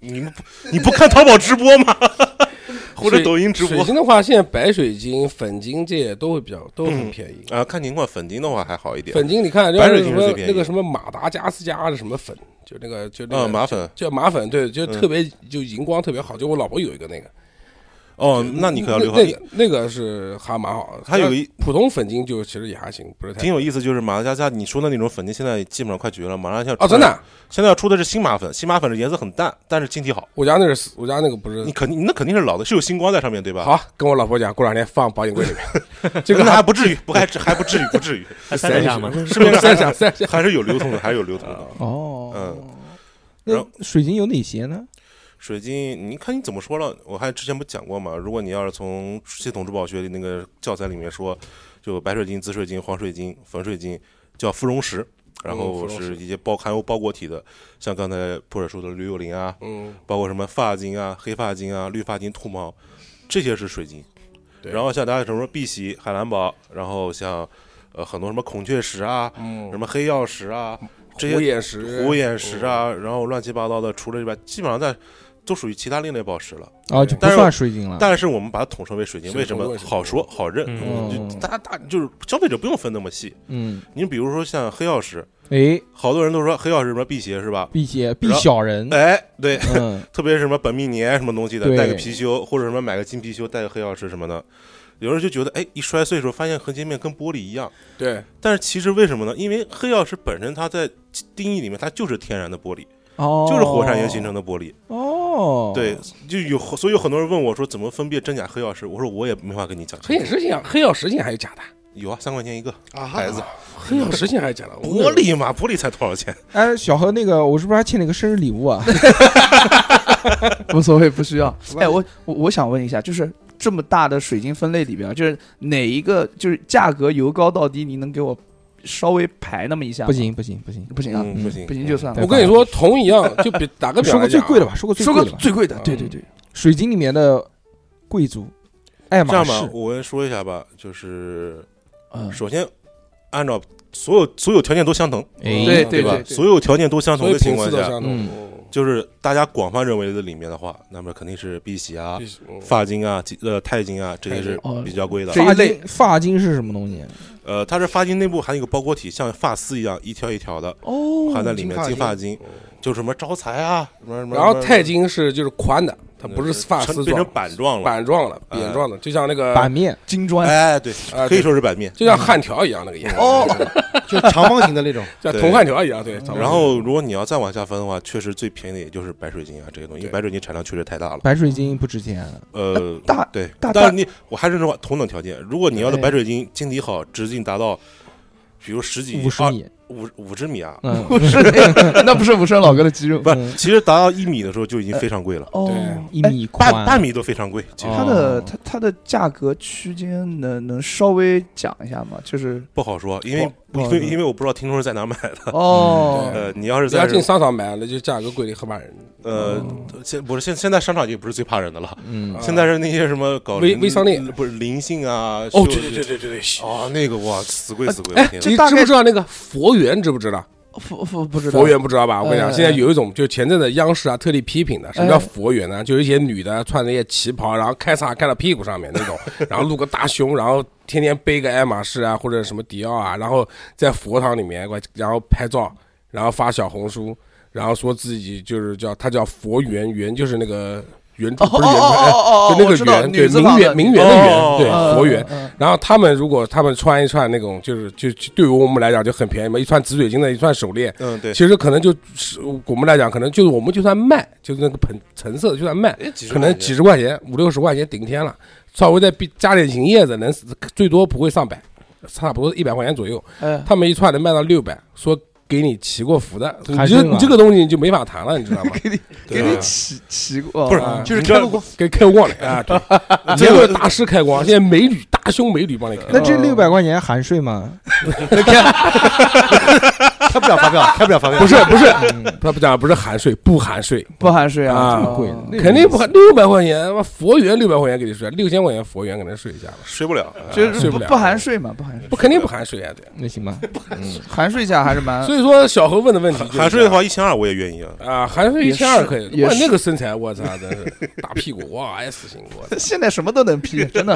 [SPEAKER 5] 你们不你不看淘宝直播吗？ 或者抖音直播
[SPEAKER 8] 水晶的话，现在白水晶、粉晶这些都会比较都很便宜。
[SPEAKER 5] 啊？看情况，粉晶的话还好一点。
[SPEAKER 8] 粉晶你看，
[SPEAKER 5] 白水
[SPEAKER 8] 什
[SPEAKER 5] 晶是
[SPEAKER 8] 么
[SPEAKER 5] 最便宜
[SPEAKER 8] 那个什么马达加斯加的什么粉，就那个就那
[SPEAKER 5] 啊，
[SPEAKER 8] 个
[SPEAKER 5] 马粉
[SPEAKER 8] 叫马粉，对，就
[SPEAKER 5] 嗯
[SPEAKER 8] 特别、就荧光特别好。就我老婆有一个那个，
[SPEAKER 5] 哦，那你可要留好
[SPEAKER 8] 那。个那个是还蛮好的。
[SPEAKER 5] 还有一
[SPEAKER 8] 普通粉晶就其实也还行，不是太
[SPEAKER 5] 挺有意思，就是马达加斯加你说的那种粉晶，现在基本上快绝了，马上要
[SPEAKER 8] 哦，真的啊，
[SPEAKER 5] 现在要出的是新马粉，新马粉的颜色很淡，但是晶体好。
[SPEAKER 8] 我家那是我家那个不是
[SPEAKER 5] 你肯定那肯定是老的，是有星光在上面对吧？，
[SPEAKER 8] 嗯好，跟我老婆讲，过两天放保险柜里面，这
[SPEAKER 5] 这
[SPEAKER 8] 个
[SPEAKER 5] 个还
[SPEAKER 8] 啊还
[SPEAKER 5] 不至于，不还还不至于，不至 于，
[SPEAKER 6] 还三十下吗？
[SPEAKER 5] 市面上
[SPEAKER 8] 三想三想，
[SPEAKER 5] 还是有流通的，还是有流通的。
[SPEAKER 3] 哦
[SPEAKER 5] 嗯，然
[SPEAKER 3] 那
[SPEAKER 5] 后
[SPEAKER 3] 水晶有哪些呢？
[SPEAKER 5] 水晶，你看你怎么说了？我还之前不讲过嘛？如果你要是从系统珠宝学的那个教材里面说，就白水晶、紫水晶、黄水晶、粉水晶，叫芙蓉石，然
[SPEAKER 8] 嗯芙
[SPEAKER 5] 后
[SPEAKER 8] 蓉石
[SPEAKER 5] 是一些包含有包裹体的，像刚才破水说的绿幽灵啊，
[SPEAKER 8] 嗯，
[SPEAKER 5] 包括什么发晶啊、黑发晶啊、绿发晶、兔毛，这些是水晶。
[SPEAKER 8] 对
[SPEAKER 5] 然后像大家什么碧玺、海蓝宝，然后像呃很多什么孔雀石啊、
[SPEAKER 8] 嗯
[SPEAKER 5] 什么黑曜石啊，这些
[SPEAKER 8] 虎眼石，
[SPEAKER 5] 虎眼石啊，然后乱七八糟的，除了这边，基本上在都属于其他另类宝石了。
[SPEAKER 3] 啊，就不
[SPEAKER 5] 但是
[SPEAKER 3] 算水晶了。
[SPEAKER 5] 但是我们把它统称为水晶，
[SPEAKER 8] 是
[SPEAKER 5] 为什
[SPEAKER 8] 统
[SPEAKER 5] 么
[SPEAKER 8] 称为水晶
[SPEAKER 5] 好说好认？
[SPEAKER 6] 嗯
[SPEAKER 5] 嗯就大家大就是消费者不用分那么细。
[SPEAKER 3] 嗯，
[SPEAKER 5] 你比如说像黑曜石，
[SPEAKER 3] 哎，
[SPEAKER 5] 好多人都说黑曜石什么辟邪是吧？
[SPEAKER 3] 辟邪辟小人，
[SPEAKER 5] 哎，对，
[SPEAKER 3] 嗯，
[SPEAKER 5] 特别是什么本命年什么东西的，
[SPEAKER 3] 对
[SPEAKER 5] 戴个貔貅或者什么买个金貔貅，戴个黑曜石什么的，有人就觉得哎，一摔碎的时候发现横截面跟玻璃一样。
[SPEAKER 8] 嗯对，
[SPEAKER 5] 但是其实为什么呢？因为黑曜石本身它在定义里面它就是天然的玻璃，
[SPEAKER 3] 哦，
[SPEAKER 5] 就是火山岩形成的玻璃。
[SPEAKER 3] 哦，
[SPEAKER 5] 对，就有所以有很多人问我说怎么分辨真假黑曜石，我说我也没法跟你讲。
[SPEAKER 8] 黑眼石像黑曜石像还有假的，
[SPEAKER 5] 有啊，三块钱一个
[SPEAKER 9] 啊
[SPEAKER 5] 牌子，
[SPEAKER 8] 黑曜石像还有 假的，我
[SPEAKER 5] 玻璃嘛，玻璃才多少钱？
[SPEAKER 3] 哎，小何那个，我是不是还欠你个生日礼物啊？
[SPEAKER 7] 无所谓，不需要。 哎，我我我想问一下，就是这么大的水晶分类里边，就是哪一个就是价格由高到低，你能给我稍微排那么一 下？
[SPEAKER 3] 不，行不行不行，
[SPEAKER 7] 不行啊，
[SPEAKER 5] 嗯，不行，
[SPEAKER 7] 不行就算了。
[SPEAKER 3] 对
[SPEAKER 8] 我跟你说，同一样，就比打个比
[SPEAKER 3] 说
[SPEAKER 8] 方
[SPEAKER 3] 个
[SPEAKER 8] 来
[SPEAKER 3] 最
[SPEAKER 8] 讲啊，
[SPEAKER 3] 贵的吧，说个最
[SPEAKER 7] 说
[SPEAKER 3] 贵
[SPEAKER 7] 个
[SPEAKER 3] 的吧，
[SPEAKER 7] 最贵的
[SPEAKER 8] 嗯，
[SPEAKER 7] 对对对，
[SPEAKER 3] 水晶里面的贵族，爱
[SPEAKER 5] 这
[SPEAKER 3] 马
[SPEAKER 5] 样吧，
[SPEAKER 3] 仕，
[SPEAKER 5] 我跟说一下吧，就是
[SPEAKER 7] 嗯，
[SPEAKER 5] 首先按照所有所有条件都相同，
[SPEAKER 3] 哎，
[SPEAKER 7] 对
[SPEAKER 8] 对
[SPEAKER 5] 吧？
[SPEAKER 7] 对
[SPEAKER 5] 所有条件都相同
[SPEAKER 8] 所
[SPEAKER 5] 的
[SPEAKER 8] 以
[SPEAKER 5] 情
[SPEAKER 8] 频次
[SPEAKER 5] 况
[SPEAKER 8] 都
[SPEAKER 5] 下，
[SPEAKER 8] 相同，嗯
[SPEAKER 5] 就是大家广泛认为的里面的话，那么肯定是碧玺啊
[SPEAKER 8] 必、须嗯
[SPEAKER 5] 发晶啊、金呃钛金啊，这些是
[SPEAKER 7] 钛金哦
[SPEAKER 5] 比较贵的
[SPEAKER 7] 这。一
[SPEAKER 3] 发
[SPEAKER 7] 类
[SPEAKER 3] 巾发巾是什么东西？
[SPEAKER 5] 呃，它是发晶内部含有一个包裹体，像发丝一样一条一条的
[SPEAKER 7] 哦，
[SPEAKER 5] 含在里面，金
[SPEAKER 9] 金
[SPEAKER 5] 发
[SPEAKER 9] 发
[SPEAKER 5] 晶就是什么招财啊，什么什么。
[SPEAKER 8] 然后
[SPEAKER 5] 什么
[SPEAKER 8] 钛金是就是宽的，它
[SPEAKER 5] 呃
[SPEAKER 8] 不是发丝
[SPEAKER 5] 变成
[SPEAKER 8] 状，
[SPEAKER 5] 板状了。
[SPEAKER 8] 板状的、
[SPEAKER 5] 哎
[SPEAKER 8] 扁状的，就像那个
[SPEAKER 3] 版面
[SPEAKER 7] 金砖，
[SPEAKER 5] 哎，对，
[SPEAKER 8] 啊
[SPEAKER 5] 可以
[SPEAKER 8] 对
[SPEAKER 5] 说是版面。
[SPEAKER 8] 就像焊条一样那个样， 哦，
[SPEAKER 9] 就长方形的那种，
[SPEAKER 8] 像
[SPEAKER 5] 对
[SPEAKER 8] 铜焊条一样，对。
[SPEAKER 5] 然后，如果你要再往下分的话，确实最便宜的也就是白水晶啊这些东西，因为
[SPEAKER 8] 对
[SPEAKER 5] 白水晶产量确实太大了。
[SPEAKER 3] 白水晶不值钱，
[SPEAKER 5] 呃，
[SPEAKER 7] 大
[SPEAKER 5] 对，
[SPEAKER 7] 大
[SPEAKER 5] 但
[SPEAKER 7] 大
[SPEAKER 5] 是你我还是那话，同等条件，如果你要的
[SPEAKER 7] 哎
[SPEAKER 5] 白水晶晶体好，直径达到，比如十几
[SPEAKER 3] 五十
[SPEAKER 5] 二
[SPEAKER 3] 米，
[SPEAKER 5] 五五十米啊，
[SPEAKER 3] 嗯，
[SPEAKER 7] 不是，那不是武生老哥的肌肉，
[SPEAKER 5] 不
[SPEAKER 3] 嗯，
[SPEAKER 5] 其实达到一米的时候就已经非常贵了，
[SPEAKER 7] 哦
[SPEAKER 8] 对，
[SPEAKER 3] 一
[SPEAKER 7] 哎
[SPEAKER 3] 米宽，
[SPEAKER 5] 半半米都非常贵，其实
[SPEAKER 3] 哦
[SPEAKER 7] 它的它它的价格区间能能稍微讲一下吗？就是
[SPEAKER 5] 不好说，因为
[SPEAKER 7] 不好
[SPEAKER 5] 因
[SPEAKER 7] 说
[SPEAKER 5] 为因为我不知道听众是在哪买的。
[SPEAKER 7] 哦，
[SPEAKER 5] 呃，你要是
[SPEAKER 8] 你要
[SPEAKER 5] 在
[SPEAKER 8] 进商场买，那就价格贵的很把人。
[SPEAKER 5] 呃，现不是现现在商场也不是最怕人的了，
[SPEAKER 3] 嗯，
[SPEAKER 5] 现在是那些什么搞
[SPEAKER 8] 微
[SPEAKER 5] 灵
[SPEAKER 8] 微商店
[SPEAKER 5] 不是灵性啊，
[SPEAKER 8] 哦，
[SPEAKER 5] 修
[SPEAKER 8] 对对对对对对。
[SPEAKER 5] 哦，那个哇，死贵死贵！
[SPEAKER 8] 哎
[SPEAKER 5] 我，天
[SPEAKER 7] 这
[SPEAKER 5] 哪
[SPEAKER 8] 你
[SPEAKER 7] 大
[SPEAKER 8] 知
[SPEAKER 7] 概
[SPEAKER 8] 不知道那个佛缘？知不知道？
[SPEAKER 7] 不不不知道
[SPEAKER 8] 佛，缘不知道吧？我跟你
[SPEAKER 7] 哎
[SPEAKER 8] 讲，
[SPEAKER 7] 哎
[SPEAKER 8] 现在有一种，就前阵子央视啊特地批评的，什么叫佛缘呢？就有一些女的穿着一些旗袍，然后开叉开到屁股上面那种，然后露个大胸，然后天天背个爱马仕啊或者什么迪奥啊，然后在佛堂里面，然后拍照，然后发小红书，然后说自己就是叫他叫佛缘，缘就是那个原
[SPEAKER 7] 哦
[SPEAKER 8] 著
[SPEAKER 7] 哦
[SPEAKER 8] 不是
[SPEAKER 7] 哦
[SPEAKER 8] 原著。哎
[SPEAKER 7] 哦哦，
[SPEAKER 8] 就那
[SPEAKER 7] 我知
[SPEAKER 8] 个
[SPEAKER 7] 道
[SPEAKER 8] 圆，
[SPEAKER 7] 女
[SPEAKER 8] 对，
[SPEAKER 7] 字
[SPEAKER 8] 名
[SPEAKER 7] 旁
[SPEAKER 8] 媛，
[SPEAKER 7] 的
[SPEAKER 8] 名媛的
[SPEAKER 5] 哦
[SPEAKER 8] 媛，对，
[SPEAKER 7] 嗯
[SPEAKER 8] 佛缘。
[SPEAKER 7] 嗯
[SPEAKER 8] 然后他们如果他们穿一串那种，就是就就对于我们来讲就很便宜嘛，一串紫水晶的，一串手链，
[SPEAKER 5] 嗯，对，
[SPEAKER 8] 其实可能就是我们来讲，可能就是我们就算卖，就是那个盆橙色的就算卖，
[SPEAKER 5] 哎几十
[SPEAKER 8] 可
[SPEAKER 5] 块
[SPEAKER 8] 能
[SPEAKER 5] 钱
[SPEAKER 8] 几十块钱、五六十块钱顶天了，稍微再比加点银叶子，能最多不会上百，差不多一百块钱左右。
[SPEAKER 7] 嗯，
[SPEAKER 8] 他们一串能卖到六百，说给你祈过福的，你
[SPEAKER 3] 还
[SPEAKER 8] 这
[SPEAKER 3] 真啊
[SPEAKER 8] 你这个东西你就没法谈了，你知道吗？
[SPEAKER 7] 给
[SPEAKER 5] 对
[SPEAKER 7] 你
[SPEAKER 5] 啊
[SPEAKER 7] 起起过，
[SPEAKER 8] 不是
[SPEAKER 7] 啊
[SPEAKER 9] 就是开过
[SPEAKER 8] 给开光 了啊，对，结果大师开光，现在美女
[SPEAKER 3] 哦
[SPEAKER 8] 大胸美女帮你开
[SPEAKER 3] 那
[SPEAKER 8] 光，
[SPEAKER 3] 这六百块钱含税吗？
[SPEAKER 9] 开不了发票，开不了发票。
[SPEAKER 8] 不是不是，
[SPEAKER 3] 嗯
[SPEAKER 8] 他不讲不是含税，不含税，
[SPEAKER 7] 不含税
[SPEAKER 8] 啊
[SPEAKER 7] 啊，
[SPEAKER 3] 贵
[SPEAKER 7] 哦
[SPEAKER 3] 那
[SPEAKER 8] 肯定不含六百块钱，他妈佛缘六百块钱给你税，六千块钱佛缘给他税一下吧，
[SPEAKER 5] 睡不了。啊
[SPEAKER 7] 就
[SPEAKER 8] 睡
[SPEAKER 7] 是呃不
[SPEAKER 8] 不了
[SPEAKER 7] 不含税嘛，不含税，
[SPEAKER 8] 不肯定不含税啊，对。
[SPEAKER 3] 那行吧，
[SPEAKER 7] 含税价还是蛮
[SPEAKER 8] 所以说小何问的问题就是这样，
[SPEAKER 5] 含税的话，一千二我也愿意啊。
[SPEAKER 8] 啊，含税一
[SPEAKER 7] 也
[SPEAKER 8] 千二
[SPEAKER 7] 是
[SPEAKER 8] 可以，
[SPEAKER 7] 也
[SPEAKER 8] 哇，那
[SPEAKER 7] 是
[SPEAKER 8] 个身材，我操，真是大屁股，哇，S 型，我操
[SPEAKER 7] 现在什么都 能批，真的。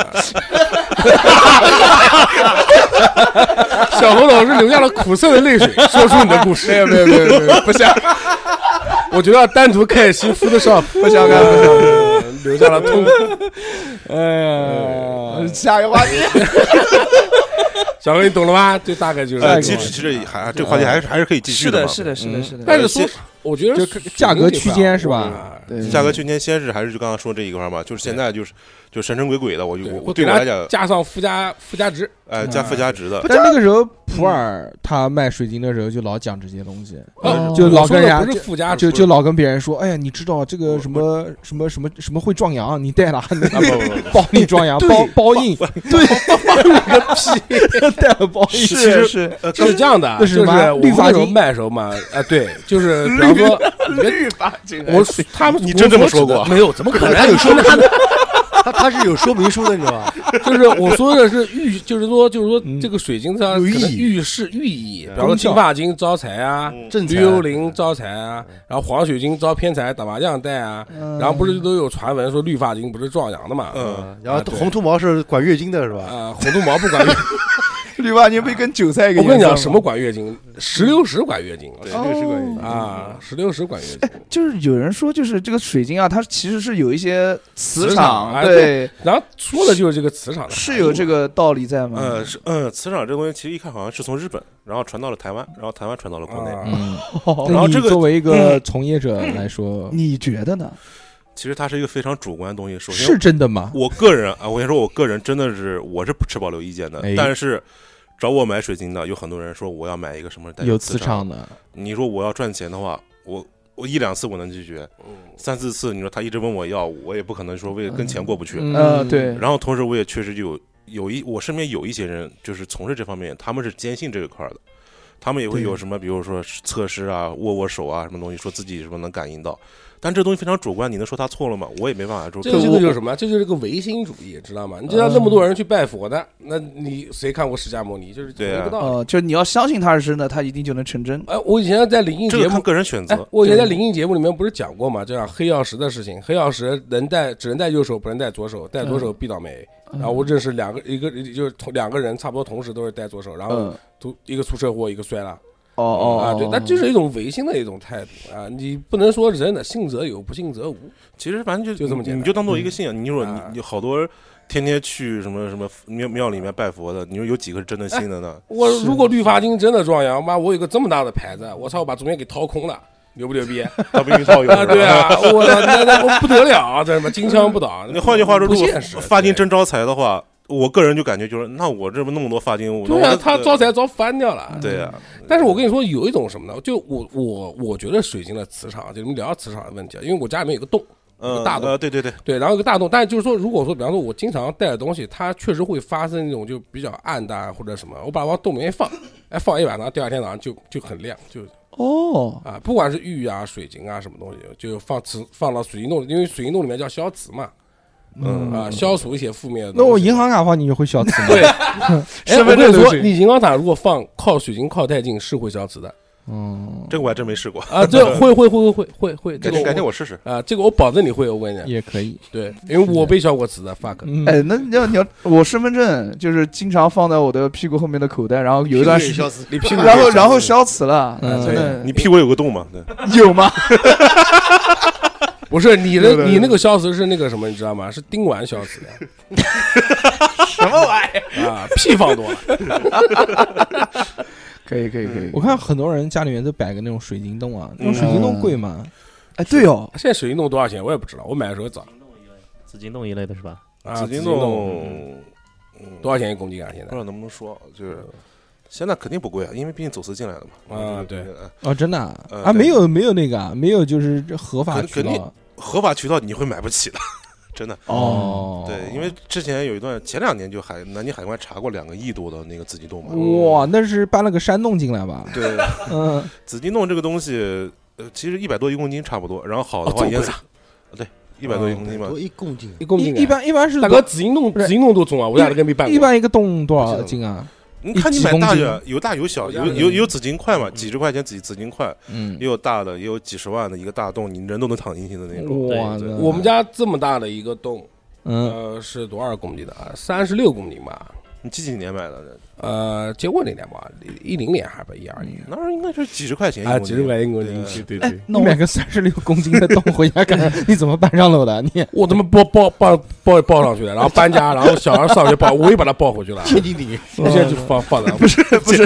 [SPEAKER 8] 小何老师流下了苦涩的泪水，说出你的故事。没有没有没有没有，不想，我觉得要单独开一期 f o o d s h o p 不想干，不想流下了痛苦。
[SPEAKER 3] 哎呀，
[SPEAKER 7] 呃下一个话题，
[SPEAKER 8] 小何，你懂了吧？这大概就是
[SPEAKER 5] 呃，
[SPEAKER 3] 哎
[SPEAKER 5] 其
[SPEAKER 8] 这个
[SPEAKER 5] 实其实还这个话题还是还是可以继续
[SPEAKER 7] 是的，嗯
[SPEAKER 5] 嘛。
[SPEAKER 7] 是的，是的，是的。
[SPEAKER 8] 但是说，我觉得
[SPEAKER 3] 呃就价格区间是吧
[SPEAKER 8] 啊
[SPEAKER 7] 对
[SPEAKER 5] 价格区间先是还是就刚刚说这一块儿嘛，就是现在就是就神神鬼鬼的，我就
[SPEAKER 8] 对，
[SPEAKER 5] 我
[SPEAKER 8] 会给
[SPEAKER 5] 对我来
[SPEAKER 8] 它
[SPEAKER 5] 讲，
[SPEAKER 8] 加上附加附加值，
[SPEAKER 5] 呃，加附加值的，
[SPEAKER 3] 但那个时候普洱他卖水晶的时候就老讲这些东西，
[SPEAKER 8] 哦
[SPEAKER 3] 就老
[SPEAKER 8] 我说
[SPEAKER 3] 跟
[SPEAKER 8] 的
[SPEAKER 3] 人家
[SPEAKER 8] 不是附加值，
[SPEAKER 3] 就就老跟别人说，哎呀，你知道这个什么什么什么什么会壮阳，你带了，
[SPEAKER 5] 啊
[SPEAKER 3] 包你壮阳，包包硬，对，包个屁，带了包硬，
[SPEAKER 7] 是是
[SPEAKER 5] 呃，刚
[SPEAKER 8] 是这样的啊，
[SPEAKER 3] 那
[SPEAKER 8] 就是是
[SPEAKER 3] 什么
[SPEAKER 8] 我
[SPEAKER 3] 绿
[SPEAKER 8] 们
[SPEAKER 3] 发
[SPEAKER 8] 那时候
[SPEAKER 3] 精
[SPEAKER 8] 卖的时 候嘛，啊，对，就是比方说，
[SPEAKER 7] 绿吧，这个
[SPEAKER 3] 哎
[SPEAKER 8] 我他们
[SPEAKER 5] 你真这么说过
[SPEAKER 8] 我指的没有？怎么可
[SPEAKER 9] 本
[SPEAKER 8] 能
[SPEAKER 9] 来？有说明书的，他他是有说明书的，你知道吧？
[SPEAKER 8] 就是我说的是预，就是说就是
[SPEAKER 3] 嗯
[SPEAKER 8] 说这个水晶它
[SPEAKER 9] 有意义
[SPEAKER 8] 可能预示寓意，比方说
[SPEAKER 3] 功效
[SPEAKER 8] 金发晶招财啊，
[SPEAKER 9] 正
[SPEAKER 8] 绿幽灵招财啊，
[SPEAKER 5] 嗯
[SPEAKER 8] 然后黄血晶招偏财打麻将带啊，然后不是都有传闻说绿发晶不是壮阳的嘛？
[SPEAKER 5] 嗯，
[SPEAKER 9] 然
[SPEAKER 8] 啊
[SPEAKER 9] 后
[SPEAKER 8] 对
[SPEAKER 9] 红兔毛是管月经的是吧？
[SPEAKER 8] 啊，红鬃毛不管月，
[SPEAKER 7] 绿吧，你不跟韭菜一个颜色
[SPEAKER 8] 我
[SPEAKER 7] 吗？
[SPEAKER 8] 跟你讲什么管月经，石榴石管月经
[SPEAKER 5] 对，
[SPEAKER 7] 哦
[SPEAKER 5] 这个是关于
[SPEAKER 8] 啊，石榴石管月经。
[SPEAKER 7] 就是有人说，就是这个水晶啊，它其实是有一些磁哎
[SPEAKER 8] 磁场啊
[SPEAKER 7] 对，
[SPEAKER 8] 然后说的就是这个磁场的含义，
[SPEAKER 7] 是有这个道理在吗？
[SPEAKER 5] 呃，是嗯，磁场这个东西其实一看好像是从日本，然后传到了台湾，然后台湾传到了国内。
[SPEAKER 8] 啊。
[SPEAKER 3] 嗯，
[SPEAKER 7] 哦，
[SPEAKER 5] 然
[SPEAKER 3] 那
[SPEAKER 5] 后
[SPEAKER 3] 你
[SPEAKER 5] 这个
[SPEAKER 3] 作为一个从业者来说，
[SPEAKER 7] 你觉得呢？
[SPEAKER 5] 其实它是一个非常主观的东西。首先，
[SPEAKER 3] 是真的吗？
[SPEAKER 5] 我个人啊，我跟你说，我个人真的是我是不持保留意见的
[SPEAKER 3] 哎。
[SPEAKER 5] 但是找我买水晶的有很多人说我要买一个什么带
[SPEAKER 3] 有磁
[SPEAKER 5] 磁，
[SPEAKER 3] 场的，
[SPEAKER 5] 你说我要赚钱的话，我我一两次我能拒绝，
[SPEAKER 3] 嗯
[SPEAKER 5] 三四次你说他一直问我要，我也不可能说为了跟钱过不去。
[SPEAKER 3] 嗯
[SPEAKER 7] 呃，对，
[SPEAKER 5] 然后同时我也确实有有一我身边有一些人就是从事这方面，他们是坚信这一块儿的，他们也会有什么比如说测试啊、握握手啊什么东西，说自己什么能感应到。但这东西非常主观，你能说他错了吗？我也没办法说。
[SPEAKER 8] 这这个就是什么？这就是个唯心主义，知道吗？你知道那么多人去拜佛的，那你谁看过释迦牟尼？就是同
[SPEAKER 5] 对
[SPEAKER 8] 一
[SPEAKER 5] 啊
[SPEAKER 8] 个道理。
[SPEAKER 7] 哦，就是你要相信它是真的，它一定就能成真。
[SPEAKER 8] 哎，我以前在灵异
[SPEAKER 5] 这
[SPEAKER 8] 节
[SPEAKER 5] 个看
[SPEAKER 8] 目，
[SPEAKER 5] 个人选择
[SPEAKER 8] 哎，。我以前在灵异节目里面不是讲过嘛，这样黑曜石的事情，黑曜石能戴只能戴右手，不能戴左手，戴
[SPEAKER 7] 嗯
[SPEAKER 8] 左手必倒霉。然后我认识两个，一个就是同两个人差不多同时都是戴左手，然后
[SPEAKER 7] 嗯，
[SPEAKER 8] 都一个出车祸，一个摔了。
[SPEAKER 7] 哦哦，
[SPEAKER 8] 啊，对
[SPEAKER 7] 哦，
[SPEAKER 8] 但这是一种唯心的一种态度啊，你不能说真的信则有，不信则无。
[SPEAKER 5] 其实反正就
[SPEAKER 8] 就这么简单
[SPEAKER 5] 你就当做一个信仰。你说你
[SPEAKER 8] 啊
[SPEAKER 5] 你好多天天去什么什么庙庙里面拜佛的，你说有几个是真的信的 呢？
[SPEAKER 8] 我如果绿发巾真的壮阳，妈，我有个这么大的牌子，我操，我把中间给掏空了，牛不牛逼？啊，
[SPEAKER 5] 他不一定套用。
[SPEAKER 8] 对
[SPEAKER 5] 是吧，
[SPEAKER 8] 啊，我操，那那我不得了啊，这什么金枪不倒？
[SPEAKER 5] 你换句话说，
[SPEAKER 8] 不
[SPEAKER 5] 如果
[SPEAKER 8] 现实，
[SPEAKER 5] 发金
[SPEAKER 8] 对。
[SPEAKER 5] 真招财的话，我个人就感觉就是，那我这不那么多发金，我
[SPEAKER 8] 对
[SPEAKER 5] 那我
[SPEAKER 8] 啊，他招财招翻掉了。
[SPEAKER 5] 对啊，
[SPEAKER 8] 但是我跟你说，有一种什么呢？就我我我觉得水晶的磁场，就你们聊到磁场的问题啊，因为我家里面有个洞，
[SPEAKER 5] 嗯，
[SPEAKER 8] 大洞
[SPEAKER 5] 呃对对对，
[SPEAKER 8] 对，然后有个大洞。但是就是说，如果说比方说我经常带的东西，它确实会发生那种就比较暗淡或者什么，我把它往洞里面一放，哎，放一晚上，第二天早上就就很亮，就
[SPEAKER 7] 哦，
[SPEAKER 8] 啊，不管是玉啊、水晶啊什么东西，就放磁放到水晶洞里，因为水晶洞里面叫消磁嘛，嗯啊，消除一些负面的东
[SPEAKER 3] 那
[SPEAKER 8] 西。
[SPEAKER 3] 我银行卡放你就会消磁吗？
[SPEAKER 8] 对，哎，
[SPEAKER 7] 身
[SPEAKER 8] 我
[SPEAKER 7] 份
[SPEAKER 8] 跟
[SPEAKER 7] 证
[SPEAKER 8] 你
[SPEAKER 7] 都
[SPEAKER 8] 说，
[SPEAKER 7] 是
[SPEAKER 8] 你银行卡如果放靠水晶靠太近是会消磁的
[SPEAKER 3] 嗯，
[SPEAKER 5] 这个我还真没试过。
[SPEAKER 8] 啊，这会会会会会会，
[SPEAKER 5] 改
[SPEAKER 8] 这个
[SPEAKER 5] 天改天
[SPEAKER 8] 我
[SPEAKER 5] 我试试。
[SPEAKER 8] 啊，这个我保证你会，我跟你讲，
[SPEAKER 3] 也可以，
[SPEAKER 8] 对，因为我被消过磁的，fuck，
[SPEAKER 3] 嗯，
[SPEAKER 7] 哎，那你要你要我身份证就是经常放在我的屁股后面的口袋，然后有一段时间，
[SPEAKER 9] 间，
[SPEAKER 8] 你屁股
[SPEAKER 7] 然后然后消磁了，
[SPEAKER 3] 嗯
[SPEAKER 7] 哎真
[SPEAKER 8] 呃
[SPEAKER 7] 的
[SPEAKER 5] 你屁股有个洞嘛？对，
[SPEAKER 7] 有吗？
[SPEAKER 8] 不是你
[SPEAKER 7] 对对
[SPEAKER 8] 的
[SPEAKER 7] 对
[SPEAKER 8] 你那个消磁是那个什么，你知道吗？是丁烷消磁的，
[SPEAKER 7] 什么玩意？
[SPEAKER 8] 啊，屁放多 了，
[SPEAKER 7] 可以可以可以
[SPEAKER 3] 我，看很多人家里面都摆个那种水晶洞啊，那种水晶洞贵吗？
[SPEAKER 7] 哎，对哦，
[SPEAKER 8] 现在水晶洞多少钱我也不知道，我买的时候早
[SPEAKER 6] 紫金洞一类的是吧？
[SPEAKER 8] 啊，
[SPEAKER 5] 紫金
[SPEAKER 8] 洞
[SPEAKER 5] 洞嗯
[SPEAKER 8] 多少钱一公斤啊？现
[SPEAKER 5] 不
[SPEAKER 8] 在
[SPEAKER 5] 知道能不能说，就是现在肯定不贵啊，因为毕竟走私进来的嘛。
[SPEAKER 8] 啊对
[SPEAKER 5] 呃
[SPEAKER 3] 哦，真的啊
[SPEAKER 5] 呃
[SPEAKER 3] 啊，
[SPEAKER 5] 对
[SPEAKER 3] 没有没有那个啊，没有就是这合法
[SPEAKER 5] 肯
[SPEAKER 3] 渠
[SPEAKER 5] 肯定
[SPEAKER 3] 道，
[SPEAKER 5] 合法渠道你会买不起的， 真的。
[SPEAKER 3] 哦，
[SPEAKER 5] 对，因为之前有一段，前两年就海南京海关查过两个亿多的那个紫金洞嘛。
[SPEAKER 3] 哇，那是搬了个山洞进来吧？
[SPEAKER 5] 对，
[SPEAKER 3] 嗯，
[SPEAKER 5] 紫金洞这个东西，呃，其实一百多一公斤差不多，然后好的话烟撒，对，一百多一公斤
[SPEAKER 7] 哦
[SPEAKER 5] 吧
[SPEAKER 9] 多，一公斤，
[SPEAKER 8] 一公斤
[SPEAKER 3] 一
[SPEAKER 8] 啊。
[SPEAKER 3] 一般一般是
[SPEAKER 8] 大哥，紫金洞
[SPEAKER 3] 不是
[SPEAKER 8] 紫金洞多重啊？我压根没办
[SPEAKER 3] 一
[SPEAKER 8] 过。
[SPEAKER 3] 般一个洞多少斤啊？
[SPEAKER 5] 你看你买
[SPEAKER 3] 一
[SPEAKER 5] 大
[SPEAKER 3] 几
[SPEAKER 5] 的，有大有小，有
[SPEAKER 8] 我家
[SPEAKER 5] 有有紫金块嘛，几十块钱紫紫金块，
[SPEAKER 3] 嗯
[SPEAKER 5] 也，有大的，也有几十万的一个大洞，你人都能躺进去的那种。
[SPEAKER 3] 嗯哇，
[SPEAKER 5] 对对
[SPEAKER 8] 我们家这么大的一个洞，
[SPEAKER 3] 嗯，
[SPEAKER 8] 呃，是多少公斤的啊？三十六公斤吧。
[SPEAKER 5] 你几几年买的？
[SPEAKER 8] 呃，结婚那年吧，一零年还是一二年
[SPEAKER 5] 那时候应该是几十块钱一
[SPEAKER 8] 啊，
[SPEAKER 5] 公
[SPEAKER 8] 几
[SPEAKER 5] 斤
[SPEAKER 8] 十块钱一公
[SPEAKER 5] 对
[SPEAKER 8] 斤
[SPEAKER 5] 啊，
[SPEAKER 8] 对
[SPEAKER 7] 哎
[SPEAKER 8] 对。，
[SPEAKER 7] 那
[SPEAKER 3] 你买个三十六公斤的洞回家 干，你怎么搬上楼的？你
[SPEAKER 8] 我他妈抱抱抱抱也抱上去了，然后搬家，然后小孩上学抱，我也把他抱回去了，
[SPEAKER 9] 千斤顶，
[SPEAKER 8] 现在就放放在。不是，
[SPEAKER 5] 不是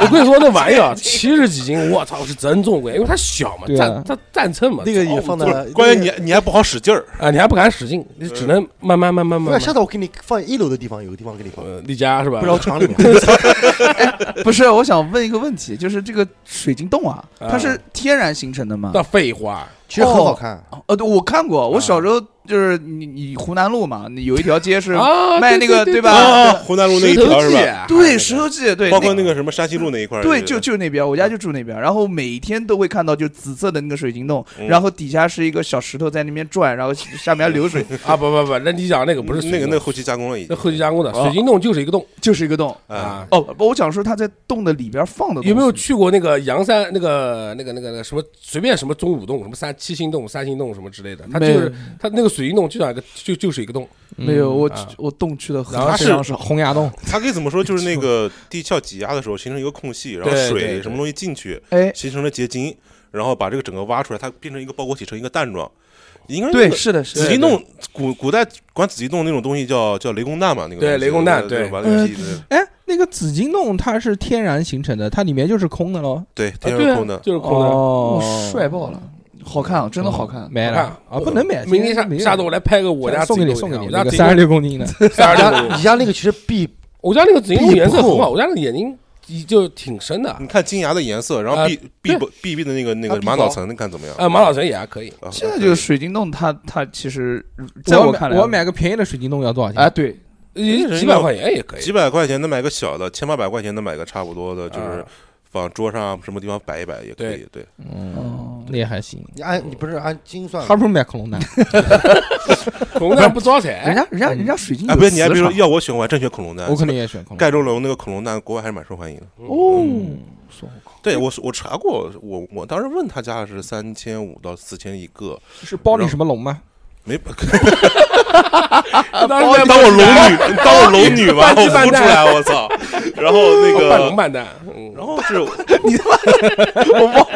[SPEAKER 8] 我跟你说那玩意儿啊七十几斤，我操，是真重贵，因为它小嘛，
[SPEAKER 3] 对啊
[SPEAKER 8] 占它占秤嘛。
[SPEAKER 9] 那个也放
[SPEAKER 8] 在
[SPEAKER 9] 在。
[SPEAKER 5] 关键你你还不好使劲儿，
[SPEAKER 8] 啊，你还不敢使劲，你只能慢慢慢慢慢
[SPEAKER 9] 那下
[SPEAKER 8] 慢。
[SPEAKER 9] 次我给你放一楼的地方，有个地方给你放，
[SPEAKER 8] 呃，李佳是吧
[SPEAKER 9] 不？知道厂里面。
[SPEAKER 7] 不是，我想问一个问题，就是这个水晶洞啊，
[SPEAKER 8] 啊
[SPEAKER 7] 它是天然形成的吗？
[SPEAKER 8] 那废话，
[SPEAKER 9] 其实很好看，
[SPEAKER 7] 呃，对，我看过，我小时候就是你你湖南路嘛，你有一条街是
[SPEAKER 8] 啊
[SPEAKER 7] 卖那个
[SPEAKER 8] 对对对
[SPEAKER 7] 吧？
[SPEAKER 5] 啊，湖南路那一条是吧？
[SPEAKER 8] 吧
[SPEAKER 7] 对，石头记，对，
[SPEAKER 5] 包括
[SPEAKER 7] 那
[SPEAKER 5] 那个什么沙溪路那一块儿也
[SPEAKER 7] 对，
[SPEAKER 5] 是，
[SPEAKER 7] 就就那边，我家就住那边，然后每天都会看到就紫色的那个水晶洞，
[SPEAKER 5] 嗯
[SPEAKER 7] 然后底下是一个小石头在那边转，然后下面流水，
[SPEAKER 8] 啊，不不不，那你讲那个不是
[SPEAKER 5] 嗯那个那
[SPEAKER 8] 那
[SPEAKER 5] 个后期加工了已
[SPEAKER 8] 那
[SPEAKER 5] 经。
[SPEAKER 8] 后期加工的
[SPEAKER 7] 哦
[SPEAKER 8] 水晶洞就是一个洞
[SPEAKER 7] 就是一个洞。
[SPEAKER 5] 啊，
[SPEAKER 8] 啊。
[SPEAKER 7] 哦，不，我想说它在洞的里边放的东西
[SPEAKER 8] 有没有去过那个阳山那个那个那个那个什么随便什么中武洞什么三七星洞三星洞什么之类的？它就
[SPEAKER 7] 没有
[SPEAKER 8] 是它那个水晶洞就像一个就就是一个洞，
[SPEAKER 3] 嗯
[SPEAKER 7] 没有？我
[SPEAKER 8] 啊
[SPEAKER 7] 我洞去的很
[SPEAKER 8] 然后
[SPEAKER 7] 非
[SPEAKER 5] 是
[SPEAKER 7] 常少。
[SPEAKER 3] 洪崖洞，
[SPEAKER 5] 它可以怎么说？就是那个地壳挤压的时候形成一个空隙，然后
[SPEAKER 8] 对对
[SPEAKER 5] 水
[SPEAKER 8] 对
[SPEAKER 5] 什么东西进去，
[SPEAKER 7] 哎，
[SPEAKER 5] 形成了结晶，然后把这个整个挖出来，它变成一个包裹体，成一个蛋状。应该
[SPEAKER 7] 对，是的，是
[SPEAKER 5] 紫
[SPEAKER 7] 的。
[SPEAKER 5] 金洞，古古代管紫金洞那种东西叫叫雷公蛋嘛，那个
[SPEAKER 8] 对
[SPEAKER 5] 东西
[SPEAKER 8] 雷公蛋
[SPEAKER 5] 呃
[SPEAKER 8] 对嗯
[SPEAKER 5] 玩游戏的
[SPEAKER 3] 哎，那个紫金洞它是天然形成的，它里面就是空的喽。
[SPEAKER 5] 对，
[SPEAKER 8] 啊
[SPEAKER 5] 天
[SPEAKER 8] 对
[SPEAKER 5] 上
[SPEAKER 8] 啊
[SPEAKER 5] 空的，
[SPEAKER 8] 就是空的。
[SPEAKER 3] 哦
[SPEAKER 7] 哇，帅爆了，好看啊，真的好看。
[SPEAKER 3] 买了
[SPEAKER 8] 好
[SPEAKER 3] 啊，不能买，
[SPEAKER 8] 明天
[SPEAKER 3] 没有
[SPEAKER 8] 下下次我来拍个我家
[SPEAKER 3] 送给你，
[SPEAKER 8] 紫
[SPEAKER 3] 送
[SPEAKER 8] 金
[SPEAKER 3] 给
[SPEAKER 8] 洞
[SPEAKER 3] 你
[SPEAKER 8] 我
[SPEAKER 3] 那
[SPEAKER 8] 家
[SPEAKER 3] 个
[SPEAKER 8] 紫
[SPEAKER 3] 三十
[SPEAKER 8] 金
[SPEAKER 3] 六公斤的，
[SPEAKER 8] 洞 三
[SPEAKER 9] 你
[SPEAKER 8] 十六
[SPEAKER 9] 家
[SPEAKER 8] 公
[SPEAKER 9] 你
[SPEAKER 8] 斤，
[SPEAKER 9] 家那个其实比
[SPEAKER 8] 我家那个紫金洞颜色很
[SPEAKER 9] 闭不
[SPEAKER 8] 好，
[SPEAKER 9] 住
[SPEAKER 8] 我家那个眼睛就挺深的。
[SPEAKER 5] 你看金牙的颜色，然后
[SPEAKER 8] 啊
[SPEAKER 5] B B B B 的那个那
[SPEAKER 9] 啊
[SPEAKER 5] 个
[SPEAKER 9] ，B
[SPEAKER 5] 玛
[SPEAKER 9] 薄
[SPEAKER 5] 瑙层，你看怎么样？
[SPEAKER 8] 啊，马老神也还可以，
[SPEAKER 5] 啊
[SPEAKER 7] 现在这个水晶洞它，它其实在
[SPEAKER 3] 我买
[SPEAKER 7] 看来，啊
[SPEAKER 3] 我买个便宜的水晶洞要多少钱？
[SPEAKER 7] 哎，对，
[SPEAKER 8] 也呃几百块钱也可以
[SPEAKER 5] 几。百块钱能买个小的，千八百块钱能买个差不多的，就是
[SPEAKER 8] 啊
[SPEAKER 5] 放桌上什么地方摆一摆也可以。对，
[SPEAKER 3] 嗯，
[SPEAKER 7] 哦
[SPEAKER 3] 那也还行，
[SPEAKER 9] 你按你不是按斤算
[SPEAKER 4] 嗯
[SPEAKER 3] 还不如买恐龙蛋。
[SPEAKER 8] 恐龙蛋不招财，
[SPEAKER 7] 人家人家人家水晶
[SPEAKER 5] 哎，
[SPEAKER 7] 有
[SPEAKER 5] 不是，你还
[SPEAKER 7] 磁
[SPEAKER 5] 别说，
[SPEAKER 7] 场
[SPEAKER 5] 要我选我还真选恐龙蛋。
[SPEAKER 8] 嗯
[SPEAKER 3] 我肯定也选恐龙
[SPEAKER 5] 盖
[SPEAKER 3] 蛋。
[SPEAKER 5] 州楼那个恐龙蛋，国外还是蛮受欢迎的。
[SPEAKER 7] 哦，
[SPEAKER 5] 对我我查过，我我当时问他家是三千五到四千一个，
[SPEAKER 3] 是包你什么龙吗？
[SPEAKER 5] 没
[SPEAKER 8] 当
[SPEAKER 5] 当当我龙女，当我龙女吧，我孵出来，我操！然后那
[SPEAKER 8] 哦半龙
[SPEAKER 5] 个，
[SPEAKER 8] 半蛋，嗯
[SPEAKER 5] 然后是，
[SPEAKER 7] 我忘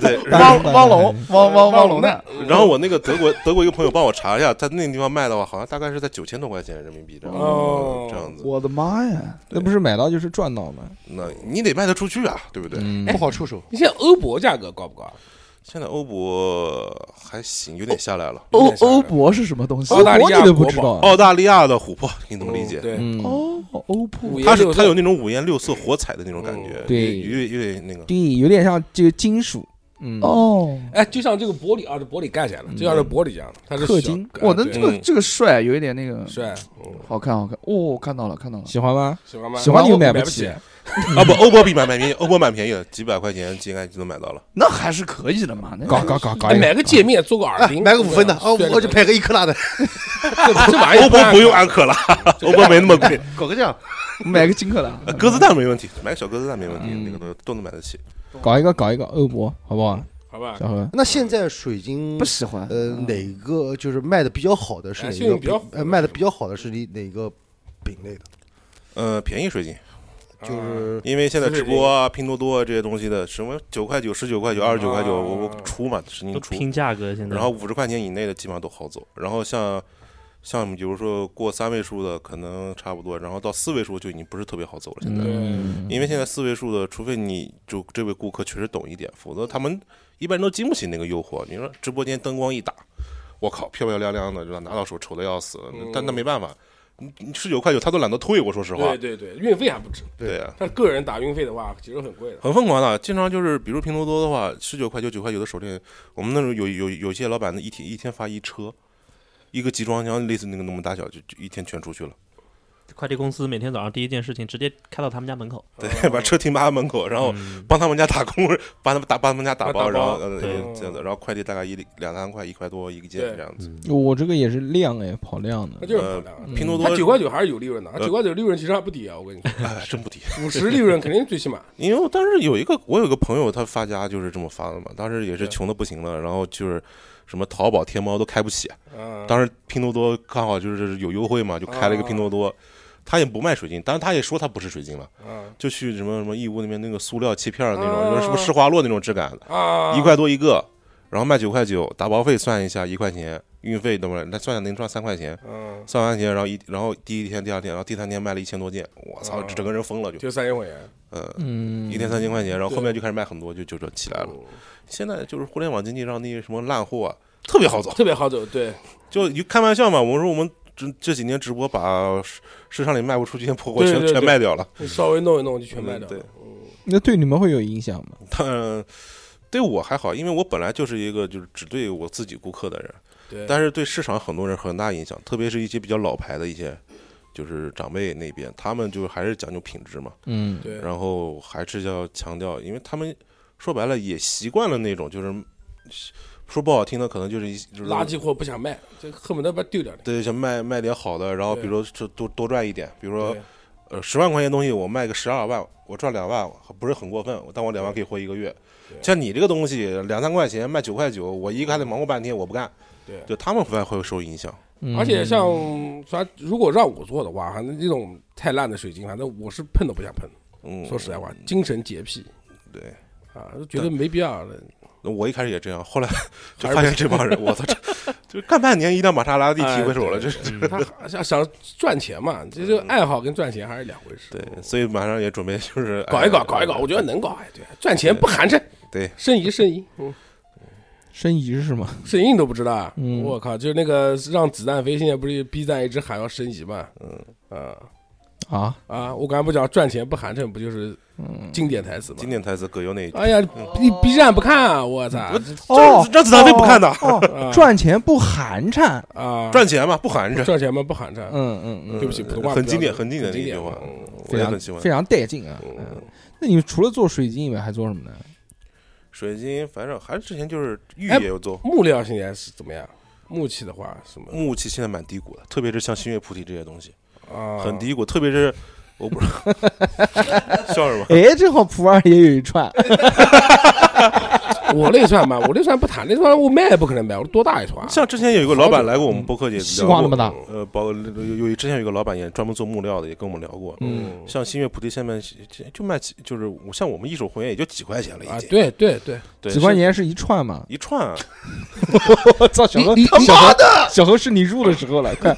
[SPEAKER 5] 对，
[SPEAKER 7] 汪汪龙，汪汪汪龙蛋，
[SPEAKER 5] 然后我那个德国德国一个朋友帮我查一下，他那个地方卖的话，好像大概是在九千多块钱人民币这样，
[SPEAKER 8] 哦
[SPEAKER 5] 这样子。
[SPEAKER 7] 我的妈呀！
[SPEAKER 3] 那不是买到就是赚到吗？
[SPEAKER 5] 那你得卖得出去啊，对不对？
[SPEAKER 3] 嗯，
[SPEAKER 9] 不好出手。
[SPEAKER 8] 你现在欧泊价格高不高？
[SPEAKER 5] 现在欧泊还行，有点下来了。
[SPEAKER 7] 欧
[SPEAKER 8] 有点吓人
[SPEAKER 7] 欧泊是什么东西？
[SPEAKER 8] 澳大利
[SPEAKER 3] 我
[SPEAKER 8] 亚
[SPEAKER 3] 你都不
[SPEAKER 8] 国
[SPEAKER 3] 知
[SPEAKER 8] 宝
[SPEAKER 3] 道啊？
[SPEAKER 5] 澳大利亚的琥珀，你怎么理解？
[SPEAKER 8] 对，
[SPEAKER 3] 嗯，
[SPEAKER 7] 哦，欧泊
[SPEAKER 8] 五
[SPEAKER 5] 它
[SPEAKER 8] 颜
[SPEAKER 5] 是
[SPEAKER 8] 六
[SPEAKER 5] 它
[SPEAKER 8] 色
[SPEAKER 5] 有那种五颜六色火彩的那种感觉
[SPEAKER 8] 嗯，
[SPEAKER 3] 对
[SPEAKER 5] 有点有点那个。
[SPEAKER 3] 对，有点像这个金属。嗯，
[SPEAKER 7] 哦，
[SPEAKER 8] 哎，就像这个玻璃啊，这玻璃盖起来了，就像这玻璃一样，它是
[SPEAKER 3] 氪
[SPEAKER 8] 小
[SPEAKER 3] 金
[SPEAKER 8] 啊
[SPEAKER 7] 我的
[SPEAKER 8] 对
[SPEAKER 7] 这个
[SPEAKER 5] 嗯
[SPEAKER 7] 这个帅，有一点那个
[SPEAKER 8] 帅，嗯
[SPEAKER 7] 好看好看。哦，看到了看到了，
[SPEAKER 3] 喜欢吗？
[SPEAKER 8] 喜欢吗？
[SPEAKER 3] 喜欢你
[SPEAKER 8] 我
[SPEAKER 3] 就买
[SPEAKER 8] 不
[SPEAKER 3] 起
[SPEAKER 8] 起，
[SPEAKER 5] 啊不，欧泊比买买便宜，欧泊蛮便宜的，几百块钱应该就能买到了。
[SPEAKER 7] 那还是可以的嘛。那
[SPEAKER 3] 搞搞搞搞
[SPEAKER 8] 哎
[SPEAKER 3] 一个，嗯
[SPEAKER 8] 买个界面做个耳
[SPEAKER 4] 啊
[SPEAKER 9] 哎，
[SPEAKER 8] 钉，
[SPEAKER 9] 买个五分的，
[SPEAKER 8] 对
[SPEAKER 9] 哦，我就配个一克拉的，
[SPEAKER 8] 这 玩意儿
[SPEAKER 5] 欧泊不用安可拉，欧泊没那么贵。
[SPEAKER 9] 搞个这样。
[SPEAKER 7] 买个金克拉，
[SPEAKER 5] 呃鸽子蛋没问题，买个小鸽子蛋没问题，
[SPEAKER 3] 嗯
[SPEAKER 5] 那个都都能买得起。
[SPEAKER 3] 搞一个搞一个欧博，好不好？
[SPEAKER 8] 好吧？
[SPEAKER 3] 小何，
[SPEAKER 9] 那现在水晶
[SPEAKER 7] 不喜欢。
[SPEAKER 9] 呃哪个就是卖的比较好的是
[SPEAKER 8] 哎
[SPEAKER 9] 哪
[SPEAKER 8] 信用
[SPEAKER 9] 个
[SPEAKER 8] 比较
[SPEAKER 9] 品？呃，卖的比较好的是你哪个品类的？
[SPEAKER 5] 呃，便宜水晶，
[SPEAKER 9] 就是
[SPEAKER 5] 因为现在直播啊、拼多多啊这些东西的，什么九块九、十九块九、二十九块九，我我出嘛，使
[SPEAKER 6] 都
[SPEAKER 5] 劲出。
[SPEAKER 6] 拼价格现在。
[SPEAKER 5] 然后五十块钱以内的基本上都好走，然后像像比如说过三位数的可能差不多，然后到四位数就已经不是特别好走了。现在，
[SPEAKER 3] 嗯，
[SPEAKER 5] 因为现在四位数的，除非你就这位顾客确实懂一点，否则他们一般都经不起那个诱惑。你说直播间灯光一打，我靠，漂漂亮亮的，对吧？拿到手丑的要死，但那没办法，你你十九块九他都懒得退，我说实话
[SPEAKER 8] 对，对对，运费还不止，
[SPEAKER 5] 对啊呀、
[SPEAKER 8] 但是个人打运费的话，其实很贵的。
[SPEAKER 5] 很疯狂的，经常就是，比如拼多多的话，十九块九、九块九的手链，我们那种有有有些老板的一天一天发一车，一个集装箱类似那个那么大小，就就一天全出去了。
[SPEAKER 6] 快递公司每天早上第一件事情直接开到他们家门口，
[SPEAKER 5] 对，把车停他门口，然后
[SPEAKER 6] 嗯
[SPEAKER 5] 帮他们家打工，帮他们打帮他们家打包，
[SPEAKER 8] 帮打
[SPEAKER 5] 然
[SPEAKER 8] 包
[SPEAKER 5] 后呃
[SPEAKER 6] 对
[SPEAKER 5] 这样子，然后快递大概一两三块，一块多一个件
[SPEAKER 8] 对
[SPEAKER 5] 这样子。
[SPEAKER 3] 我这个也是量哎，跑量
[SPEAKER 8] 那
[SPEAKER 3] 的，
[SPEAKER 8] 就是跑量。
[SPEAKER 3] 嗯
[SPEAKER 5] 拼多多
[SPEAKER 8] 他九块九还是有利润的，
[SPEAKER 5] 呃
[SPEAKER 8] 九块九利润其实还不低啊，我跟你说，
[SPEAKER 5] 哎真不低，
[SPEAKER 8] 五十利润肯定最 起码。
[SPEAKER 5] 因为我当时有一个我有个朋友，他发家就是这么发的嘛，当时也是
[SPEAKER 8] 对
[SPEAKER 5] 穷的不行了，然后就是什么淘宝、天猫都开不起，啊
[SPEAKER 8] 嗯，
[SPEAKER 5] 当时拼多多刚好就是有优惠嘛，就开了一个拼多多。他也不卖水晶，当然他也说他不是水晶了，
[SPEAKER 8] 哦嗯
[SPEAKER 5] 就去什么什么义乌那边那个塑料切片儿那种，
[SPEAKER 8] 啊
[SPEAKER 5] 就是什么施华洛那种质感的，
[SPEAKER 8] 啊，
[SPEAKER 5] 一块多一个，然后卖九块九，打包费算一下一块钱，运费等会儿那算下能赚三块钱，
[SPEAKER 8] 嗯，
[SPEAKER 5] 算完钱然后一然后第一天第二天然后第三天卖了一千多件，我操，
[SPEAKER 8] 啊
[SPEAKER 5] 整个人疯了就，
[SPEAKER 8] 就三千块钱，
[SPEAKER 5] 呃，
[SPEAKER 3] 嗯，
[SPEAKER 5] 一天三千块钱，然后
[SPEAKER 8] 对
[SPEAKER 5] 后面就开始卖很多，就就这起来了。现在就是互联网经济让那些什么烂货啊特别好找，
[SPEAKER 8] 特别好走，对，
[SPEAKER 5] 就一开玩笑嘛，我说我们这这几年直播把市市场里卖不出去的破货
[SPEAKER 8] 对
[SPEAKER 5] 全
[SPEAKER 8] 对
[SPEAKER 5] 全
[SPEAKER 8] 对
[SPEAKER 5] 卖掉了。
[SPEAKER 8] 你稍微弄一弄就全卖掉了。
[SPEAKER 5] 嗯对
[SPEAKER 8] 嗯
[SPEAKER 3] 那对你们会有影响吗？
[SPEAKER 5] 但呃对我还好，因为我本来就是一个就是只对我自己顾客的人，
[SPEAKER 8] 对，
[SPEAKER 5] 但是对市场很多人很大影响，特别是一些比较老牌的一些就是长辈那边，他们就是还是讲究品质嘛，
[SPEAKER 3] 嗯，
[SPEAKER 8] 对，
[SPEAKER 5] 然后还是要强调，因为他们说白了也习惯了那种就是说不好听的，可能就是一就是
[SPEAKER 8] 垃圾货不想卖，就恨不得把它丢掉了。
[SPEAKER 5] 对，想卖卖点好的，然后比如说多多赚一点，比如说
[SPEAKER 8] 对
[SPEAKER 5] 呃，十万块钱东西我卖个十二万，我赚两万，不是很过分，但我两万可以活一个月。像你这个东西两三块钱卖九块九，我一个还得忙活半天，我不干。
[SPEAKER 8] 对
[SPEAKER 5] 就他们会会受影响。
[SPEAKER 3] 嗯
[SPEAKER 8] 而且像啥，如果让我做的话，反正这种太烂的水晶，反正我是碰都不想碰。
[SPEAKER 5] 嗯，
[SPEAKER 8] 说实在话，精神洁癖
[SPEAKER 5] 对，
[SPEAKER 8] 啊，就觉得没必要了。
[SPEAKER 5] 那我一开始也这样，后来就
[SPEAKER 8] 还是
[SPEAKER 5] 发现这帮人，我操，这 就干半年一辆玛莎拉蒂提回手了，
[SPEAKER 8] 哎
[SPEAKER 5] 这
[SPEAKER 8] 对
[SPEAKER 5] 是。
[SPEAKER 8] 他还想想赚钱嘛，这就爱好跟赚钱还是两回事。
[SPEAKER 5] 嗯对，所以马上也准备就是
[SPEAKER 8] 搞一搞，
[SPEAKER 5] 哎
[SPEAKER 8] 搞一搞，我觉得能搞。哎，对，赚钱不寒碜。
[SPEAKER 5] 对，
[SPEAKER 8] 申遗申遗，嗯，
[SPEAKER 3] 申遗是吗？
[SPEAKER 8] 申遗你都不知道啊！
[SPEAKER 3] 嗯
[SPEAKER 8] 我靠，就是那个让子弹飞，现在不是 B 站一直喊要申遗嘛？嗯啊
[SPEAKER 3] 啊，嗯
[SPEAKER 8] 啊！我刚才不讲赚钱不寒碜，不就是经典台词吗？
[SPEAKER 5] 经典台词葛优那一句，
[SPEAKER 8] 哎呀，你 B 站不看啊！我操
[SPEAKER 3] 哦
[SPEAKER 5] 让子弹飞不看的， 嗯
[SPEAKER 3] 哦，
[SPEAKER 8] 啊
[SPEAKER 3] 赚钱不寒碜，
[SPEAKER 8] 啊！
[SPEAKER 5] 赚钱嘛不寒碜，
[SPEAKER 8] 赚钱嘛不寒碜，
[SPEAKER 3] 嗯嗯嗯，
[SPEAKER 8] 对不起，普通话
[SPEAKER 5] 很
[SPEAKER 8] 不
[SPEAKER 5] 经典
[SPEAKER 8] 标准
[SPEAKER 5] 很经典的一句话
[SPEAKER 8] 嗯
[SPEAKER 5] 我
[SPEAKER 3] 非
[SPEAKER 5] 也
[SPEAKER 3] 常
[SPEAKER 5] 很喜欢
[SPEAKER 3] 非。常带劲啊。嗯那你除了做水晶以外，还做什 么呢？
[SPEAKER 5] 水晶，反正还是之前就是玉
[SPEAKER 8] 哎
[SPEAKER 5] 也有做，
[SPEAKER 8] 木料现在是怎么样？木器的话，什么
[SPEAKER 5] 木器现在蛮低谷的，特别是像星月菩提这些东西
[SPEAKER 8] 啊？
[SPEAKER 5] 很低谷，特别是 我不知道笑什么，
[SPEAKER 3] 哎，正好普洱也有一串，
[SPEAKER 8] 我那串嘛，我那串不谈，那串我卖也不可能卖，我多大一串啊？
[SPEAKER 5] 像之前有一个老板来过我们播客也
[SPEAKER 3] 西
[SPEAKER 5] 聊
[SPEAKER 3] 瓜
[SPEAKER 5] 过，
[SPEAKER 3] 那么大，
[SPEAKER 5] 呃，包括有有之前有一个老板也专门做木料的，也跟我们聊过，
[SPEAKER 3] 嗯，
[SPEAKER 5] 像星月菩提现在就就卖几，就是我像我们一手会员也就几块钱了，
[SPEAKER 8] 啊
[SPEAKER 5] 已，经
[SPEAKER 8] 对对对，
[SPEAKER 5] 对
[SPEAKER 3] 几块钱是一串
[SPEAKER 5] 。
[SPEAKER 3] 嘛
[SPEAKER 5] 一串，啊
[SPEAKER 3] 我操，小何，小何的，小何是你入的时 候了，快，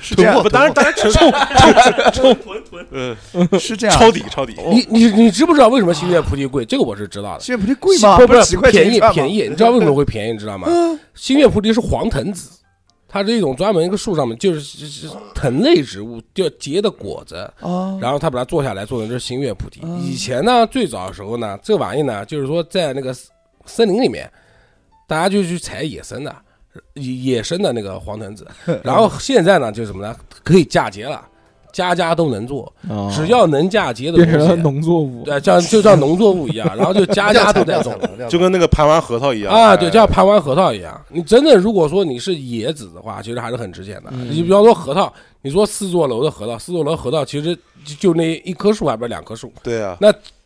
[SPEAKER 7] 是这样
[SPEAKER 5] 不，，当然当然纯冲 呃
[SPEAKER 7] 是这样。
[SPEAKER 5] 抄底抄底，
[SPEAKER 8] 你你你知不知道为什么星月菩提贵？这个我是知道的。
[SPEAKER 7] 现在不是贵
[SPEAKER 5] 啊
[SPEAKER 7] 吗？
[SPEAKER 8] 不
[SPEAKER 7] 不是几
[SPEAKER 8] 是
[SPEAKER 7] 块钱
[SPEAKER 8] 便
[SPEAKER 7] 一
[SPEAKER 8] 宜
[SPEAKER 7] 串吗
[SPEAKER 8] 便宜，你知道为什么会便宜？你知道吗？
[SPEAKER 5] 嗯
[SPEAKER 8] 星月菩提是黄藤子，它是一种专门一个树上面就是是是藤类植物就结的果子，
[SPEAKER 3] 嗯
[SPEAKER 7] 哦
[SPEAKER 8] 然后他把它做下来做成这是星月菩提。以前呢，最早的时候呢，这玩意呢就是说在那个森森林里面，大家就去采野生的。野野生的那个黄 藤子，然后现在呢，就是什么呢？可以嫁接了，家家都能做，
[SPEAKER 3] 哦
[SPEAKER 8] 只要能嫁接的
[SPEAKER 3] 变成了
[SPEAKER 8] 东西，
[SPEAKER 3] 农作物，
[SPEAKER 8] 对，像就像农作物一样，然后就家家都在种。
[SPEAKER 5] 就跟那个盘完核桃一样
[SPEAKER 8] 啊，对，就
[SPEAKER 5] 哎
[SPEAKER 8] 像盘完核桃一样。你真的如果说你是野子的话，其实还是很值钱的。
[SPEAKER 3] 嗯
[SPEAKER 8] 你比方说核桃，你说四座楼的核桃，四座楼核桃其实就就那一棵树，还不是两棵树，
[SPEAKER 5] 对啊，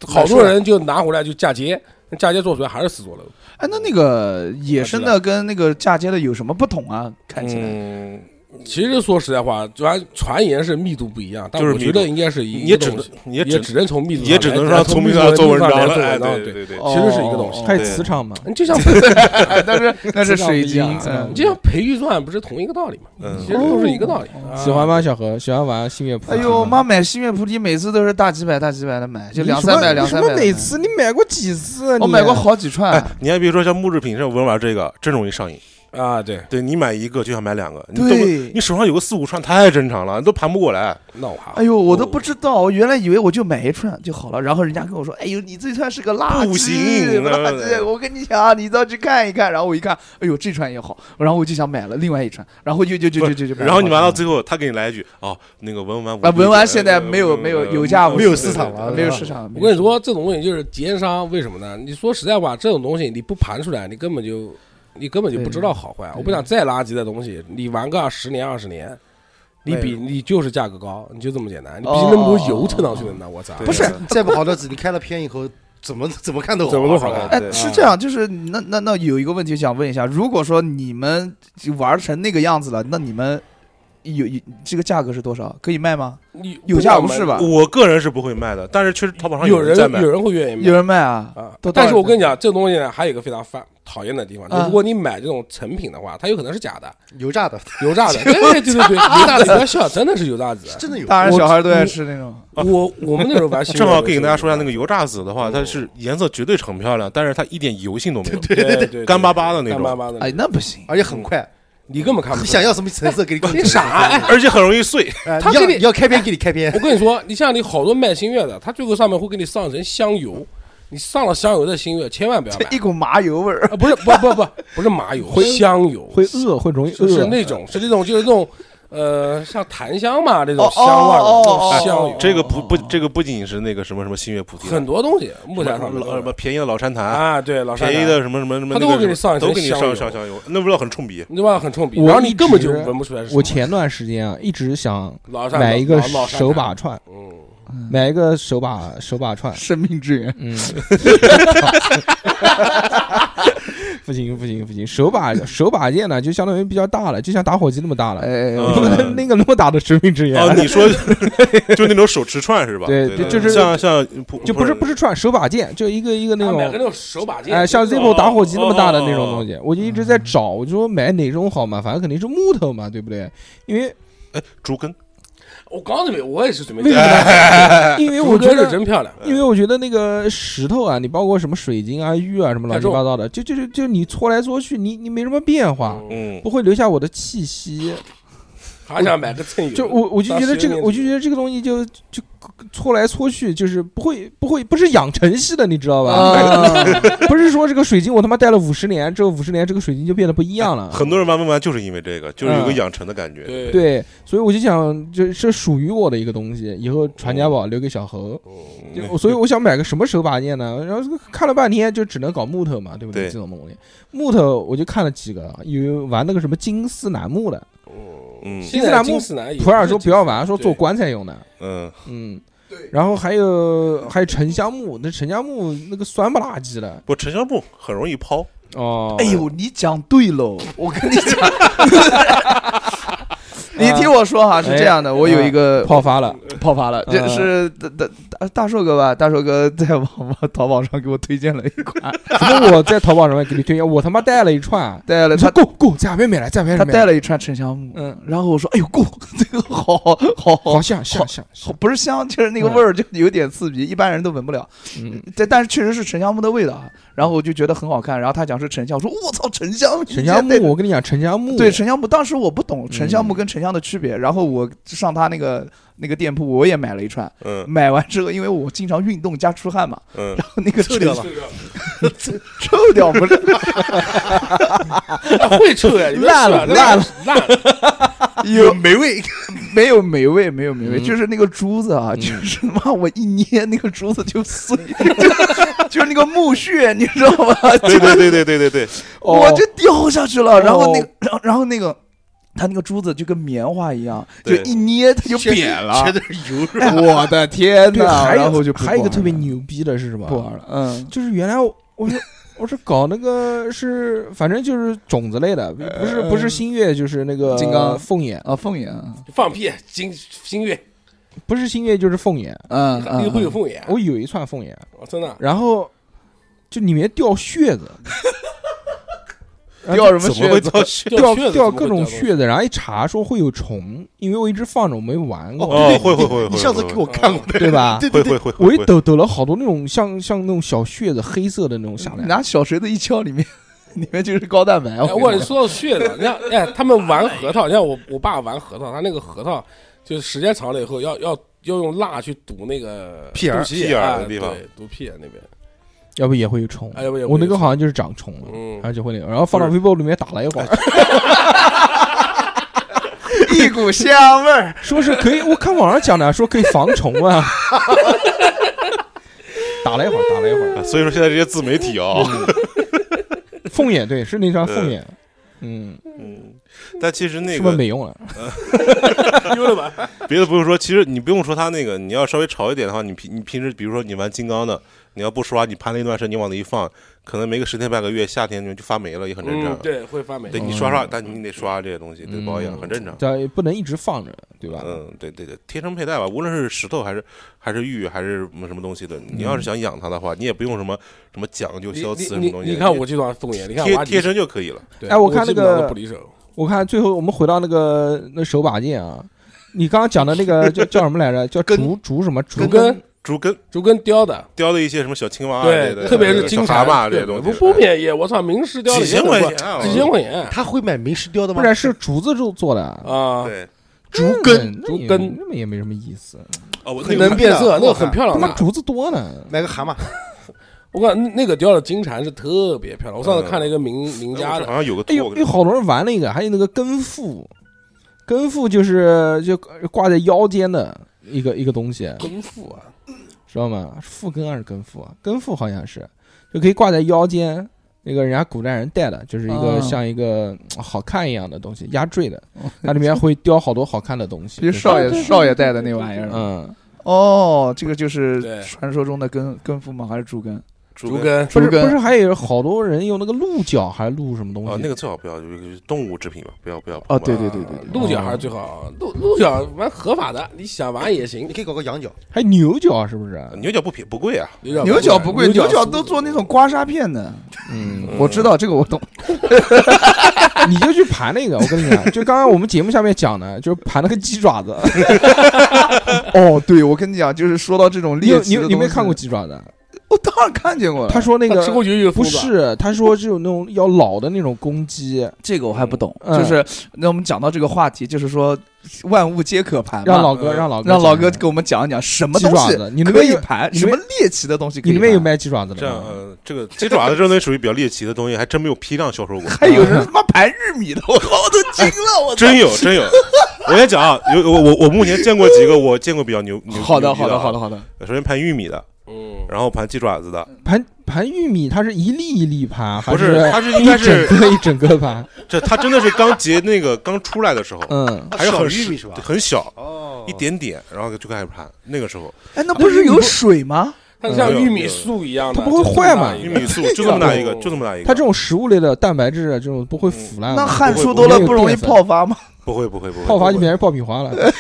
[SPEAKER 8] 好多人就拿回来就嫁接，那嫁接做出来还是四座楼。
[SPEAKER 7] 哎，那那个野生的跟那个嫁接的有什么不同啊？看起来
[SPEAKER 5] 嗯，
[SPEAKER 8] 其实说实在话，主要传言是密度不一样，但
[SPEAKER 5] 就是
[SPEAKER 8] 我
[SPEAKER 5] 密
[SPEAKER 8] 觉
[SPEAKER 5] 度
[SPEAKER 8] 得应该是一
[SPEAKER 5] 也
[SPEAKER 8] 个
[SPEAKER 5] 只
[SPEAKER 8] 东
[SPEAKER 5] 能
[SPEAKER 8] 西
[SPEAKER 5] 也
[SPEAKER 8] 也
[SPEAKER 5] 只
[SPEAKER 8] 只能从哎密度上
[SPEAKER 5] 也只
[SPEAKER 8] 来
[SPEAKER 5] 能让
[SPEAKER 8] 从
[SPEAKER 5] 聪明
[SPEAKER 8] 密度
[SPEAKER 5] 上做
[SPEAKER 8] 密
[SPEAKER 5] 文
[SPEAKER 8] 度上
[SPEAKER 5] 章
[SPEAKER 8] 来
[SPEAKER 5] 了，
[SPEAKER 8] 做
[SPEAKER 5] 哎，
[SPEAKER 8] 文章
[SPEAKER 5] 对
[SPEAKER 8] 对。
[SPEAKER 5] 对对。
[SPEAKER 7] 哦
[SPEAKER 8] 其实是一个东西
[SPEAKER 3] 它有
[SPEAKER 5] 对
[SPEAKER 3] 磁场嘛，
[SPEAKER 8] 你就 像
[SPEAKER 7] 哎 但是那是水
[SPEAKER 3] 不一
[SPEAKER 7] 晶
[SPEAKER 3] 样，啊
[SPEAKER 7] 嗯
[SPEAKER 8] 你就像培育钻不是同一个道理嘛？
[SPEAKER 5] 嗯
[SPEAKER 8] 其实都是一个道理。啊
[SPEAKER 3] 喜欢吗？小何喜欢玩星月谱？
[SPEAKER 7] 哎呦妈，买星月菩提每次都是大几百、大几百的买，就
[SPEAKER 3] 嗯你
[SPEAKER 7] 两
[SPEAKER 3] 什么
[SPEAKER 7] 三百、两
[SPEAKER 3] 你
[SPEAKER 7] 三
[SPEAKER 3] 什
[SPEAKER 7] 百
[SPEAKER 3] 么
[SPEAKER 7] 的买。
[SPEAKER 3] 每次你买过几次啊？
[SPEAKER 7] 我
[SPEAKER 3] 你
[SPEAKER 7] 买过好几串
[SPEAKER 5] 哎哎，你还别说，像木制品这种文玩这个真容易上瘾，
[SPEAKER 8] 啊，对，
[SPEAKER 5] 对你买一个就想买两个，你都
[SPEAKER 7] 对
[SPEAKER 5] 你，手上有个四五串太正常了，你都盘不过来。
[SPEAKER 8] 那我还好
[SPEAKER 7] 哎呦，
[SPEAKER 3] 哦
[SPEAKER 7] 我都不知道，我原来以为我就买一串就好了，然后人家跟我说，哎呦，你这串是个垃圾，
[SPEAKER 5] 不行
[SPEAKER 7] 垃圾，我跟你讲，啊你到去看一看。然后我一看，哎呦，这串也好，然后我就想买了另外一串，然后就就就就就就，
[SPEAKER 5] 然后你玩到最后，他给你来一句：“哦，那个文玩
[SPEAKER 7] 啊文玩现
[SPEAKER 5] 呃
[SPEAKER 7] 在没有没有有价无
[SPEAKER 9] 没有市场
[SPEAKER 7] 后
[SPEAKER 9] 了，
[SPEAKER 7] 没有市场，
[SPEAKER 8] 我跟你说，这种东西就是奸商，为什么呢？你说实在话，这种东西你不盘出来，你根本就你根本就不知道好坏。啊我不想再垃圾的东西，你玩个十年二十年，你比你就是价格高，你就这么简单。你比
[SPEAKER 7] 哦
[SPEAKER 8] 那么多油蹭上去的呢，我操！
[SPEAKER 5] 对
[SPEAKER 9] 不是再不好的纸，你开了片以后，怎么怎么看都好
[SPEAKER 8] 怎么都好
[SPEAKER 9] 是吧
[SPEAKER 8] 看。
[SPEAKER 7] 哎，
[SPEAKER 5] 对
[SPEAKER 7] 是这样，就是那那那有一个问题想问一下，如果说你们玩成那个样子了，那你们有有这个价格是多少？可以卖吗？
[SPEAKER 8] 你
[SPEAKER 7] 有价无市？吧？
[SPEAKER 5] 我个人是不会卖的，但是确实淘宝上
[SPEAKER 8] 有
[SPEAKER 5] 人
[SPEAKER 8] 人
[SPEAKER 5] 在卖
[SPEAKER 8] 有。人会愿意买
[SPEAKER 7] 有人卖啊？
[SPEAKER 8] 啊
[SPEAKER 7] 都。
[SPEAKER 8] 但是
[SPEAKER 7] 到
[SPEAKER 8] 我跟你讲，这东西呢，还有一个非常烦讨厌的地方，就
[SPEAKER 7] 啊
[SPEAKER 8] 是如果你买这种成品的话，它有可能是假的，
[SPEAKER 9] 油炸 的，
[SPEAKER 8] 油炸的。对对对对对，油炸的，你不要笑，真的是油炸子。
[SPEAKER 9] 真的有。
[SPEAKER 7] 大人
[SPEAKER 8] 我
[SPEAKER 7] 小孩都爱吃那种。
[SPEAKER 8] 我我们那 时候玩新闻的时
[SPEAKER 5] 正
[SPEAKER 8] 候，
[SPEAKER 5] 好可以跟大家说一下，那个油炸籽的
[SPEAKER 7] 哦
[SPEAKER 5] 话，它是颜色绝对很漂亮，但是它一点油性都 没有，
[SPEAKER 8] 对对呃对对
[SPEAKER 5] 干巴巴的那
[SPEAKER 8] 干巴
[SPEAKER 5] 种，
[SPEAKER 8] 巴的那
[SPEAKER 7] 哎，
[SPEAKER 8] 种，
[SPEAKER 7] 那不行，
[SPEAKER 9] 而且很快，
[SPEAKER 8] 嗯你根本看不
[SPEAKER 9] 你
[SPEAKER 8] 出
[SPEAKER 9] 想
[SPEAKER 8] 来。
[SPEAKER 9] 要什么成色给你搞成
[SPEAKER 8] 你傻哎！
[SPEAKER 5] 而且很容易碎。
[SPEAKER 9] 哎
[SPEAKER 8] 他
[SPEAKER 9] 你要
[SPEAKER 8] 给你
[SPEAKER 9] 你要开篇给你开篇
[SPEAKER 8] 我，跟你说，你像你好多卖星月的，他最后上面会给你上一层香油，你上了香油的星月千万不要
[SPEAKER 7] 这
[SPEAKER 8] 买
[SPEAKER 7] 一股麻油味儿。
[SPEAKER 8] 啊！不是不不不不是麻油，香油
[SPEAKER 3] 会饿，会容易
[SPEAKER 8] 就是
[SPEAKER 3] 饿。
[SPEAKER 8] 那种是那种就是那种呃像檀香嘛这种
[SPEAKER 7] 哦哦
[SPEAKER 8] 香味儿的
[SPEAKER 7] 哦
[SPEAKER 8] 那
[SPEAKER 7] 哦
[SPEAKER 8] 种香油，
[SPEAKER 5] 这个不不，这个不仅是那个什么什么星月菩提，
[SPEAKER 8] 很多东西木材
[SPEAKER 5] 什
[SPEAKER 8] 上
[SPEAKER 5] 么
[SPEAKER 8] 面
[SPEAKER 5] 老
[SPEAKER 8] 都
[SPEAKER 5] 什么
[SPEAKER 8] 有
[SPEAKER 5] 便宜的老山檀，
[SPEAKER 8] 啊，对老山
[SPEAKER 5] 便宜
[SPEAKER 8] 羊
[SPEAKER 5] 的什么什么什么，
[SPEAKER 8] 他都
[SPEAKER 5] 那个
[SPEAKER 8] 会给你
[SPEAKER 5] 什
[SPEAKER 8] 上
[SPEAKER 5] 么
[SPEAKER 8] 一层
[SPEAKER 5] 都给你
[SPEAKER 8] 香
[SPEAKER 5] 上
[SPEAKER 8] 油
[SPEAKER 5] 上香油，那味道很冲鼻。
[SPEAKER 8] 你知道吧很冲鼻，
[SPEAKER 3] 我
[SPEAKER 8] 然后你
[SPEAKER 3] 一
[SPEAKER 8] 根本
[SPEAKER 3] 直
[SPEAKER 8] 就闻不出来是什么。
[SPEAKER 3] 我前段时间啊，一直想
[SPEAKER 8] 老山
[SPEAKER 3] 买一个
[SPEAKER 8] 老老山
[SPEAKER 3] 手
[SPEAKER 8] 羊
[SPEAKER 3] 把，串，
[SPEAKER 8] 嗯，
[SPEAKER 3] 买一个手把手把串，
[SPEAKER 7] 生命之源，
[SPEAKER 3] 嗯， 不行不行不行，手把手把件呢，就相当于比较大了，就像打火机那么大了，
[SPEAKER 7] 哎，
[SPEAKER 5] 嗯
[SPEAKER 3] 不能 那个那么大的生命之
[SPEAKER 5] 哦，
[SPEAKER 3] 源，
[SPEAKER 5] 你说就那种手持串是吧？
[SPEAKER 3] 啊对
[SPEAKER 5] 对，
[SPEAKER 3] 就就
[SPEAKER 5] 对
[SPEAKER 3] 是
[SPEAKER 5] 像像不
[SPEAKER 3] 就不是不是串手把件，就一个一个那
[SPEAKER 8] 他啊买个
[SPEAKER 3] 种。
[SPEAKER 8] 那种手把件，
[SPEAKER 3] 哎，像
[SPEAKER 8] 这
[SPEAKER 3] Zippo 打火机那么大的那种东西，我就一直
[SPEAKER 7] 嗯
[SPEAKER 3] 在找，我就说买哪种好嘛，反正肯定是木头嘛，对不对？因为
[SPEAKER 5] 哎竹根，
[SPEAKER 8] 我刚准备，我也是准备
[SPEAKER 3] 为
[SPEAKER 8] 这
[SPEAKER 3] 什
[SPEAKER 8] 样。
[SPEAKER 3] 么呢？因为我觉
[SPEAKER 8] 觉
[SPEAKER 3] 得
[SPEAKER 8] 得真漂亮，
[SPEAKER 5] 嗯
[SPEAKER 3] 因为我觉得那个石头啊，你包括什么水晶啊、玉啊什么乱七八糟的，就就就就你搓来搓去，你你没什么变化，
[SPEAKER 8] 嗯
[SPEAKER 5] 嗯，
[SPEAKER 3] 不会留下我的气息。
[SPEAKER 8] 还想买个蹭油，
[SPEAKER 3] 就我我就觉得这个，我就觉得这个东西就就搓来搓去，就是不会不会不是养成系的，你知道吧？ 不是说这个水晶我他妈戴了五十年，这五十年这个水晶就变得不一样了。
[SPEAKER 5] 很多人玩文玩就是因为这个，就是有个
[SPEAKER 3] 啊嗯
[SPEAKER 5] 养成的感觉。
[SPEAKER 8] 对，
[SPEAKER 3] 对，所以我就想，这是属于我的一个东西，以后传家宝留给小猴。就我所以我想买个什么手把件呢？然后看了半天，就只能搞木头嘛，对不对？
[SPEAKER 5] 对
[SPEAKER 3] 这种东西，木头我就看了几个，有玩那个什么金丝楠木的，
[SPEAKER 5] 嗯
[SPEAKER 8] 新西兰金丝楠也
[SPEAKER 3] 普洱说不要玩，说做
[SPEAKER 8] 对
[SPEAKER 3] 棺材用的，
[SPEAKER 5] 嗯，
[SPEAKER 3] 嗯。然后还有还有沉香木，那沉香木那个酸不拉几的
[SPEAKER 5] 不，沉香木很容易抛，
[SPEAKER 3] 哦。
[SPEAKER 7] 哎呦，你讲对喽！我跟你讲， 你听我说哈，是这
[SPEAKER 8] 哎
[SPEAKER 7] 样的，我有一个
[SPEAKER 3] 泡发了，
[SPEAKER 7] 泡发了，这
[SPEAKER 3] 嗯
[SPEAKER 7] 是大大大大硕哥吧？大硕哥在网网淘宝上给我推荐了一
[SPEAKER 8] 啊
[SPEAKER 7] 款，
[SPEAKER 3] 怎么我在淘宝上面给你推荐？我他妈带了一串，
[SPEAKER 7] 带了
[SPEAKER 3] 我说
[SPEAKER 7] 他
[SPEAKER 3] 够够，在哪边买来？在哪边
[SPEAKER 7] 他
[SPEAKER 3] 买
[SPEAKER 7] 带了一串沉香木，
[SPEAKER 3] 嗯，
[SPEAKER 7] 然后我说：“哎呦，够， 这个好好好
[SPEAKER 3] 好
[SPEAKER 7] 好
[SPEAKER 3] 像像像
[SPEAKER 7] 好，
[SPEAKER 3] 像，
[SPEAKER 7] 不是香，就是那个味儿就有点刺鼻，一般人都闻不了。
[SPEAKER 3] 嗯，
[SPEAKER 7] 但但是确实是沉香木的味道啊。然后我就觉得很好看。然后他讲是沉香，我说我操，沉香，
[SPEAKER 3] 沉香
[SPEAKER 7] 你现
[SPEAKER 3] 木，
[SPEAKER 7] 在
[SPEAKER 3] 我跟你讲，沉香木
[SPEAKER 7] 对沉香木，当时我不懂沉香木
[SPEAKER 3] 嗯
[SPEAKER 7] 跟沉香的区别。然后我上他那个那个店铺，我也买了一串。
[SPEAKER 5] 嗯
[SPEAKER 7] 买完之后，因为我经常运动加出汗嘛，
[SPEAKER 5] 嗯，
[SPEAKER 7] 然后那个
[SPEAKER 9] 臭掉了
[SPEAKER 7] 沉， 臭掉不是
[SPEAKER 8] 会臭呀，
[SPEAKER 3] 烂了烂了，
[SPEAKER 8] 烂了，
[SPEAKER 7] 有
[SPEAKER 9] 霉味，
[SPEAKER 7] 没有美味，没有美味，
[SPEAKER 3] 嗯
[SPEAKER 7] 就是那个珠子啊，
[SPEAKER 3] 嗯
[SPEAKER 7] 就是妈我一捏那个珠子就碎，就就是那个木屑，你知道吗？
[SPEAKER 5] 对对对对对对对，
[SPEAKER 3] 哦
[SPEAKER 7] 我就掉下去了，然后那个，然后然后那个。它那个珠子就跟棉花一样，就
[SPEAKER 5] 对
[SPEAKER 7] 一捏它就扁了
[SPEAKER 9] 全。都是油肉。
[SPEAKER 7] 我的天
[SPEAKER 3] 对，
[SPEAKER 7] 哪！
[SPEAKER 3] 还
[SPEAKER 7] 然后
[SPEAKER 3] 有
[SPEAKER 7] 就不
[SPEAKER 3] 还有一个
[SPEAKER 7] 玩
[SPEAKER 3] 特别
[SPEAKER 7] 了
[SPEAKER 3] 牛逼的是什么？
[SPEAKER 7] 不玩了，嗯，
[SPEAKER 3] 就是原来我我是 我是搞那个是反正就是种子类的，不是不是星月就是那个
[SPEAKER 7] 呃金刚
[SPEAKER 3] 凤眼，
[SPEAKER 7] 啊，凤眼，
[SPEAKER 8] 放屁，金星月，
[SPEAKER 3] 不是星月就是凤眼。
[SPEAKER 7] 嗯
[SPEAKER 8] 你
[SPEAKER 7] 嗯，
[SPEAKER 8] 会有凤眼，
[SPEAKER 3] 我有一串凤眼，
[SPEAKER 8] 我真的，
[SPEAKER 3] 然后就里面掉血子，然后
[SPEAKER 7] 掉什么
[SPEAKER 5] 怎么会
[SPEAKER 7] 血子？
[SPEAKER 5] 到血？
[SPEAKER 3] 掉
[SPEAKER 8] 血
[SPEAKER 3] 掉各种，血子，然后一查说会有虫，因为我一直放着我没玩过，
[SPEAKER 5] 哦，会会会会，
[SPEAKER 9] 你上次
[SPEAKER 5] 会
[SPEAKER 9] 给我看过的，
[SPEAKER 3] 对吧？
[SPEAKER 9] 对
[SPEAKER 5] 会
[SPEAKER 9] 对对，
[SPEAKER 5] 会会，
[SPEAKER 3] 我一
[SPEAKER 5] 会
[SPEAKER 3] 抖抖了好多那种像像那种小血子，黑色的那种下来，
[SPEAKER 7] 拿小锤子一敲里面， 里面就是高蛋白。
[SPEAKER 8] 哎，
[SPEAKER 7] 我
[SPEAKER 8] 我
[SPEAKER 7] 跟你说
[SPEAKER 8] 说到血了，你看，哎，他们玩核桃，你看我我爸玩核桃，他那个核桃就是时间长了以后，要要要用蜡去堵那个
[SPEAKER 9] 屁眼儿
[SPEAKER 8] 肚脐
[SPEAKER 5] 屁眼儿
[SPEAKER 8] 哎
[SPEAKER 5] 的地方
[SPEAKER 8] 对，堵屁眼那边。
[SPEAKER 3] 要不也会有虫。
[SPEAKER 8] 哎要不也会有
[SPEAKER 3] 我那个好像就是长虫了，
[SPEAKER 8] 嗯哎
[SPEAKER 3] 然后就会那个，然后放到微波炉里面打了一会儿，
[SPEAKER 7] 一 股香味儿，
[SPEAKER 3] 说是可以，我看网上讲的说可以防虫啊。 打了一会儿，打了一会儿，
[SPEAKER 5] 啊所以说现在这些自媒体啊、
[SPEAKER 3] 嗯凤眼对，是那条凤眼，嗯，
[SPEAKER 5] 嗯，但其实那
[SPEAKER 3] 是不啊是
[SPEAKER 5] 个
[SPEAKER 3] 没用了？
[SPEAKER 5] 别的不用说，其实你不用说他那个，你要稍微潮一点的话，你平你平时比如说你玩金刚的，你要不刷，你盘了一段时间，你往那一放，可能没个十天半个月，夏天就就发霉了，也很正
[SPEAKER 8] 嗯
[SPEAKER 5] 常，。
[SPEAKER 8] 对，会发霉。
[SPEAKER 5] 对你刷刷，但你得刷这些东西，得保养，很正
[SPEAKER 8] 啊
[SPEAKER 5] 常。
[SPEAKER 3] 这不能一直放着，对吧？
[SPEAKER 5] 嗯，对对对，贴身佩戴吧，无论是石头还是还是玉还是什么什么东西的，你要是想养它的话，你也不用什么什么讲究
[SPEAKER 8] 你
[SPEAKER 5] 消磁什
[SPEAKER 8] 你
[SPEAKER 5] 么东西，
[SPEAKER 8] 你看我这双凤眼，你看
[SPEAKER 5] 贴
[SPEAKER 8] 我
[SPEAKER 5] 贴，身就可以了。
[SPEAKER 8] 对
[SPEAKER 3] 哎我看那
[SPEAKER 8] 基本上
[SPEAKER 3] 个
[SPEAKER 8] 都不离手。
[SPEAKER 3] 我看最后我们回到那个那手把件啊，你刚刚讲的那 个叫叫什么来着？叫
[SPEAKER 9] 根
[SPEAKER 3] 竹竹什么竹
[SPEAKER 8] 竹根
[SPEAKER 5] 竹根
[SPEAKER 8] 竹根雕的，
[SPEAKER 5] 雕的一些什么小青蛙啊，对
[SPEAKER 8] 对，特别是金
[SPEAKER 5] 蛤
[SPEAKER 8] 蝉
[SPEAKER 5] 蟆啊这
[SPEAKER 8] 对
[SPEAKER 5] 些东西，
[SPEAKER 8] 不不便宜，我操，名师雕的
[SPEAKER 5] 几
[SPEAKER 8] 也
[SPEAKER 5] 千
[SPEAKER 8] 很
[SPEAKER 5] 块
[SPEAKER 8] 贵
[SPEAKER 5] 钱啊，
[SPEAKER 8] 几千块钱
[SPEAKER 9] 他会买名石雕的
[SPEAKER 3] 不
[SPEAKER 9] 吗？
[SPEAKER 3] 然是竹子做做的，
[SPEAKER 8] 啊，
[SPEAKER 5] 对
[SPEAKER 9] 竹
[SPEAKER 3] 根
[SPEAKER 9] 根，
[SPEAKER 3] 竹
[SPEAKER 8] 竹根
[SPEAKER 3] 那么也没什么意思，
[SPEAKER 5] 哦，我
[SPEAKER 9] 很
[SPEAKER 5] 那个
[SPEAKER 8] 能变
[SPEAKER 9] 很漂
[SPEAKER 8] 色，
[SPEAKER 9] 亮
[SPEAKER 8] 那个很漂
[SPEAKER 3] 他
[SPEAKER 8] 亮
[SPEAKER 3] 妈
[SPEAKER 8] 的。
[SPEAKER 3] 竹子多呢。
[SPEAKER 9] 买个蛤蟆，
[SPEAKER 8] 我感觉那个雕的金蝉是特别漂亮。我上
[SPEAKER 5] 嗯
[SPEAKER 8] 次看了一个名名家
[SPEAKER 5] 我这
[SPEAKER 8] 的
[SPEAKER 5] 好，像有个
[SPEAKER 3] 哎
[SPEAKER 5] 拓
[SPEAKER 3] 呦，有好多人玩那个，还有那个根付，根付就是就挂在腰间的一个一个东西，
[SPEAKER 8] 根付啊，
[SPEAKER 3] 知道吗？是腹根还是根付啊？根付好像是，就可以挂在腰间。那个人家古代人戴的，就是一个
[SPEAKER 7] 啊
[SPEAKER 3] 像一个嗯好看一样的东西，压坠的，它里面会雕好多好看的东西。
[SPEAKER 7] 就
[SPEAKER 3] 就是
[SPEAKER 7] 少爷少爷带的那玩意儿。
[SPEAKER 3] 嗯，
[SPEAKER 7] 哦，这个就是
[SPEAKER 8] 对
[SPEAKER 7] 传说中的根根付吗？还是竹根？
[SPEAKER 8] 竹
[SPEAKER 5] 竹根
[SPEAKER 8] 根
[SPEAKER 3] 不是
[SPEAKER 7] 竹根
[SPEAKER 3] 不是，还有好多人用那个鹿角，还是鹿什么东西？
[SPEAKER 5] 哦，那个最好不要，就是动物制品嘛，不要不要。不要
[SPEAKER 7] 哦，对对对对对，
[SPEAKER 8] 啊鹿角还是最好，鹿鹿角玩合法的，你想玩也行
[SPEAKER 9] 你。可以搞个羊角，
[SPEAKER 3] 还有牛角是不是？
[SPEAKER 5] 牛角不便不贵啊，
[SPEAKER 7] 牛角不贵，牛
[SPEAKER 8] 牛
[SPEAKER 7] 角都做那种刮痧片的。
[SPEAKER 3] 嗯，
[SPEAKER 7] 我知道这个，我 懂。
[SPEAKER 3] 你就去盘那个，我跟你讲，就刚刚我们节目下面讲的，就是盘那个鸡爪子。
[SPEAKER 7] 哦，对，我跟你讲，就是说到这种
[SPEAKER 3] 你有
[SPEAKER 7] 猎
[SPEAKER 3] 你
[SPEAKER 7] 奇
[SPEAKER 3] 有
[SPEAKER 7] 的东
[SPEAKER 3] 你
[SPEAKER 7] 西，
[SPEAKER 3] 有没有看过鸡爪子？
[SPEAKER 7] 我当然看见过
[SPEAKER 5] 呃
[SPEAKER 7] 了。
[SPEAKER 3] 他说那
[SPEAKER 8] 他吃过
[SPEAKER 3] 个
[SPEAKER 8] 油油
[SPEAKER 3] 不
[SPEAKER 8] 夫吧
[SPEAKER 3] 是，他说只有那种要老的那种公鸡，
[SPEAKER 7] 这个我还不懂，
[SPEAKER 3] 嗯
[SPEAKER 7] 就是那我们讲到这个话题，就是说万物皆可盘嘛，
[SPEAKER 3] 让老
[SPEAKER 5] 呃
[SPEAKER 3] 哥
[SPEAKER 8] 嗯
[SPEAKER 3] 让老哥
[SPEAKER 7] 让老
[SPEAKER 3] 讲
[SPEAKER 7] 哥
[SPEAKER 3] 一
[SPEAKER 7] 给我们讲一讲什么
[SPEAKER 3] 讲鸡
[SPEAKER 7] 东
[SPEAKER 3] 爪
[SPEAKER 7] 西
[SPEAKER 3] 子，你那
[SPEAKER 7] 可
[SPEAKER 3] 边
[SPEAKER 7] 以
[SPEAKER 3] 有
[SPEAKER 7] 盘，
[SPEAKER 3] 你
[SPEAKER 7] 什
[SPEAKER 3] 那
[SPEAKER 7] 么猎奇的东西可
[SPEAKER 3] 你
[SPEAKER 7] 以
[SPEAKER 3] 那边有
[SPEAKER 7] 盘？
[SPEAKER 3] 卖鸡爪子
[SPEAKER 5] 这
[SPEAKER 3] 的
[SPEAKER 5] 样
[SPEAKER 3] 吗？
[SPEAKER 5] 呃，这个鸡爪子这种东西属于比较猎奇的东西，还真没有批量销售 过。
[SPEAKER 7] 还有人他妈盘玉米的，我靠，我都惊了， 我
[SPEAKER 5] 真有真有。我跟你讲啊，有我我我目前见过几个，我见过比较牛牛。
[SPEAKER 7] 好的，
[SPEAKER 5] 牛逼
[SPEAKER 7] 好的，
[SPEAKER 5] 的，啊
[SPEAKER 7] 好的，。好的。
[SPEAKER 5] 首先盘玉米的，
[SPEAKER 8] 嗯，
[SPEAKER 5] 然后盘鸡爪子的，
[SPEAKER 3] 盘盘玉米，它是一粒一粒盘，还
[SPEAKER 5] 不是，它是应该
[SPEAKER 3] 一整
[SPEAKER 5] 是
[SPEAKER 3] 个一整个 盘？
[SPEAKER 5] 这它真的是刚结那个刚出来的时候，
[SPEAKER 3] 嗯，
[SPEAKER 5] 还是
[SPEAKER 9] 小
[SPEAKER 5] 很
[SPEAKER 9] 玉米
[SPEAKER 5] 是
[SPEAKER 9] 是吧
[SPEAKER 5] 对很小
[SPEAKER 9] 哦
[SPEAKER 5] 一点点，然后就开始盘。那个时候
[SPEAKER 7] 哎，那不是有水吗？
[SPEAKER 8] 它像玉米树一样的，
[SPEAKER 3] 它不会坏嘛
[SPEAKER 8] 就
[SPEAKER 5] 嗯玉
[SPEAKER 8] 这么大一
[SPEAKER 5] 米
[SPEAKER 8] 个
[SPEAKER 5] 素就这么大一个，就哎这么大一个。
[SPEAKER 3] 它这种食物类的蛋白质啊这种不会腐
[SPEAKER 5] 嗯
[SPEAKER 3] 烂吗，
[SPEAKER 7] 那汗
[SPEAKER 5] 不会不
[SPEAKER 7] 出多了
[SPEAKER 3] 会
[SPEAKER 7] 不容易
[SPEAKER 3] 淀粉
[SPEAKER 7] 泡发吗？
[SPEAKER 5] 不会不会不会
[SPEAKER 3] 泡发就
[SPEAKER 5] 不会
[SPEAKER 3] 变成爆米花了。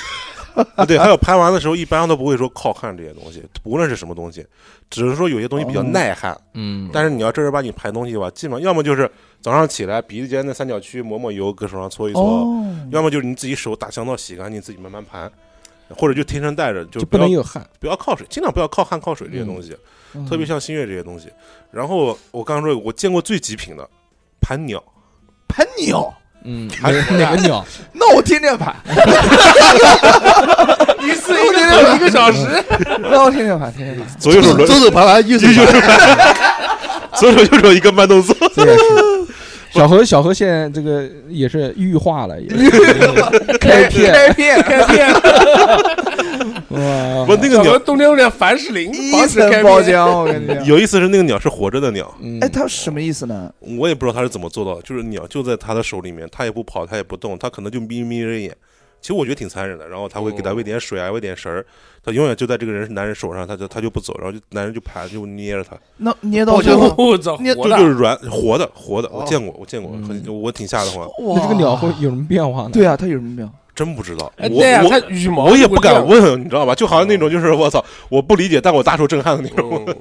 [SPEAKER 5] 啊对，还有盘完的时候，一般都不会说靠汗这些东西，无论是什么东西，只是说有些东西比较耐汗。
[SPEAKER 3] 嗯，
[SPEAKER 5] 但是你要正儿八经盘东西吧，基本上要么就是早上起来鼻子尖的三角区抹抹油，搁手上搓一搓，
[SPEAKER 7] 哦
[SPEAKER 5] 要么就是你自己手打香皂洗干净，自己慢慢盘，或者就天生带着，
[SPEAKER 3] 就
[SPEAKER 5] 就
[SPEAKER 3] 不
[SPEAKER 5] 不要
[SPEAKER 3] 能有汗。
[SPEAKER 5] 不要靠水，尽量不要靠汗靠水这些东西，特
[SPEAKER 3] 嗯
[SPEAKER 5] 别像新月这些东西。然后我刚刚说，我见过最极品的盘鸟，
[SPEAKER 7] 盘鸟，
[SPEAKER 3] 嗯，
[SPEAKER 5] 还是
[SPEAKER 3] 哪哪 个鸟？
[SPEAKER 7] 那我天天盘，
[SPEAKER 8] 一次一个一个小时，
[SPEAKER 7] 那我天天盘，天天盘。
[SPEAKER 5] 左右手轮
[SPEAKER 9] 走走盘盘，右手盘盘
[SPEAKER 5] 左手右手一个慢动作，
[SPEAKER 3] 这也是。小何，小何现在这个也是玉化了，也是开 片
[SPEAKER 7] 开 片，开 片，
[SPEAKER 3] 哇！
[SPEAKER 5] 我那个
[SPEAKER 8] 小
[SPEAKER 5] 鸟
[SPEAKER 8] 时冬天用点凡士林，
[SPEAKER 7] 一
[SPEAKER 8] 防止
[SPEAKER 7] 层
[SPEAKER 8] 开
[SPEAKER 7] 包
[SPEAKER 8] 边。
[SPEAKER 7] 浆，我跟你讲。
[SPEAKER 5] 有意思是那个鸟是活着的鸟，
[SPEAKER 3] 嗯
[SPEAKER 7] 哎，他什么意思呢？
[SPEAKER 5] 我也不知道他是怎么做到，就是鸟就在他的手里面，他也不跑，他也不动，他可能就眯眯着眼。其实我觉得挺残忍的，然后他会给他喂点水啊，喂点食儿，他永远就在这个人男人手上，他就他就不走，然后就男人就盘就捏着他，
[SPEAKER 7] 那捏到
[SPEAKER 8] 我
[SPEAKER 7] 最后，
[SPEAKER 8] 我操，
[SPEAKER 7] 你
[SPEAKER 8] 活
[SPEAKER 5] 就
[SPEAKER 8] 的
[SPEAKER 5] 就是软活的活的，
[SPEAKER 9] 哦
[SPEAKER 5] 我见过我见过，
[SPEAKER 3] 嗯
[SPEAKER 5] 很我挺吓得慌，
[SPEAKER 7] 哇
[SPEAKER 3] 那这个鸟会有什么变化呢？
[SPEAKER 7] 对啊，它有什么病？
[SPEAKER 5] 真不知道，
[SPEAKER 8] 哎，
[SPEAKER 5] 我
[SPEAKER 8] 对呀，它
[SPEAKER 5] 我
[SPEAKER 8] 羽毛
[SPEAKER 5] 我也不敢
[SPEAKER 8] 就会
[SPEAKER 5] 问，你知道吧？就好像那种就是我操，我不理解，但我大受震撼的那
[SPEAKER 8] 这
[SPEAKER 5] 种，
[SPEAKER 8] 样。嗯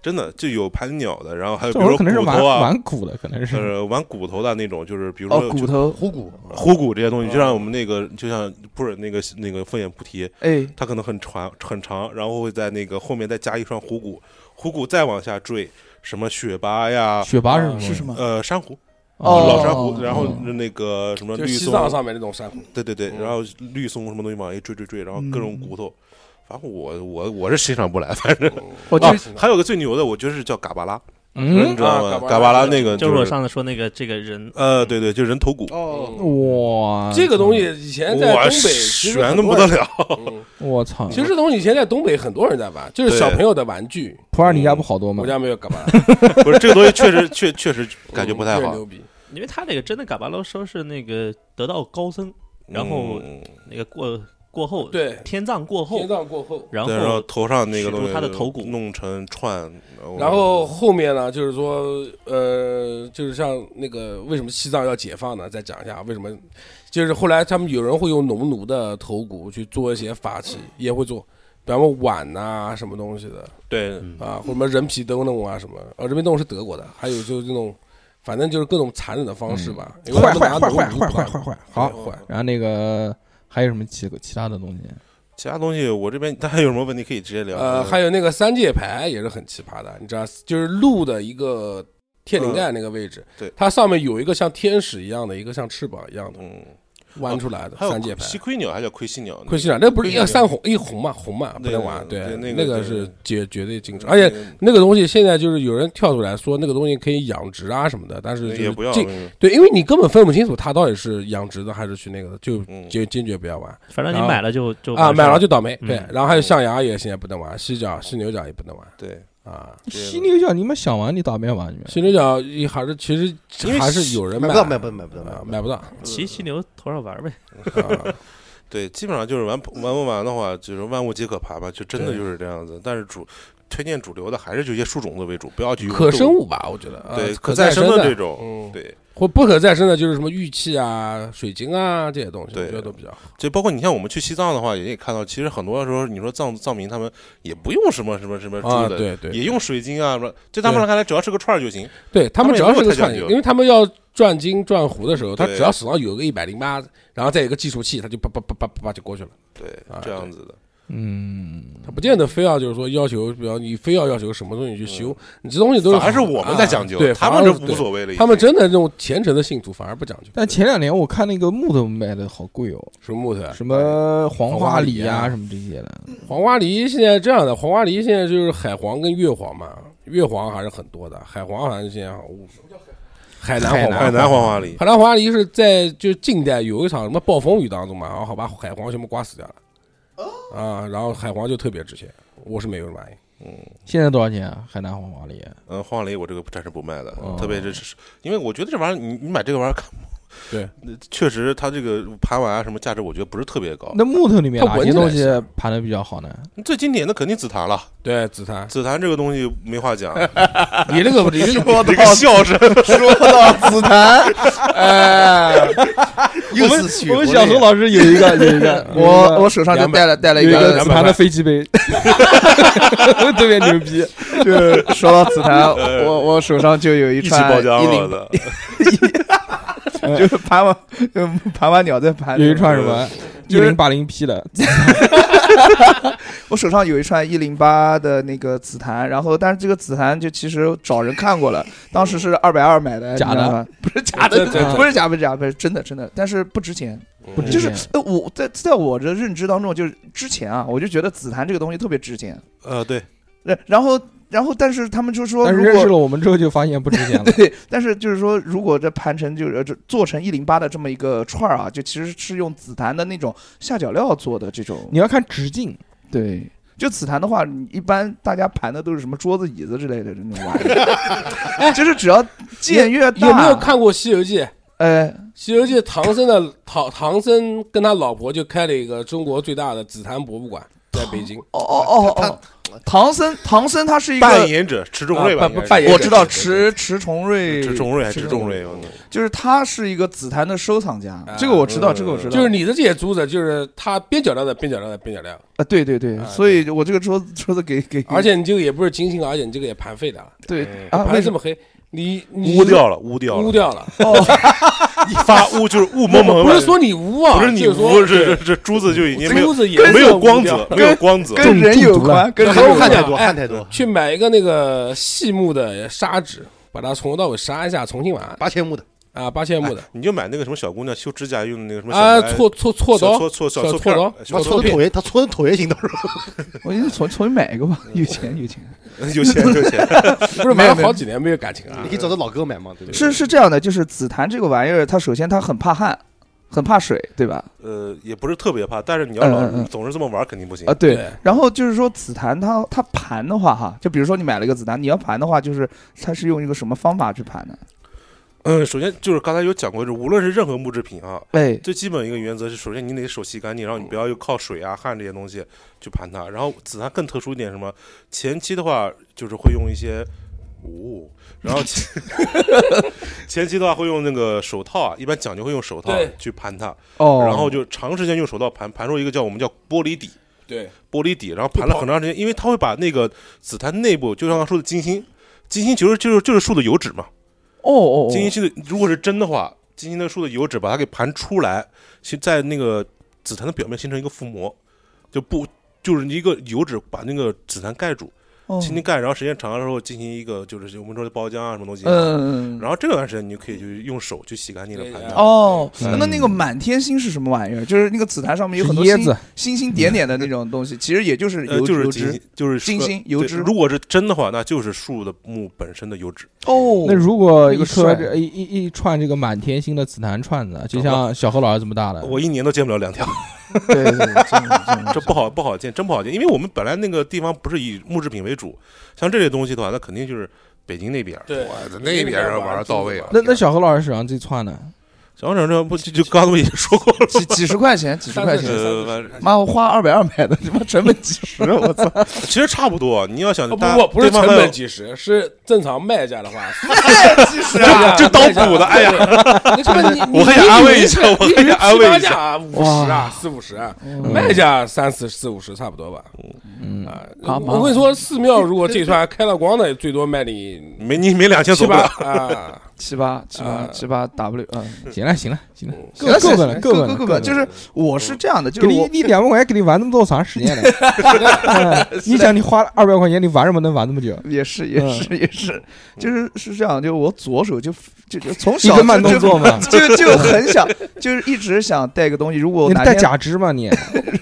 [SPEAKER 5] 真的就有盘鸟的，然后还有比
[SPEAKER 3] 这
[SPEAKER 5] 如
[SPEAKER 3] 种
[SPEAKER 5] 说
[SPEAKER 3] 可能是
[SPEAKER 5] 骨
[SPEAKER 3] 玩
[SPEAKER 5] 头啊，
[SPEAKER 3] 玩骨的，可能是
[SPEAKER 5] 呃，玩骨头的那种，就是比如说
[SPEAKER 7] 哦，骨头，
[SPEAKER 9] 虎骨，
[SPEAKER 5] 虎骨这些
[SPEAKER 8] 啊
[SPEAKER 5] 东西，就像我们那个，就像不是那个那个凤眼菩提，
[SPEAKER 7] 哎，
[SPEAKER 5] 它可能很长很长，然后会在那个后面再加一串虎骨，虎骨再往下坠，什么雪巴呀，
[SPEAKER 3] 雪
[SPEAKER 7] 啊
[SPEAKER 3] 啊巴是什么？啊
[SPEAKER 8] 是什
[SPEAKER 3] 么？
[SPEAKER 5] 呃，珊瑚，
[SPEAKER 7] 哦
[SPEAKER 5] 老珊瑚，然后那个什么
[SPEAKER 8] 就
[SPEAKER 5] 绿
[SPEAKER 8] 是西
[SPEAKER 5] 松，
[SPEAKER 8] 藏上面那种珊瑚，
[SPEAKER 5] 对对对，
[SPEAKER 8] 嗯
[SPEAKER 5] 然后绿松什么东西往一追追追，然后各种骨头，反正我我我是欣赏不来，反
[SPEAKER 8] 哦
[SPEAKER 5] 正
[SPEAKER 7] 我
[SPEAKER 5] 啊
[SPEAKER 7] 就，
[SPEAKER 5] 还有个最牛的，我觉得是叫嘎巴拉，你
[SPEAKER 3] 嗯，
[SPEAKER 5] 知道吗？
[SPEAKER 8] 啊
[SPEAKER 5] 嘎巴
[SPEAKER 8] 嘎巴
[SPEAKER 5] 拉
[SPEAKER 8] 拉
[SPEAKER 5] 那个
[SPEAKER 6] 就是
[SPEAKER 5] 是
[SPEAKER 6] 我上次说那个这个人，
[SPEAKER 5] 呃，对对，就人头骨，
[SPEAKER 8] 哦，
[SPEAKER 3] 哇，
[SPEAKER 8] 这个东西以前在
[SPEAKER 5] 啊哇
[SPEAKER 8] 东北其实
[SPEAKER 5] 悬
[SPEAKER 8] 很
[SPEAKER 5] 的
[SPEAKER 8] 多
[SPEAKER 5] 不得
[SPEAKER 8] 人
[SPEAKER 5] 了，
[SPEAKER 8] 嗯
[SPEAKER 3] 我操！
[SPEAKER 8] 其实这东西以前在东北很多人在玩，就是
[SPEAKER 5] 对嗯
[SPEAKER 8] 小朋友的玩具。
[SPEAKER 3] 普洱你家不好多吗
[SPEAKER 8] 我？家没有干嘛，
[SPEAKER 5] 不是这个东西确
[SPEAKER 8] 哦
[SPEAKER 5] 实确确实 感觉不太
[SPEAKER 8] 嗯就是
[SPEAKER 5] 好
[SPEAKER 8] 牛，逼，
[SPEAKER 6] 因为他那个真的嘎巴罗说是那个得道高僧，然后
[SPEAKER 5] 嗯
[SPEAKER 6] 那个过过后，
[SPEAKER 8] 对
[SPEAKER 6] 天葬过后
[SPEAKER 8] 天，葬过后，
[SPEAKER 6] 然
[SPEAKER 5] 对然后
[SPEAKER 6] 后
[SPEAKER 5] 头上那个东
[SPEAKER 6] 取
[SPEAKER 5] 西，
[SPEAKER 6] 出他的头骨
[SPEAKER 5] 弄成串，
[SPEAKER 8] 然后后面呢，就是说，呃，就是像那个为什么西藏要解放呢？再讲一下为什么，就是后来他们有人会用农奴的头骨去做一些法器，也会做，比方说碗呐、什么东西的
[SPEAKER 5] 对
[SPEAKER 8] 啊，或者什么人皮灯笼啊什么，呃，人皮灯笼是德国的，还有就是那种，反正就是各种残忍的方式吧，
[SPEAKER 5] 嗯
[SPEAKER 8] 因为
[SPEAKER 3] 坏
[SPEAKER 8] 他
[SPEAKER 3] 坏坏
[SPEAKER 8] 们
[SPEAKER 3] 坏
[SPEAKER 8] 拿农奴
[SPEAKER 3] 坏坏
[SPEAKER 8] 嘛
[SPEAKER 3] 坏坏，好。
[SPEAKER 8] 对嗯坏，
[SPEAKER 3] 然后那个还有什么其其他的东西？
[SPEAKER 5] 其他东西我这边大家有什么问题可以直接聊，
[SPEAKER 8] 呃，还有那个三界牌也是很奇葩的，你知道，就是鹿的一个天灵盖那个位置，
[SPEAKER 5] 嗯对
[SPEAKER 8] 它上面有一个像天使一样的，一个像翅膀一样的
[SPEAKER 5] 嗯，
[SPEAKER 8] 弯出来的
[SPEAKER 5] 还
[SPEAKER 8] 三界
[SPEAKER 5] 有
[SPEAKER 8] 牌。
[SPEAKER 5] 西亏鸟还叫盔犀鸟，
[SPEAKER 8] 亏心了，那不是
[SPEAKER 5] 亏心鸟
[SPEAKER 8] 要三红一红嘛，红嘛，不
[SPEAKER 5] 对
[SPEAKER 8] 能玩，
[SPEAKER 5] 对那个
[SPEAKER 8] 那个
[SPEAKER 5] 就是
[SPEAKER 8] 是绝绝对禁止，
[SPEAKER 5] 嗯
[SPEAKER 8] 而且那个东西现在就是有人跳出来说那个东西可以养殖啊什么的，但是就是
[SPEAKER 5] 也不要
[SPEAKER 8] 禁
[SPEAKER 5] 嗯
[SPEAKER 8] 对，因为你根本分不清楚它到底是养殖的还是去那个的，就
[SPEAKER 5] 嗯
[SPEAKER 8] 坚坚决不要玩。
[SPEAKER 6] 反正你
[SPEAKER 8] 然后
[SPEAKER 6] 买了就就
[SPEAKER 8] 啊，
[SPEAKER 6] 完事
[SPEAKER 8] 买
[SPEAKER 6] 儿
[SPEAKER 8] 了就倒霉。
[SPEAKER 6] 嗯
[SPEAKER 8] 对，然后还有象牙也现在不能玩，犀角、犀牛角也不能玩
[SPEAKER 5] 对，
[SPEAKER 8] 啊。
[SPEAKER 5] 对
[SPEAKER 3] 犀牛角，你们想玩你打没玩？你们
[SPEAKER 8] 犀牛角也还是其
[SPEAKER 5] 因为
[SPEAKER 8] 实还是有人
[SPEAKER 9] 买不
[SPEAKER 8] 买
[SPEAKER 9] 到，买不到，买不到，买
[SPEAKER 8] 啊
[SPEAKER 9] 不到。
[SPEAKER 8] 买不到。
[SPEAKER 6] 骑犀牛头上玩儿呗。
[SPEAKER 8] 啊
[SPEAKER 5] 对，基本上就是玩玩不玩的话，就是万物皆可爬嘛，就真的就是这样子。但是主推荐主流的还是这些树种子为主，不要去用
[SPEAKER 8] 可
[SPEAKER 5] 动
[SPEAKER 8] 生物吧，我觉得啊
[SPEAKER 5] 对
[SPEAKER 8] 可
[SPEAKER 5] 再
[SPEAKER 8] 生
[SPEAKER 5] 的这种，
[SPEAKER 8] 嗯，
[SPEAKER 5] 对，
[SPEAKER 8] 或不可再生的就是什么玉器啊、水晶啊这些东西，我
[SPEAKER 5] 对
[SPEAKER 8] 觉得都比较好。
[SPEAKER 5] 就包括你像我们去西藏的话，也可以看到，其实很多时候你说藏藏民他们也不用什么什么什么
[SPEAKER 8] 啊，
[SPEAKER 5] 猪的，
[SPEAKER 8] 对对
[SPEAKER 5] 也用水晶啊，什么，对他们看来只要是个串儿就行。
[SPEAKER 8] 对，他
[SPEAKER 5] 们
[SPEAKER 8] 们只要是个串
[SPEAKER 5] 也没有太讲
[SPEAKER 8] 联，
[SPEAKER 5] 究
[SPEAKER 8] 因为他们要转金转壶的时候，他
[SPEAKER 5] 对
[SPEAKER 8] 只要手上有个一百零八，然后再有一个计数器，他就叭叭叭叭叭叭就过去了。
[SPEAKER 5] 对
[SPEAKER 8] 啊，
[SPEAKER 5] 这样子的，
[SPEAKER 3] 嗯，
[SPEAKER 8] 他不见得非要就是说要求，比方你非要要求什么东西去修，你这东西都是
[SPEAKER 5] 嗯反而是我们在讲究，
[SPEAKER 8] 啊对，
[SPEAKER 5] 他们
[SPEAKER 8] 反而
[SPEAKER 5] 是无
[SPEAKER 8] 对
[SPEAKER 5] 所谓了已经。
[SPEAKER 8] 他们真的这种虔诚的信徒反而不讲究，
[SPEAKER 3] 但前两年我看那个木头卖的好贵哦，
[SPEAKER 8] 什么木头啊，
[SPEAKER 3] 什么黄花梨
[SPEAKER 8] 黄花梨
[SPEAKER 3] 啊，
[SPEAKER 8] 啊
[SPEAKER 3] 什么这些的。
[SPEAKER 8] 黄花梨现在这样的，黄花梨现在就是海黄跟月黄嘛，月黄还是很多的，海黄好像现在好像物海南黄花
[SPEAKER 5] 海南黄花梨，
[SPEAKER 8] 海南黄花梨是在就是近代有一场什么暴风雨当中嘛，然后好把海黄全部刮死掉了，啊，然后海黄就特别值钱，我是没有买，
[SPEAKER 3] 现在多少钱啊？海南黄花梨？
[SPEAKER 5] 嗯，黄花梨我这个暂时不卖的
[SPEAKER 3] 哦，
[SPEAKER 5] 特别是因为我觉得这玩意儿，你你买这个玩意儿看，
[SPEAKER 8] 对，
[SPEAKER 5] 确实它这个盘碗啊什么价值，我觉得不是特别高。
[SPEAKER 3] 那木头里面
[SPEAKER 8] 它
[SPEAKER 3] 哪
[SPEAKER 8] 闻
[SPEAKER 3] 些
[SPEAKER 8] 起来
[SPEAKER 3] 东西
[SPEAKER 8] 像
[SPEAKER 3] 盘的比较好呢？
[SPEAKER 5] 最经典的肯定紫檀了，
[SPEAKER 8] 对，紫檀，
[SPEAKER 5] 紫檀这个东西没话讲，
[SPEAKER 8] 哎你那个不是你那个
[SPEAKER 9] 说
[SPEAKER 5] 这个
[SPEAKER 9] 到
[SPEAKER 5] 笑声，
[SPEAKER 9] 说到紫檀，哎，又是取回来
[SPEAKER 3] 老师有 一个有一个
[SPEAKER 7] 我我手上就带了带了
[SPEAKER 3] 有
[SPEAKER 7] 一
[SPEAKER 3] 一
[SPEAKER 7] 个
[SPEAKER 3] 个紫檀的飞机 杯，特别牛逼。
[SPEAKER 7] 就是说到紫檀，我我手上就呃有一
[SPEAKER 5] 一起
[SPEAKER 7] 串
[SPEAKER 5] 爆浆
[SPEAKER 7] 一
[SPEAKER 5] 了
[SPEAKER 7] 零，
[SPEAKER 5] 的。
[SPEAKER 7] 就是盘完就盘完鸟在盘。
[SPEAKER 3] 有一串什么一
[SPEAKER 7] 就是
[SPEAKER 3] 零八零 P 的，
[SPEAKER 7] 我手上有一串一零八的那个紫檀，然后但是这个紫檀就其实找人 看过了，当时是二百二买的，
[SPEAKER 3] 假的
[SPEAKER 7] 你知道吗，不是假的
[SPEAKER 8] 真真，
[SPEAKER 7] 不是假，不是假，不是真的真的，但是不值钱。
[SPEAKER 3] 不
[SPEAKER 5] 嗯
[SPEAKER 3] 值
[SPEAKER 7] 就是
[SPEAKER 3] 钱
[SPEAKER 7] 呃，我在在我的认知当中，就是之前啊，我就觉得紫檀这个东西特别值钱，
[SPEAKER 5] 呃，对，
[SPEAKER 7] 呃然后然后但是他们就说
[SPEAKER 3] 但是
[SPEAKER 7] 如
[SPEAKER 3] 认识
[SPEAKER 7] 果。
[SPEAKER 3] 了我们之后就发现不值钱了。
[SPEAKER 7] 对，但是就是说，如果这盘成就是呃这做成一零八的这么一个串儿啊，就其实是用紫檀的那种下脚料做的这种，
[SPEAKER 3] 你要看直径，
[SPEAKER 7] 对，就紫檀的话，你一般大家盘的都是什么桌子、椅子之类的这种玩意儿， 就是只要剑越大，啊
[SPEAKER 8] 有没有？看过《西游记》？
[SPEAKER 7] 呃，
[SPEAKER 8] 《西游记》唐僧的唐唐僧跟他老婆就开了一个中国最大的紫檀博物馆，在北京。
[SPEAKER 7] 哦哦哦哦，唐僧，唐僧他是一
[SPEAKER 5] 扮
[SPEAKER 7] 个，
[SPEAKER 5] 演者池中瑞吧，
[SPEAKER 8] 啊
[SPEAKER 5] 应该是
[SPEAKER 8] 扮演者
[SPEAKER 7] 我知道池池重瑞，
[SPEAKER 5] 池中瑞还是
[SPEAKER 7] 池
[SPEAKER 5] 池
[SPEAKER 7] 重
[SPEAKER 5] 中瑞，我
[SPEAKER 7] 就是他是一个紫檀的收藏家，
[SPEAKER 8] 啊
[SPEAKER 7] 这个我知道，这个我
[SPEAKER 5] 嗯
[SPEAKER 7] 知道，
[SPEAKER 8] 就是你的这些珠子，就是他边角料的边角料的边角料，
[SPEAKER 5] 嗯
[SPEAKER 7] 啊，对对对
[SPEAKER 8] 啊，
[SPEAKER 7] 所以我这个桌子桌子给给，
[SPEAKER 8] 而且哎你这个也不是金星，而且你这个也盘废的了，
[SPEAKER 7] 对
[SPEAKER 5] 嗯
[SPEAKER 7] 啊，为
[SPEAKER 8] 盘得
[SPEAKER 7] 什
[SPEAKER 8] 这
[SPEAKER 7] 么？
[SPEAKER 8] 么黑，你你
[SPEAKER 5] 污掉了，污掉
[SPEAKER 8] 污
[SPEAKER 5] 了，
[SPEAKER 8] 掉了，
[SPEAKER 7] 哦，
[SPEAKER 5] 一 发乌就是雾蒙蒙
[SPEAKER 8] 不是
[SPEAKER 5] 的，
[SPEAKER 8] 说你污啊，
[SPEAKER 5] 不是你
[SPEAKER 8] 就是说
[SPEAKER 5] 污，是是是珠子就已经没
[SPEAKER 8] 珠
[SPEAKER 5] 有
[SPEAKER 8] 子也
[SPEAKER 5] 没有光
[SPEAKER 8] 跟
[SPEAKER 5] 泽，没有光泽，
[SPEAKER 7] 跟人有关，跟人有关。
[SPEAKER 4] 汗太多，汗太多，
[SPEAKER 8] 去买一个那个细木的砂纸，把它从头到尾砂一下，重新玩
[SPEAKER 4] 八千目的，
[SPEAKER 8] 啊，八千目的
[SPEAKER 5] 你就买那个什么小姑娘修指甲用的那个什么小
[SPEAKER 8] 啊，
[SPEAKER 5] 白
[SPEAKER 8] 锉锉锉
[SPEAKER 5] 小
[SPEAKER 8] 刀
[SPEAKER 5] 锉，锉小
[SPEAKER 8] 小
[SPEAKER 5] 锉
[SPEAKER 8] 锉
[SPEAKER 5] 片
[SPEAKER 8] 刀
[SPEAKER 5] 儿，小
[SPEAKER 8] 小
[SPEAKER 4] 我
[SPEAKER 8] 锉
[SPEAKER 4] 搓
[SPEAKER 8] 片
[SPEAKER 4] 的腿，他搓的腿也行，到时候
[SPEAKER 7] 我就重重新买一个 吧，有钱有钱。
[SPEAKER 5] 有钱有钱，
[SPEAKER 8] 不是玩了好几年没有感情啊
[SPEAKER 4] 你可以找他老哥买嘛，对不对？
[SPEAKER 7] 是是这样的，就是紫檀这个玩意儿，它首先它很怕汗，很怕水，对吧？
[SPEAKER 5] 呃，也不是特别怕，但是你要老
[SPEAKER 7] 嗯嗯嗯
[SPEAKER 5] 总是这么玩儿肯定不行
[SPEAKER 7] 啊，。对
[SPEAKER 8] 对。
[SPEAKER 7] 然后就是说紫檀它它盘的话哈，就比如说你买了一个紫檀，你要盘的话，就是它是用一个什么方法去盘的？
[SPEAKER 5] 嗯，首先就是刚才有讲过，就是无论是任何木制品啊，
[SPEAKER 7] 哎，
[SPEAKER 5] 最基本一个原则是，首先你得手洗干净，然后你不要又靠水啊、汗这些东西去盘它。然后紫檀更特殊一点，什么前期的话就是会用一些。哦，然后前前期的话会用那个手套啊，一般讲究会用手套
[SPEAKER 8] 对
[SPEAKER 5] 去盘它，
[SPEAKER 7] 哦，
[SPEAKER 5] 然后就长时间用手套盘，盘出一个叫我们叫玻璃底，
[SPEAKER 8] 对，
[SPEAKER 5] 玻璃底，然后盘了很长时间，因为它会把那个紫檀内部，就像刚说的金星，金星就是就是就是树的油脂嘛，
[SPEAKER 7] 哦哦哦，
[SPEAKER 5] 金星的如果是真的话，金星的树的油脂把它给盘出来，形在那个紫檀的表面形成一个覆膜，就不就是一个油脂把那个紫檀盖住，
[SPEAKER 7] 哦
[SPEAKER 5] 轻轻盖，然后时间长了之后进行一个就是我们说的包浆啊什么东西，
[SPEAKER 7] 嗯，
[SPEAKER 5] 然后这段时间你就可以去用手去洗干净的盘
[SPEAKER 8] 对
[SPEAKER 5] 它。
[SPEAKER 7] 哦，
[SPEAKER 3] 嗯
[SPEAKER 7] 那那个满天星是什么玩意儿？就是那个紫檀上面有很多
[SPEAKER 3] 是椰
[SPEAKER 7] 星
[SPEAKER 3] 子
[SPEAKER 7] 星星点点的那种东西，其实也就是
[SPEAKER 5] 呃，
[SPEAKER 7] 油
[SPEAKER 5] 就是
[SPEAKER 7] 油
[SPEAKER 5] 金
[SPEAKER 7] 脂
[SPEAKER 5] 星，就是
[SPEAKER 7] 金
[SPEAKER 5] 说
[SPEAKER 7] 星油
[SPEAKER 5] 对
[SPEAKER 7] 脂
[SPEAKER 5] 如果是真的话，那就是树的木本身的油脂。
[SPEAKER 7] 哦
[SPEAKER 3] 那如果一
[SPEAKER 7] 一
[SPEAKER 3] 车
[SPEAKER 7] 帅哦
[SPEAKER 3] 这一一一串这个满天星的紫檀串子，就像小何老师这么大的，
[SPEAKER 5] 我一年都见不了两条，
[SPEAKER 7] 对对对，真的真 的
[SPEAKER 5] 这不好不好见，真不好见。因为我们本来那个地方不是以木制品为主，像这类东西的话，那肯定就是北京那边儿。
[SPEAKER 8] 对，
[SPEAKER 9] 我那边人玩的到位啊，
[SPEAKER 3] 那那小何老师手上这串呢？
[SPEAKER 5] 小厂这不就就刚才我已经说过了，
[SPEAKER 7] 几几十块钱，几十块
[SPEAKER 8] 三
[SPEAKER 7] 钱，
[SPEAKER 8] 十
[SPEAKER 5] 呃，反正
[SPEAKER 7] 妈，我花二百二买的，他妈成本几十，我操！
[SPEAKER 5] 其实差不多。你要想
[SPEAKER 8] 哦，
[SPEAKER 5] 大
[SPEAKER 8] 不不不是
[SPEAKER 5] 对方
[SPEAKER 8] 成
[SPEAKER 5] 还有
[SPEAKER 8] 本几十，是正常卖 价的话，
[SPEAKER 7] 几十
[SPEAKER 5] 这这刀啊补的，哎呀，
[SPEAKER 8] 那成本你
[SPEAKER 5] 我还想安慰一下，我还想安慰一下。嗯
[SPEAKER 8] 下，五十啊，四五十啊，卖价三四四五十差不多吧。
[SPEAKER 3] 嗯
[SPEAKER 8] 啊，
[SPEAKER 7] 啊
[SPEAKER 8] 我跟你说，寺庙如果这串开了光的，最多卖你
[SPEAKER 5] 没你没两千
[SPEAKER 8] 七
[SPEAKER 5] 走不
[SPEAKER 8] 八
[SPEAKER 5] 了，
[SPEAKER 8] 啊。
[SPEAKER 7] 七八七八
[SPEAKER 8] 啊
[SPEAKER 7] 七八 W，嗯，
[SPEAKER 3] 行了行了行了，
[SPEAKER 8] 嗯
[SPEAKER 3] 够
[SPEAKER 7] 行
[SPEAKER 3] 够
[SPEAKER 7] 行
[SPEAKER 3] 本了
[SPEAKER 7] 行
[SPEAKER 3] 够
[SPEAKER 7] 够
[SPEAKER 3] 本了本
[SPEAKER 7] 够本
[SPEAKER 3] 了，
[SPEAKER 7] 了，就是我是这样的，就
[SPEAKER 3] 给
[SPEAKER 7] 是
[SPEAKER 3] 你
[SPEAKER 7] 我
[SPEAKER 3] 你两百块钱给你玩那么多长时 间了？嗯你想你花了二百块钱，你玩什么能玩那么久？
[SPEAKER 7] 也是也是也是，就是是这样，就我左手就就就从
[SPEAKER 3] 一
[SPEAKER 7] 小
[SPEAKER 3] 个慢
[SPEAKER 7] 就
[SPEAKER 3] 动作嘛，
[SPEAKER 7] 就就很想，就是一直想带个东西。如果
[SPEAKER 3] 你
[SPEAKER 7] 哪
[SPEAKER 3] 带
[SPEAKER 7] 天
[SPEAKER 3] 假肢吗你？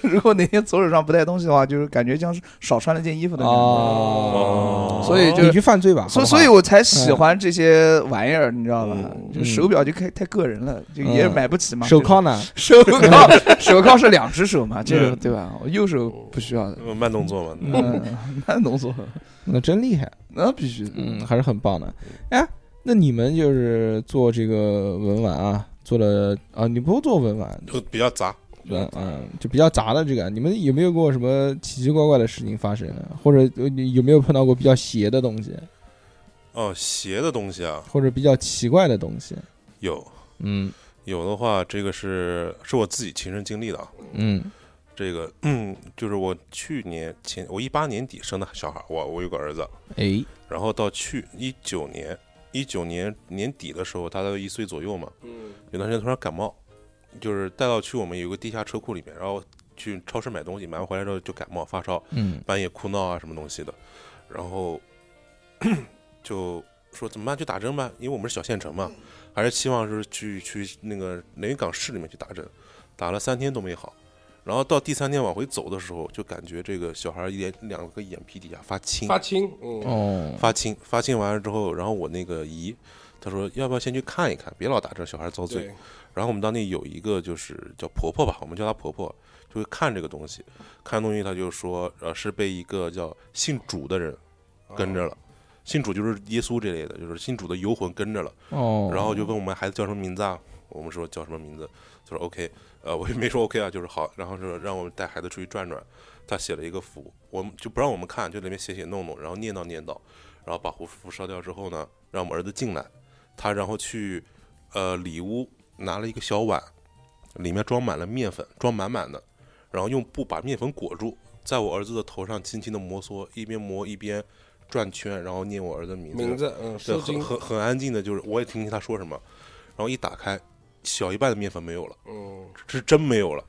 [SPEAKER 7] 如果哪天左手上不带东西的话，就是感觉像是少穿了件衣服的感觉。
[SPEAKER 3] 哦，
[SPEAKER 7] 所以就
[SPEAKER 3] 你去犯罪吧。嗯
[SPEAKER 7] 所
[SPEAKER 3] 好不好
[SPEAKER 7] 所以，我才喜欢这些玩意儿，你知道吧？
[SPEAKER 5] 嗯
[SPEAKER 7] 就手表就太太个人了，就也
[SPEAKER 3] 嗯
[SPEAKER 7] 买不起嘛。
[SPEAKER 3] 手铐 嗯呢？
[SPEAKER 7] 手铐，手铐是两只手嘛，这个
[SPEAKER 5] 嗯
[SPEAKER 7] 对吧？我右手不需要的。
[SPEAKER 5] 嗯慢动作嘛。
[SPEAKER 7] 嗯，那浓缩，
[SPEAKER 3] 那真厉害，
[SPEAKER 7] 那必须的。
[SPEAKER 3] 嗯，还是很棒的。哎，那你们就是做这个文玩啊，做了啊，你不做文玩，
[SPEAKER 5] 就比较杂，
[SPEAKER 3] 嗯嗯，就比较杂的这个，你们有没有过什么奇奇怪怪的事情发生呢？或者呃你有没有碰到过比较邪的东西，
[SPEAKER 5] 哦，邪的东西啊，
[SPEAKER 3] 或者比较奇怪的东西？
[SPEAKER 5] 有
[SPEAKER 3] 嗯
[SPEAKER 5] 有的话，这个是是我自己亲身经历的啊。
[SPEAKER 3] 嗯
[SPEAKER 5] 这个，嗯，就是我去年前，我一八年底生的小孩，我我有个儿子，
[SPEAKER 3] 哎，
[SPEAKER 5] 然后到去一九年，一九年年底的时候，大概一岁左右嘛，
[SPEAKER 8] 嗯，
[SPEAKER 5] 有段时间突然感冒，就是带到去我们有个地下车库里面，然后去超市买东西，买完回来之后就感冒发烧，
[SPEAKER 3] 嗯
[SPEAKER 5] 半夜哭闹啊什么东西的，然后就说怎么办？去打针吧，因为我们是小县城嘛，还是期望是去去那个连云港市里面去打针，打了三天都没好。然后到第三天往回走的时候，就感觉这个小孩眼两个眼皮底下发青，
[SPEAKER 8] 发青，嗯，
[SPEAKER 3] 哦，
[SPEAKER 5] 发青，发青完了之后，然后我那个姨，她说要不要先去看一看，别老打这小孩遭罪。
[SPEAKER 8] 对，
[SPEAKER 5] 然后我们当地有一个就是叫婆婆吧，我们叫她婆婆，就会看这个东西，看东西她就说，呃，是被一个叫信主的人跟着了，信主就是耶稣这类的，就是信主的游魂跟着了，
[SPEAKER 3] 哦，
[SPEAKER 5] 然后就问我们孩子叫什么名字啊，我们说叫什么名字，就说 OK，呃，我也没说 OK 啊，就是好，然后说让我们带孩子出去转转，他写了一个符，我们就不让我们看，就里面写写弄弄，然后念叨念叨，然后把符符烧掉之后呢，让我们儿子进来，他然后去呃里屋拿了一个小碗，里面装满了面粉，装满满的，然后用布把面粉裹住，在我儿子的头上轻轻的摩挲，一边磨一边转圈，然后念我儿子的名字，
[SPEAKER 8] 名字，
[SPEAKER 5] 对，
[SPEAKER 8] 嗯，收
[SPEAKER 5] 很
[SPEAKER 8] 金，
[SPEAKER 5] 很很安静的，就是我也听不清他说什么。然后一打开，小一半的面粉没有了，
[SPEAKER 8] 嗯，
[SPEAKER 5] 是真没有了。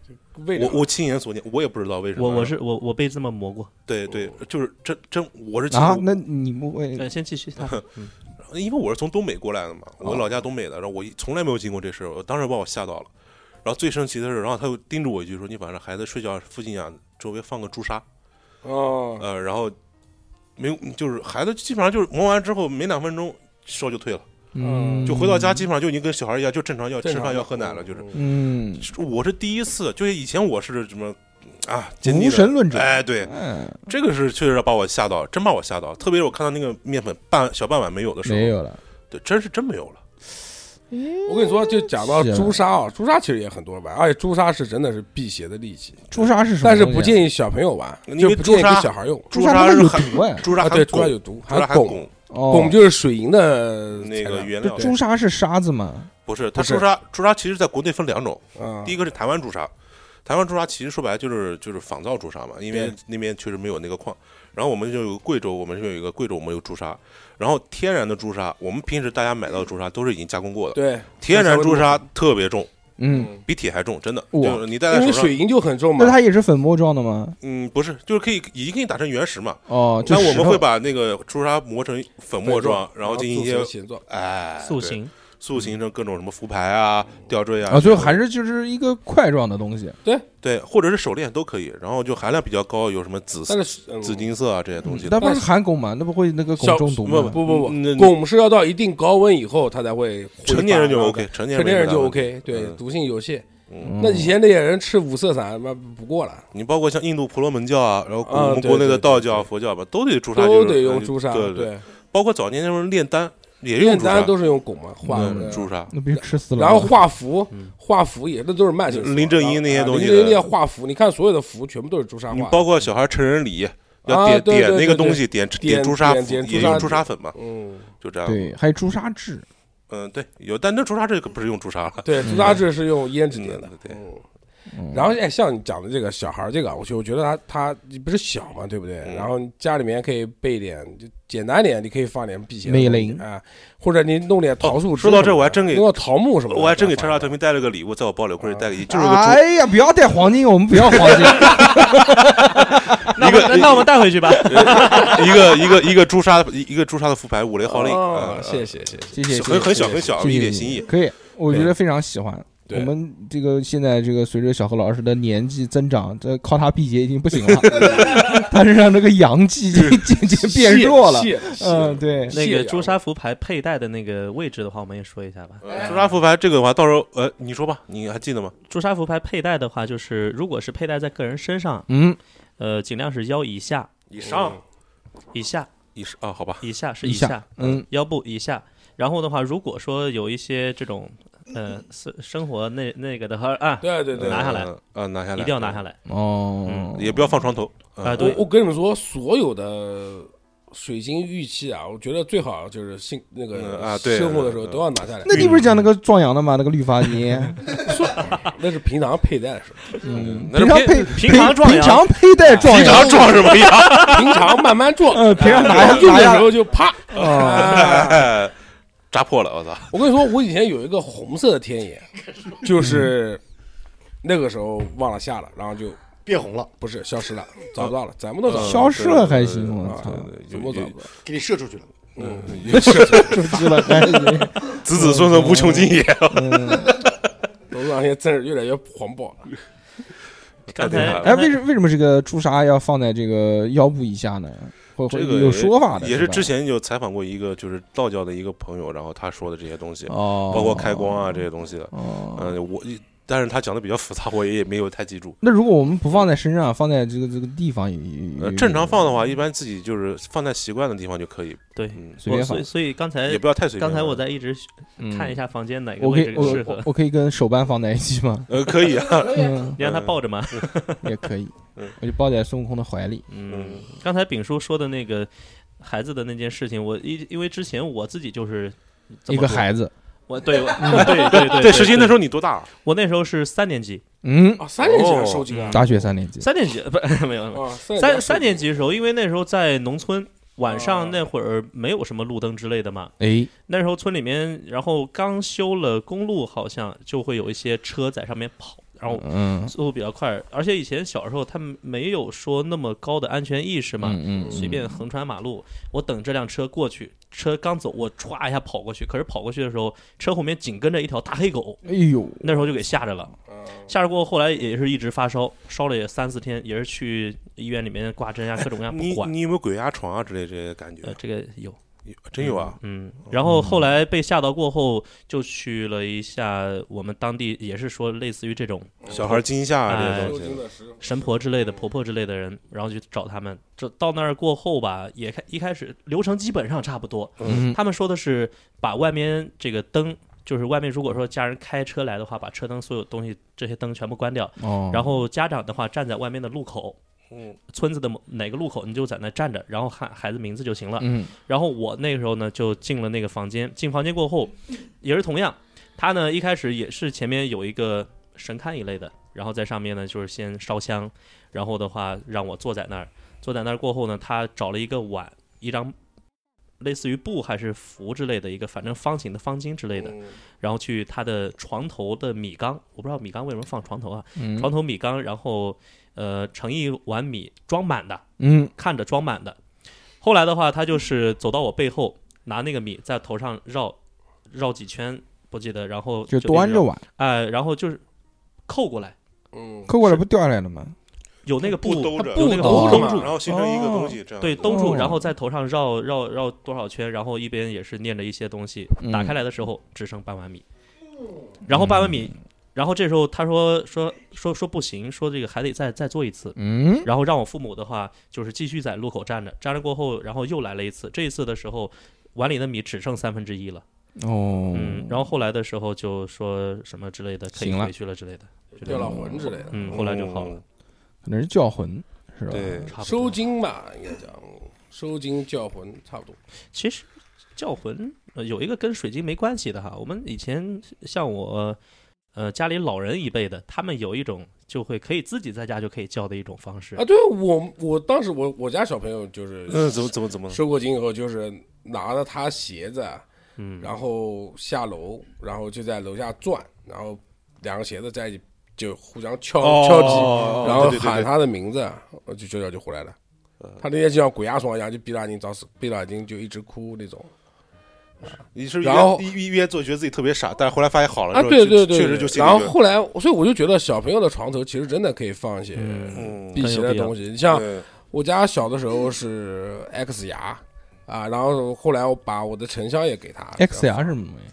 [SPEAKER 3] 为
[SPEAKER 5] 我我亲眼所见，我也不知道为什么。
[SPEAKER 6] 我我是我我被这么磨过。
[SPEAKER 5] 对对，就是真真我是亲
[SPEAKER 3] 啊
[SPEAKER 5] 我，
[SPEAKER 3] 那你不会
[SPEAKER 6] 呃，先继续他。嗯
[SPEAKER 5] 因为我是从东北过来的嘛，我
[SPEAKER 6] 哦
[SPEAKER 5] 老家东北的，然后我一从来没有经过这事儿，我当时把我吓到了。然后最生气的是，然后他又叮嘱我一句说：“你晚上孩子睡觉附近啊，周围放个朱砂。”
[SPEAKER 8] 哦，
[SPEAKER 5] 呃，然后没有，就是孩子基本上就是磨完之后没两分钟烧就退了，
[SPEAKER 3] 嗯
[SPEAKER 5] 就回到家基本上就已经跟小孩一样，就正常要
[SPEAKER 8] 正
[SPEAKER 5] 吃
[SPEAKER 8] 常嗯
[SPEAKER 5] 饭
[SPEAKER 8] 的
[SPEAKER 5] 要喝奶了，就是。
[SPEAKER 3] 嗯
[SPEAKER 5] 我是第一次，就是以前我是什么啊，坚定的
[SPEAKER 3] 无神论者
[SPEAKER 5] 哎，对，
[SPEAKER 3] 哎
[SPEAKER 5] 这个是确实把我吓到，真把我吓到。特别是我看到那个面粉半小半碗没有的时候，
[SPEAKER 3] 没有了，
[SPEAKER 5] 对，真是真没有了。
[SPEAKER 8] 我跟你说，就讲到
[SPEAKER 3] 是
[SPEAKER 8] 朱砂啊，朱砂其实也很多人玩，而且朱砂是真的是辟邪的利器，
[SPEAKER 3] 朱砂是什么东西啊？
[SPEAKER 8] 但是不建议小朋友玩，
[SPEAKER 5] 因
[SPEAKER 8] 就
[SPEAKER 5] 为
[SPEAKER 8] 不建议
[SPEAKER 5] 朱
[SPEAKER 8] 给
[SPEAKER 5] 砂
[SPEAKER 8] 小孩用。
[SPEAKER 3] 朱
[SPEAKER 5] 朱
[SPEAKER 3] 砂
[SPEAKER 5] 砂
[SPEAKER 3] 它
[SPEAKER 5] 是
[SPEAKER 3] 有
[SPEAKER 5] 含
[SPEAKER 3] 毒哎
[SPEAKER 5] 朱砂
[SPEAKER 8] 啊，
[SPEAKER 5] 含
[SPEAKER 8] 对，朱
[SPEAKER 5] 汞
[SPEAKER 8] 砂有毒，
[SPEAKER 5] 朱砂
[SPEAKER 8] 还
[SPEAKER 5] 含
[SPEAKER 8] 汞，
[SPEAKER 5] 汞
[SPEAKER 8] 汞
[SPEAKER 3] 哦，
[SPEAKER 8] 就是水银的
[SPEAKER 5] 那
[SPEAKER 8] 材
[SPEAKER 5] 个
[SPEAKER 8] 料
[SPEAKER 5] 原
[SPEAKER 3] 对
[SPEAKER 5] 料，
[SPEAKER 3] 朱砂是沙子嘛？
[SPEAKER 5] 不是它
[SPEAKER 8] 不是
[SPEAKER 5] 朱砂朱砂其实在国内分两种，
[SPEAKER 8] 啊
[SPEAKER 5] 第一个是台湾朱砂，台湾朱砂其实说白了就是就是仿造朱砂嘛，因为
[SPEAKER 8] 对
[SPEAKER 5] 那边确实没有那个矿。然后我们就有个贵州，我们这边有一个贵州，我们有朱砂。然后天然的朱砂，我们平时大家买到的朱砂都是已经加工过的，
[SPEAKER 8] 对，
[SPEAKER 5] 天然朱砂
[SPEAKER 8] 稍
[SPEAKER 5] 特别重，
[SPEAKER 3] 嗯，
[SPEAKER 5] 比铁还重，真的。
[SPEAKER 3] 哇
[SPEAKER 5] 就是你戴
[SPEAKER 8] 微
[SPEAKER 5] 在
[SPEAKER 8] 重，因
[SPEAKER 5] 手上，
[SPEAKER 8] 为水银就很重嘛
[SPEAKER 3] 那。它也是粉末状的吗？
[SPEAKER 5] 嗯，不是，就是可以已经可以打成原石嘛。
[SPEAKER 3] 哦，就
[SPEAKER 5] 但我
[SPEAKER 3] 石
[SPEAKER 5] 们
[SPEAKER 3] 头
[SPEAKER 5] 会把那个朱砂磨成粉末状，然后进行一些
[SPEAKER 8] 做成啊形状，
[SPEAKER 5] 哎
[SPEAKER 6] 塑
[SPEAKER 5] 对
[SPEAKER 6] 形，嗯
[SPEAKER 5] 塑形成各种什么浮牌啊、吊坠啊
[SPEAKER 3] 啊，最后还
[SPEAKER 5] 是
[SPEAKER 3] 是就是一个块状的东西。
[SPEAKER 5] 对，或者是手链都可以。然后就含量比较高，有什么紫
[SPEAKER 8] 但是嗯
[SPEAKER 5] 紫金色啊这些东西的。
[SPEAKER 3] 那不是含汞吗？那不会那个汞
[SPEAKER 8] 小
[SPEAKER 3] 中毒
[SPEAKER 5] 不
[SPEAKER 3] 吗？
[SPEAKER 8] 不不不
[SPEAKER 5] 嗯那，
[SPEAKER 8] 汞是要到一定高温以后它才会挥发
[SPEAKER 5] 成年人就
[SPEAKER 8] 嘛
[SPEAKER 5] OK，成年
[SPEAKER 8] 成年人就
[SPEAKER 5] 没
[SPEAKER 8] OK，对，
[SPEAKER 5] 嗯
[SPEAKER 8] 毒性有限。
[SPEAKER 5] 嗯
[SPEAKER 8] 那以前那些人吃五色散，妈不过了，
[SPEAKER 5] 你包括像印度婆罗门教啊，然后
[SPEAKER 8] 啊
[SPEAKER 5] 我们
[SPEAKER 8] 对
[SPEAKER 5] 国内的
[SPEAKER 8] 对
[SPEAKER 5] 道
[SPEAKER 8] 对
[SPEAKER 5] 教、
[SPEAKER 8] 对
[SPEAKER 5] 佛教吧，都得朱砂，
[SPEAKER 8] 都
[SPEAKER 5] 就是
[SPEAKER 8] 得用
[SPEAKER 5] 嗯
[SPEAKER 8] 朱砂，
[SPEAKER 5] 对，
[SPEAKER 8] 对，
[SPEAKER 5] 包括早年那时候炼丹也用
[SPEAKER 8] 炼
[SPEAKER 5] 朱砂
[SPEAKER 8] 丹，都是啊用汞嘛化
[SPEAKER 5] 嗯
[SPEAKER 8] 的。
[SPEAKER 5] 朱砂。
[SPEAKER 3] 那不是吃死了吗？
[SPEAKER 8] 然后画符，画符也那都是慢性符。
[SPEAKER 5] 林正英那些
[SPEAKER 8] 啊
[SPEAKER 5] 东西
[SPEAKER 8] 林正英
[SPEAKER 5] 的
[SPEAKER 8] 那些画符，你看所有的符全部都是朱砂
[SPEAKER 5] 你
[SPEAKER 8] 画的。
[SPEAKER 5] 包括小孩成人礼，要
[SPEAKER 8] 啊
[SPEAKER 5] 点
[SPEAKER 8] 对
[SPEAKER 5] 点
[SPEAKER 8] 对
[SPEAKER 5] 那
[SPEAKER 8] 对
[SPEAKER 5] 个
[SPEAKER 8] 对
[SPEAKER 5] 东西，点
[SPEAKER 8] 点
[SPEAKER 5] 朱砂
[SPEAKER 8] 点
[SPEAKER 5] 粉，
[SPEAKER 8] 点
[SPEAKER 5] 也
[SPEAKER 8] 朱砂
[SPEAKER 5] 用朱
[SPEAKER 8] 粉
[SPEAKER 5] 砂粉嘛，
[SPEAKER 8] 嗯，
[SPEAKER 5] 就这样。
[SPEAKER 3] 对，还有朱砂痣，
[SPEAKER 5] 嗯，对，有，但那朱砂这个不是用朱砂了，
[SPEAKER 8] 对，朱砂痣是用胭脂点的
[SPEAKER 5] 嗯。对
[SPEAKER 8] 嗯
[SPEAKER 3] 嗯
[SPEAKER 8] 然后哎，像你讲的这个小孩儿这个，啊我就我觉得他他你不是小嘛，对不对？
[SPEAKER 5] 嗯
[SPEAKER 8] 然后你家里面可以备点，就简单点，你可以放点辟邪的
[SPEAKER 3] 美
[SPEAKER 8] 东西
[SPEAKER 3] 菱
[SPEAKER 8] 啊，或者你弄点桃树枝什
[SPEAKER 5] 哦说
[SPEAKER 8] 么的。
[SPEAKER 5] 到这我还真给
[SPEAKER 8] 弄到桃木什么的，
[SPEAKER 5] 我还真给叉
[SPEAKER 8] 放
[SPEAKER 5] 叉
[SPEAKER 8] 上
[SPEAKER 5] 调频带了个礼物，在我包里，估计带给你，就是个朱，
[SPEAKER 3] 哎呀，不要带黄金，我们不要黄金，
[SPEAKER 6] 那我那我们带回去吧。
[SPEAKER 5] 一个一个一个朱砂，一一个朱砂的副牌，五雷号令，
[SPEAKER 8] 哦
[SPEAKER 5] 嗯，
[SPEAKER 8] 谢谢谢谢。
[SPEAKER 3] 谢谢，谢谢
[SPEAKER 5] 很很小很小，
[SPEAKER 3] 谢谢
[SPEAKER 5] 一点
[SPEAKER 3] 谢谢
[SPEAKER 5] 心意。
[SPEAKER 3] 可以，我觉得非常喜欢。我
[SPEAKER 8] 对
[SPEAKER 3] 们这个现在这个随着小何老师的年纪增长，这靠他辟邪已经不行了， 他身上这个阳气已经渐渐变弱了。
[SPEAKER 8] 谢
[SPEAKER 3] 嗯，对，
[SPEAKER 6] 那
[SPEAKER 8] 谢
[SPEAKER 6] 个
[SPEAKER 8] 谢
[SPEAKER 6] 朱砂符牌佩戴的那个位置的话，我们也说一下吧。
[SPEAKER 5] 朱砂副牌这个的话，到时候呃，你说吧，你还记得吗？
[SPEAKER 6] 朱砂符牌佩戴的话，就是如果是佩戴在个人身上，
[SPEAKER 3] 嗯，
[SPEAKER 6] 呃，尽量是腰以下、
[SPEAKER 5] 以
[SPEAKER 6] 以下、
[SPEAKER 5] 嗯以上啊，好吧，
[SPEAKER 6] 以下是
[SPEAKER 3] 一
[SPEAKER 6] 以
[SPEAKER 3] 下
[SPEAKER 6] 下，
[SPEAKER 3] 嗯，
[SPEAKER 6] 腰部以下。然后的话，如果说有一些这种呃生生活那那个的话啊，
[SPEAKER 8] 对对对，
[SPEAKER 6] 拿下来
[SPEAKER 5] 嗯，啊，拿下来，
[SPEAKER 6] 一定要拿下来
[SPEAKER 3] 哦，
[SPEAKER 5] 嗯也不要放床头
[SPEAKER 6] 啊！
[SPEAKER 5] 嗯
[SPEAKER 6] 对
[SPEAKER 8] 我，我跟你们说，所有的水晶玉器啊，我觉得最好就是性那个
[SPEAKER 5] 嗯啊对
[SPEAKER 8] 生活的时候
[SPEAKER 5] 嗯
[SPEAKER 8] 都要拿下来。
[SPEAKER 3] 那你不是讲那个壮阳的吗？那个绿 发泥，
[SPEAKER 8] 那是平常佩戴的时候，
[SPEAKER 3] 嗯，
[SPEAKER 5] 那是
[SPEAKER 3] 平常
[SPEAKER 5] 偏
[SPEAKER 3] 配
[SPEAKER 6] 平常壮阳
[SPEAKER 3] 平常佩戴壮
[SPEAKER 5] 平
[SPEAKER 3] 阳，
[SPEAKER 5] 常撞什么呀？
[SPEAKER 8] 平常慢慢 做，
[SPEAKER 3] 呃，平常拿
[SPEAKER 8] 然后用
[SPEAKER 3] 拿
[SPEAKER 8] 的时
[SPEAKER 3] 下
[SPEAKER 8] 候就啪。啊
[SPEAKER 5] 哎扎破了，我操！
[SPEAKER 8] 我跟你说，我以前有一个红色的天眼，就是
[SPEAKER 3] 嗯
[SPEAKER 8] 那个时候忘了下了，然后就
[SPEAKER 9] 变红了，
[SPEAKER 8] 不是消失了，找
[SPEAKER 3] 嗯
[SPEAKER 8] 不到了，怎么都找不到，
[SPEAKER 3] 消失了还行，
[SPEAKER 5] 嗯
[SPEAKER 3] 我
[SPEAKER 8] 啊
[SPEAKER 3] 操，
[SPEAKER 8] 怎么
[SPEAKER 5] 有
[SPEAKER 8] 找
[SPEAKER 5] 有
[SPEAKER 8] 不到？嗯
[SPEAKER 9] 给你射出去了。
[SPEAKER 3] 出去了还行，
[SPEAKER 5] 子子孙
[SPEAKER 6] 嗯
[SPEAKER 5] 孙无穷尽也。
[SPEAKER 8] 董事长现在真是越来越黄暴了。
[SPEAKER 6] 刚
[SPEAKER 5] 太厉
[SPEAKER 6] 才
[SPEAKER 5] 害了
[SPEAKER 3] 哎，为什为什么这个朱砂要放在这个腰部以下呢？会会
[SPEAKER 5] 这个
[SPEAKER 3] 有说法的，
[SPEAKER 5] 也
[SPEAKER 3] 是
[SPEAKER 5] 是
[SPEAKER 3] 吧
[SPEAKER 5] 之前有采访过一个就是道教的一个朋友，然后他说的这些东西，
[SPEAKER 3] 哦，
[SPEAKER 5] 包括开光啊这些东西的。
[SPEAKER 3] 哦。
[SPEAKER 5] 嗯，我但是他讲的比较复杂，我也没有太记住。
[SPEAKER 3] 那如果我们不放在身上，放在这个这个地方也也
[SPEAKER 5] 呃，
[SPEAKER 3] 也
[SPEAKER 5] 正常放的话，
[SPEAKER 3] 嗯
[SPEAKER 5] 一般自己就是放在习惯的地方就可以，
[SPEAKER 6] 对，
[SPEAKER 5] 嗯，
[SPEAKER 3] 随
[SPEAKER 6] 我
[SPEAKER 3] 便
[SPEAKER 6] 所以
[SPEAKER 3] 放。
[SPEAKER 6] 所以刚才
[SPEAKER 5] 也不要太随便。
[SPEAKER 6] 哎刚才我在一直看一
[SPEAKER 3] 下，
[SPEAKER 6] 下房间哪个
[SPEAKER 3] 我可
[SPEAKER 6] 位
[SPEAKER 3] 以
[SPEAKER 6] 置
[SPEAKER 3] 我
[SPEAKER 6] 适合
[SPEAKER 3] 我，我可以跟手办放在一起吗？
[SPEAKER 5] 呃，可以 啊，
[SPEAKER 3] 嗯，
[SPEAKER 6] 你让他抱着嘛。
[SPEAKER 3] 也可以
[SPEAKER 5] 嗯，
[SPEAKER 3] 我就抱在孙悟空的怀里。
[SPEAKER 6] 嗯，刚才丙叔说的那个孩子的那件事情，我因因为之前我自己就是这
[SPEAKER 3] 一
[SPEAKER 6] 么
[SPEAKER 3] 个
[SPEAKER 6] 做
[SPEAKER 3] 孩子，
[SPEAKER 6] 我 对我对对对
[SPEAKER 5] 对，石鑫那时候
[SPEAKER 6] 候
[SPEAKER 5] 你多大？啊
[SPEAKER 6] 我那时候是三年级，
[SPEAKER 3] 嗯，
[SPEAKER 8] 啊，三年级还收集啊，
[SPEAKER 3] 大学三年级，
[SPEAKER 6] 三年级不 没有没有
[SPEAKER 8] 啊，
[SPEAKER 6] 三
[SPEAKER 8] 三
[SPEAKER 6] 三年
[SPEAKER 8] 级
[SPEAKER 6] 级的时候，因为那时候在农村，晚上那会儿没有什么路灯之类的嘛，
[SPEAKER 3] 哎，
[SPEAKER 6] 那时候村里面，然后刚修了公路，好像就会有一些车在上面跑，然后
[SPEAKER 3] 嗯
[SPEAKER 6] 速度比较快，而且以前小时候他们没有说那么高的安全意识嘛，
[SPEAKER 3] 嗯嗯，
[SPEAKER 6] 随便横穿马路，我等这辆车过去，车刚走，我歘一下跑过去，可是跑过去的时候，车后面紧跟着一条大黑狗，
[SPEAKER 3] 哎呦，
[SPEAKER 6] 那时候就给吓着了。
[SPEAKER 5] 哦
[SPEAKER 6] 吓着过后，后来也是一直发烧，烧了也三四天，也是去医院里面挂针啊，各种各样不
[SPEAKER 5] 你
[SPEAKER 6] 管。
[SPEAKER 5] 你有没有鬼压床啊之类这些感觉
[SPEAKER 6] 呃，？这个有，
[SPEAKER 5] 有真有啊！
[SPEAKER 6] 嗯，然后后来被吓到过后，就去了一下我们当地，也是说类似于这种
[SPEAKER 5] 小孩惊吓啊
[SPEAKER 6] 哎
[SPEAKER 5] 这
[SPEAKER 8] 都
[SPEAKER 5] 些
[SPEAKER 8] 真
[SPEAKER 5] 东西，
[SPEAKER 8] 的是
[SPEAKER 6] 神婆之类的、婆婆之类的人，然后去找他们。这到那儿过后吧，也开一开始流程基本上差不多。
[SPEAKER 3] 嗯
[SPEAKER 6] 他们说的是把外面这个灯，就是外面如果说家人开车来的话，把车灯所有东西这些灯全部关掉，
[SPEAKER 3] 哦，
[SPEAKER 6] 然后家长的话站在外面的路口。
[SPEAKER 5] 嗯，
[SPEAKER 6] 村子的某哪个路口你就在那站着，然后喊孩子名字就行了。
[SPEAKER 3] 嗯
[SPEAKER 6] 然后我那个时候呢就进了那个房间，进房间过后也是同样，他呢一开始也是前面有一个神龛一类的，然后在上面呢就是先烧香，然后的话让我坐在那儿，坐在那儿过后呢，他找了一个碗，一张类似于布还是符之类的一个，反正方形的方巾之类
[SPEAKER 8] 嗯
[SPEAKER 6] 的，然后去他的床头的米缸，我不知道米缸为什么放床头啊，
[SPEAKER 3] 嗯
[SPEAKER 6] 床头米缸，然后呃盛一碗米装满的，
[SPEAKER 3] 嗯，
[SPEAKER 6] 看着装满的。后来的话，他就是走到我背后，拿那个米在头上绕绕几圈，不记得，然后
[SPEAKER 3] 就
[SPEAKER 6] 一直
[SPEAKER 3] 端着
[SPEAKER 6] 绕，
[SPEAKER 3] 碗，
[SPEAKER 6] 哎、然后就是扣过来，
[SPEAKER 8] 嗯，
[SPEAKER 3] 扣过来不掉下来了吗？
[SPEAKER 6] 有那个
[SPEAKER 5] 布兜着，嗯
[SPEAKER 6] 有那个
[SPEAKER 3] 兜
[SPEAKER 6] 布
[SPEAKER 3] 着
[SPEAKER 6] 兜
[SPEAKER 5] 然
[SPEAKER 6] 住，
[SPEAKER 5] 后形成一个东西这样。
[SPEAKER 6] 哎对，兜住，
[SPEAKER 3] 哦
[SPEAKER 6] 然后在头上绕绕绕多少圈，然后一边也是念着一些东西，
[SPEAKER 3] 嗯
[SPEAKER 6] 打开来的时候只剩半碗米，然后半碗
[SPEAKER 3] 嗯
[SPEAKER 6] 米，然后这时候他说说说说不行，说这个还得再再做一次，
[SPEAKER 3] 嗯，
[SPEAKER 6] 然后让我父母的话就是继续在路口站着，站着过后，然后又来了一次。这一次的时候，碗里的米只剩三分之一了。
[SPEAKER 3] 哦，
[SPEAKER 6] 嗯，然后后来的时候就说什么之类的，可以
[SPEAKER 3] 行了
[SPEAKER 6] 回去了之类的。就这
[SPEAKER 8] 掉
[SPEAKER 6] 样
[SPEAKER 8] 了魂之类的，
[SPEAKER 6] 嗯，后来就好了，
[SPEAKER 3] 可能是叫魂，是吧？
[SPEAKER 5] 对，
[SPEAKER 6] 差不
[SPEAKER 8] 收
[SPEAKER 6] 多。
[SPEAKER 8] 精吧，应该讲收精叫魂差不多。
[SPEAKER 6] 其实叫魂、呃、有一个跟水晶没关系的哈，我们以前像我呃家里老人一辈的，他们有一种就会可以自己在家就可以叫的一种方式
[SPEAKER 8] 啊，。对我我当时我我家小朋友就是
[SPEAKER 5] 嗯，怎么怎么怎么？
[SPEAKER 8] 收过精以后，就是拿着他鞋子，啊
[SPEAKER 6] 嗯，
[SPEAKER 8] 然后下楼，然后就在楼下转，然后两个鞋子在一起就互相敲敲击，
[SPEAKER 5] 哦
[SPEAKER 8] 然后
[SPEAKER 5] 对对对
[SPEAKER 8] 喊
[SPEAKER 5] 对
[SPEAKER 8] 他的名字，我就舅舅就回来了。他那天就像鬼压床一样，就闭着眼睛找死，闭着眼睛就一直哭那种。
[SPEAKER 5] 你是不是
[SPEAKER 8] 然后
[SPEAKER 5] 一一一边做觉得自己特别傻，但是后来发现好了
[SPEAKER 8] 啊，
[SPEAKER 5] 之后
[SPEAKER 8] 对对
[SPEAKER 5] 确
[SPEAKER 8] 对，
[SPEAKER 5] 确实就心
[SPEAKER 8] 然
[SPEAKER 5] 里
[SPEAKER 8] 后
[SPEAKER 5] 就
[SPEAKER 8] 后来，所以我就觉得小朋友的床头其实真的可以放一些
[SPEAKER 5] 嗯，
[SPEAKER 8] 避
[SPEAKER 6] 很
[SPEAKER 8] 邪
[SPEAKER 6] 有
[SPEAKER 8] 的
[SPEAKER 6] 必要
[SPEAKER 8] 东西。你像
[SPEAKER 5] 对
[SPEAKER 8] 我家小的时候是 X 牙啊，然后后来我把我的沉香也给他
[SPEAKER 3] X 牙是什么呀？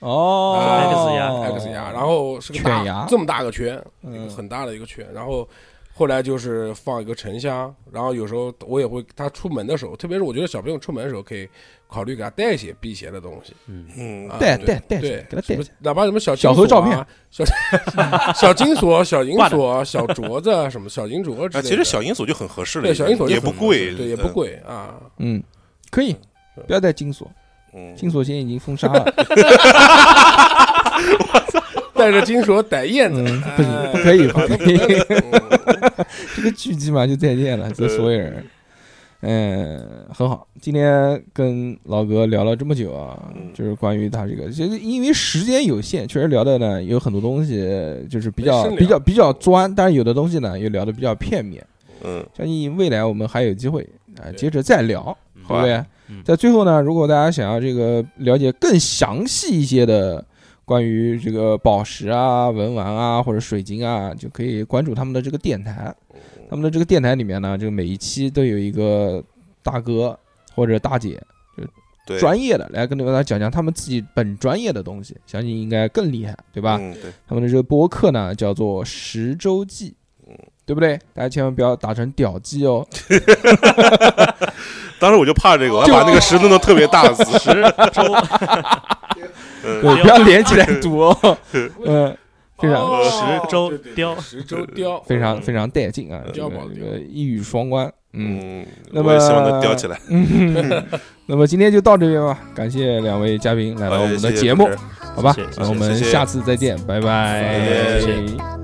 [SPEAKER 3] 哦
[SPEAKER 8] ，X 牙，然后是个
[SPEAKER 3] 犬牙
[SPEAKER 8] 大这么大个圈，一
[SPEAKER 3] 嗯
[SPEAKER 8] 个很大的一个圈，然后。后来就是放一个沉香，然后有时候我也会他出门的时候，特别是我觉得小朋友出门的时候，可以考虑给他带一些辟邪的东西。
[SPEAKER 5] 嗯
[SPEAKER 8] 啊
[SPEAKER 3] 带
[SPEAKER 8] 对
[SPEAKER 3] 带带
[SPEAKER 8] 对，
[SPEAKER 3] 给他带
[SPEAKER 8] 什么
[SPEAKER 3] 去，
[SPEAKER 8] 哪怕什么小
[SPEAKER 3] 小
[SPEAKER 8] 金
[SPEAKER 3] 猴
[SPEAKER 8] 锁
[SPEAKER 3] 照片
[SPEAKER 8] 啊、小小金锁、小银
[SPEAKER 6] 挂的
[SPEAKER 8] 锁、小镯子啊什么小金镯之
[SPEAKER 5] 啊，
[SPEAKER 8] 类的。
[SPEAKER 5] 其实小银锁就很合适了，
[SPEAKER 8] 对小银锁就
[SPEAKER 5] 也不
[SPEAKER 8] 很合
[SPEAKER 5] 贵，
[SPEAKER 8] 适对也不贵啊。
[SPEAKER 3] 嗯，可以，不要带金锁，
[SPEAKER 5] 嗯。
[SPEAKER 3] 金锁现在已经封杀了，
[SPEAKER 8] 带着金锁逮燕子，哎
[SPEAKER 3] 嗯，不行，不可 以，不可以， 这个剧集嘛就再见了，这所有人。嗯，很好。今天跟老哥聊了这么久啊，
[SPEAKER 8] 嗯
[SPEAKER 3] 就是关于他这个，其实因为时间有限，确实聊的呢有很多东西，就是比较
[SPEAKER 8] 深聊
[SPEAKER 3] 比较比较钻，但是有的东西呢又聊的比较片面。
[SPEAKER 5] 嗯，
[SPEAKER 3] 相信未来我们还有机会啊，
[SPEAKER 8] 对
[SPEAKER 3] 接着再聊，对
[SPEAKER 5] 好
[SPEAKER 3] 不
[SPEAKER 5] 吧
[SPEAKER 3] 对
[SPEAKER 6] 嗯？
[SPEAKER 3] 在最后呢，如果大家想要这个了解更详细一些的关于这个宝石啊、文玩啊或者水晶啊，就可以关注他们的这个电台。他们的这个电台里面呢，这个每一期都有一个大哥或者大姐
[SPEAKER 5] 对，
[SPEAKER 3] 专业的来跟大家讲讲他们自己本专业的东西，相信应该更厉害，对吧？
[SPEAKER 5] 嗯，对，
[SPEAKER 3] 他们的这个播客呢叫做《十周记》，对不对？大家千万不要打成屌记哦。
[SPEAKER 5] 当时我就怕这个，我还把那个石弄得特别 大，死石，嗯
[SPEAKER 3] 对，不要连起来读 哦。嗯，非常
[SPEAKER 8] 哦
[SPEAKER 6] 十周
[SPEAKER 8] 对对对
[SPEAKER 6] 雕
[SPEAKER 8] 十周雕，
[SPEAKER 3] 非常非常带劲啊，这
[SPEAKER 8] 碉堡
[SPEAKER 3] 个这个一语双关。嗯，
[SPEAKER 5] 嗯，
[SPEAKER 3] 那
[SPEAKER 5] 我也希望它
[SPEAKER 3] 么
[SPEAKER 5] 吊起来。
[SPEAKER 3] 那么今天就到这边吧，感谢两位嘉宾来到我们的节目
[SPEAKER 5] 哎谢谢主持，
[SPEAKER 3] 好吧
[SPEAKER 6] 谢谢？
[SPEAKER 3] 那我们
[SPEAKER 5] 谢谢
[SPEAKER 3] 下次再见，拜拜
[SPEAKER 5] 谢。
[SPEAKER 2] 大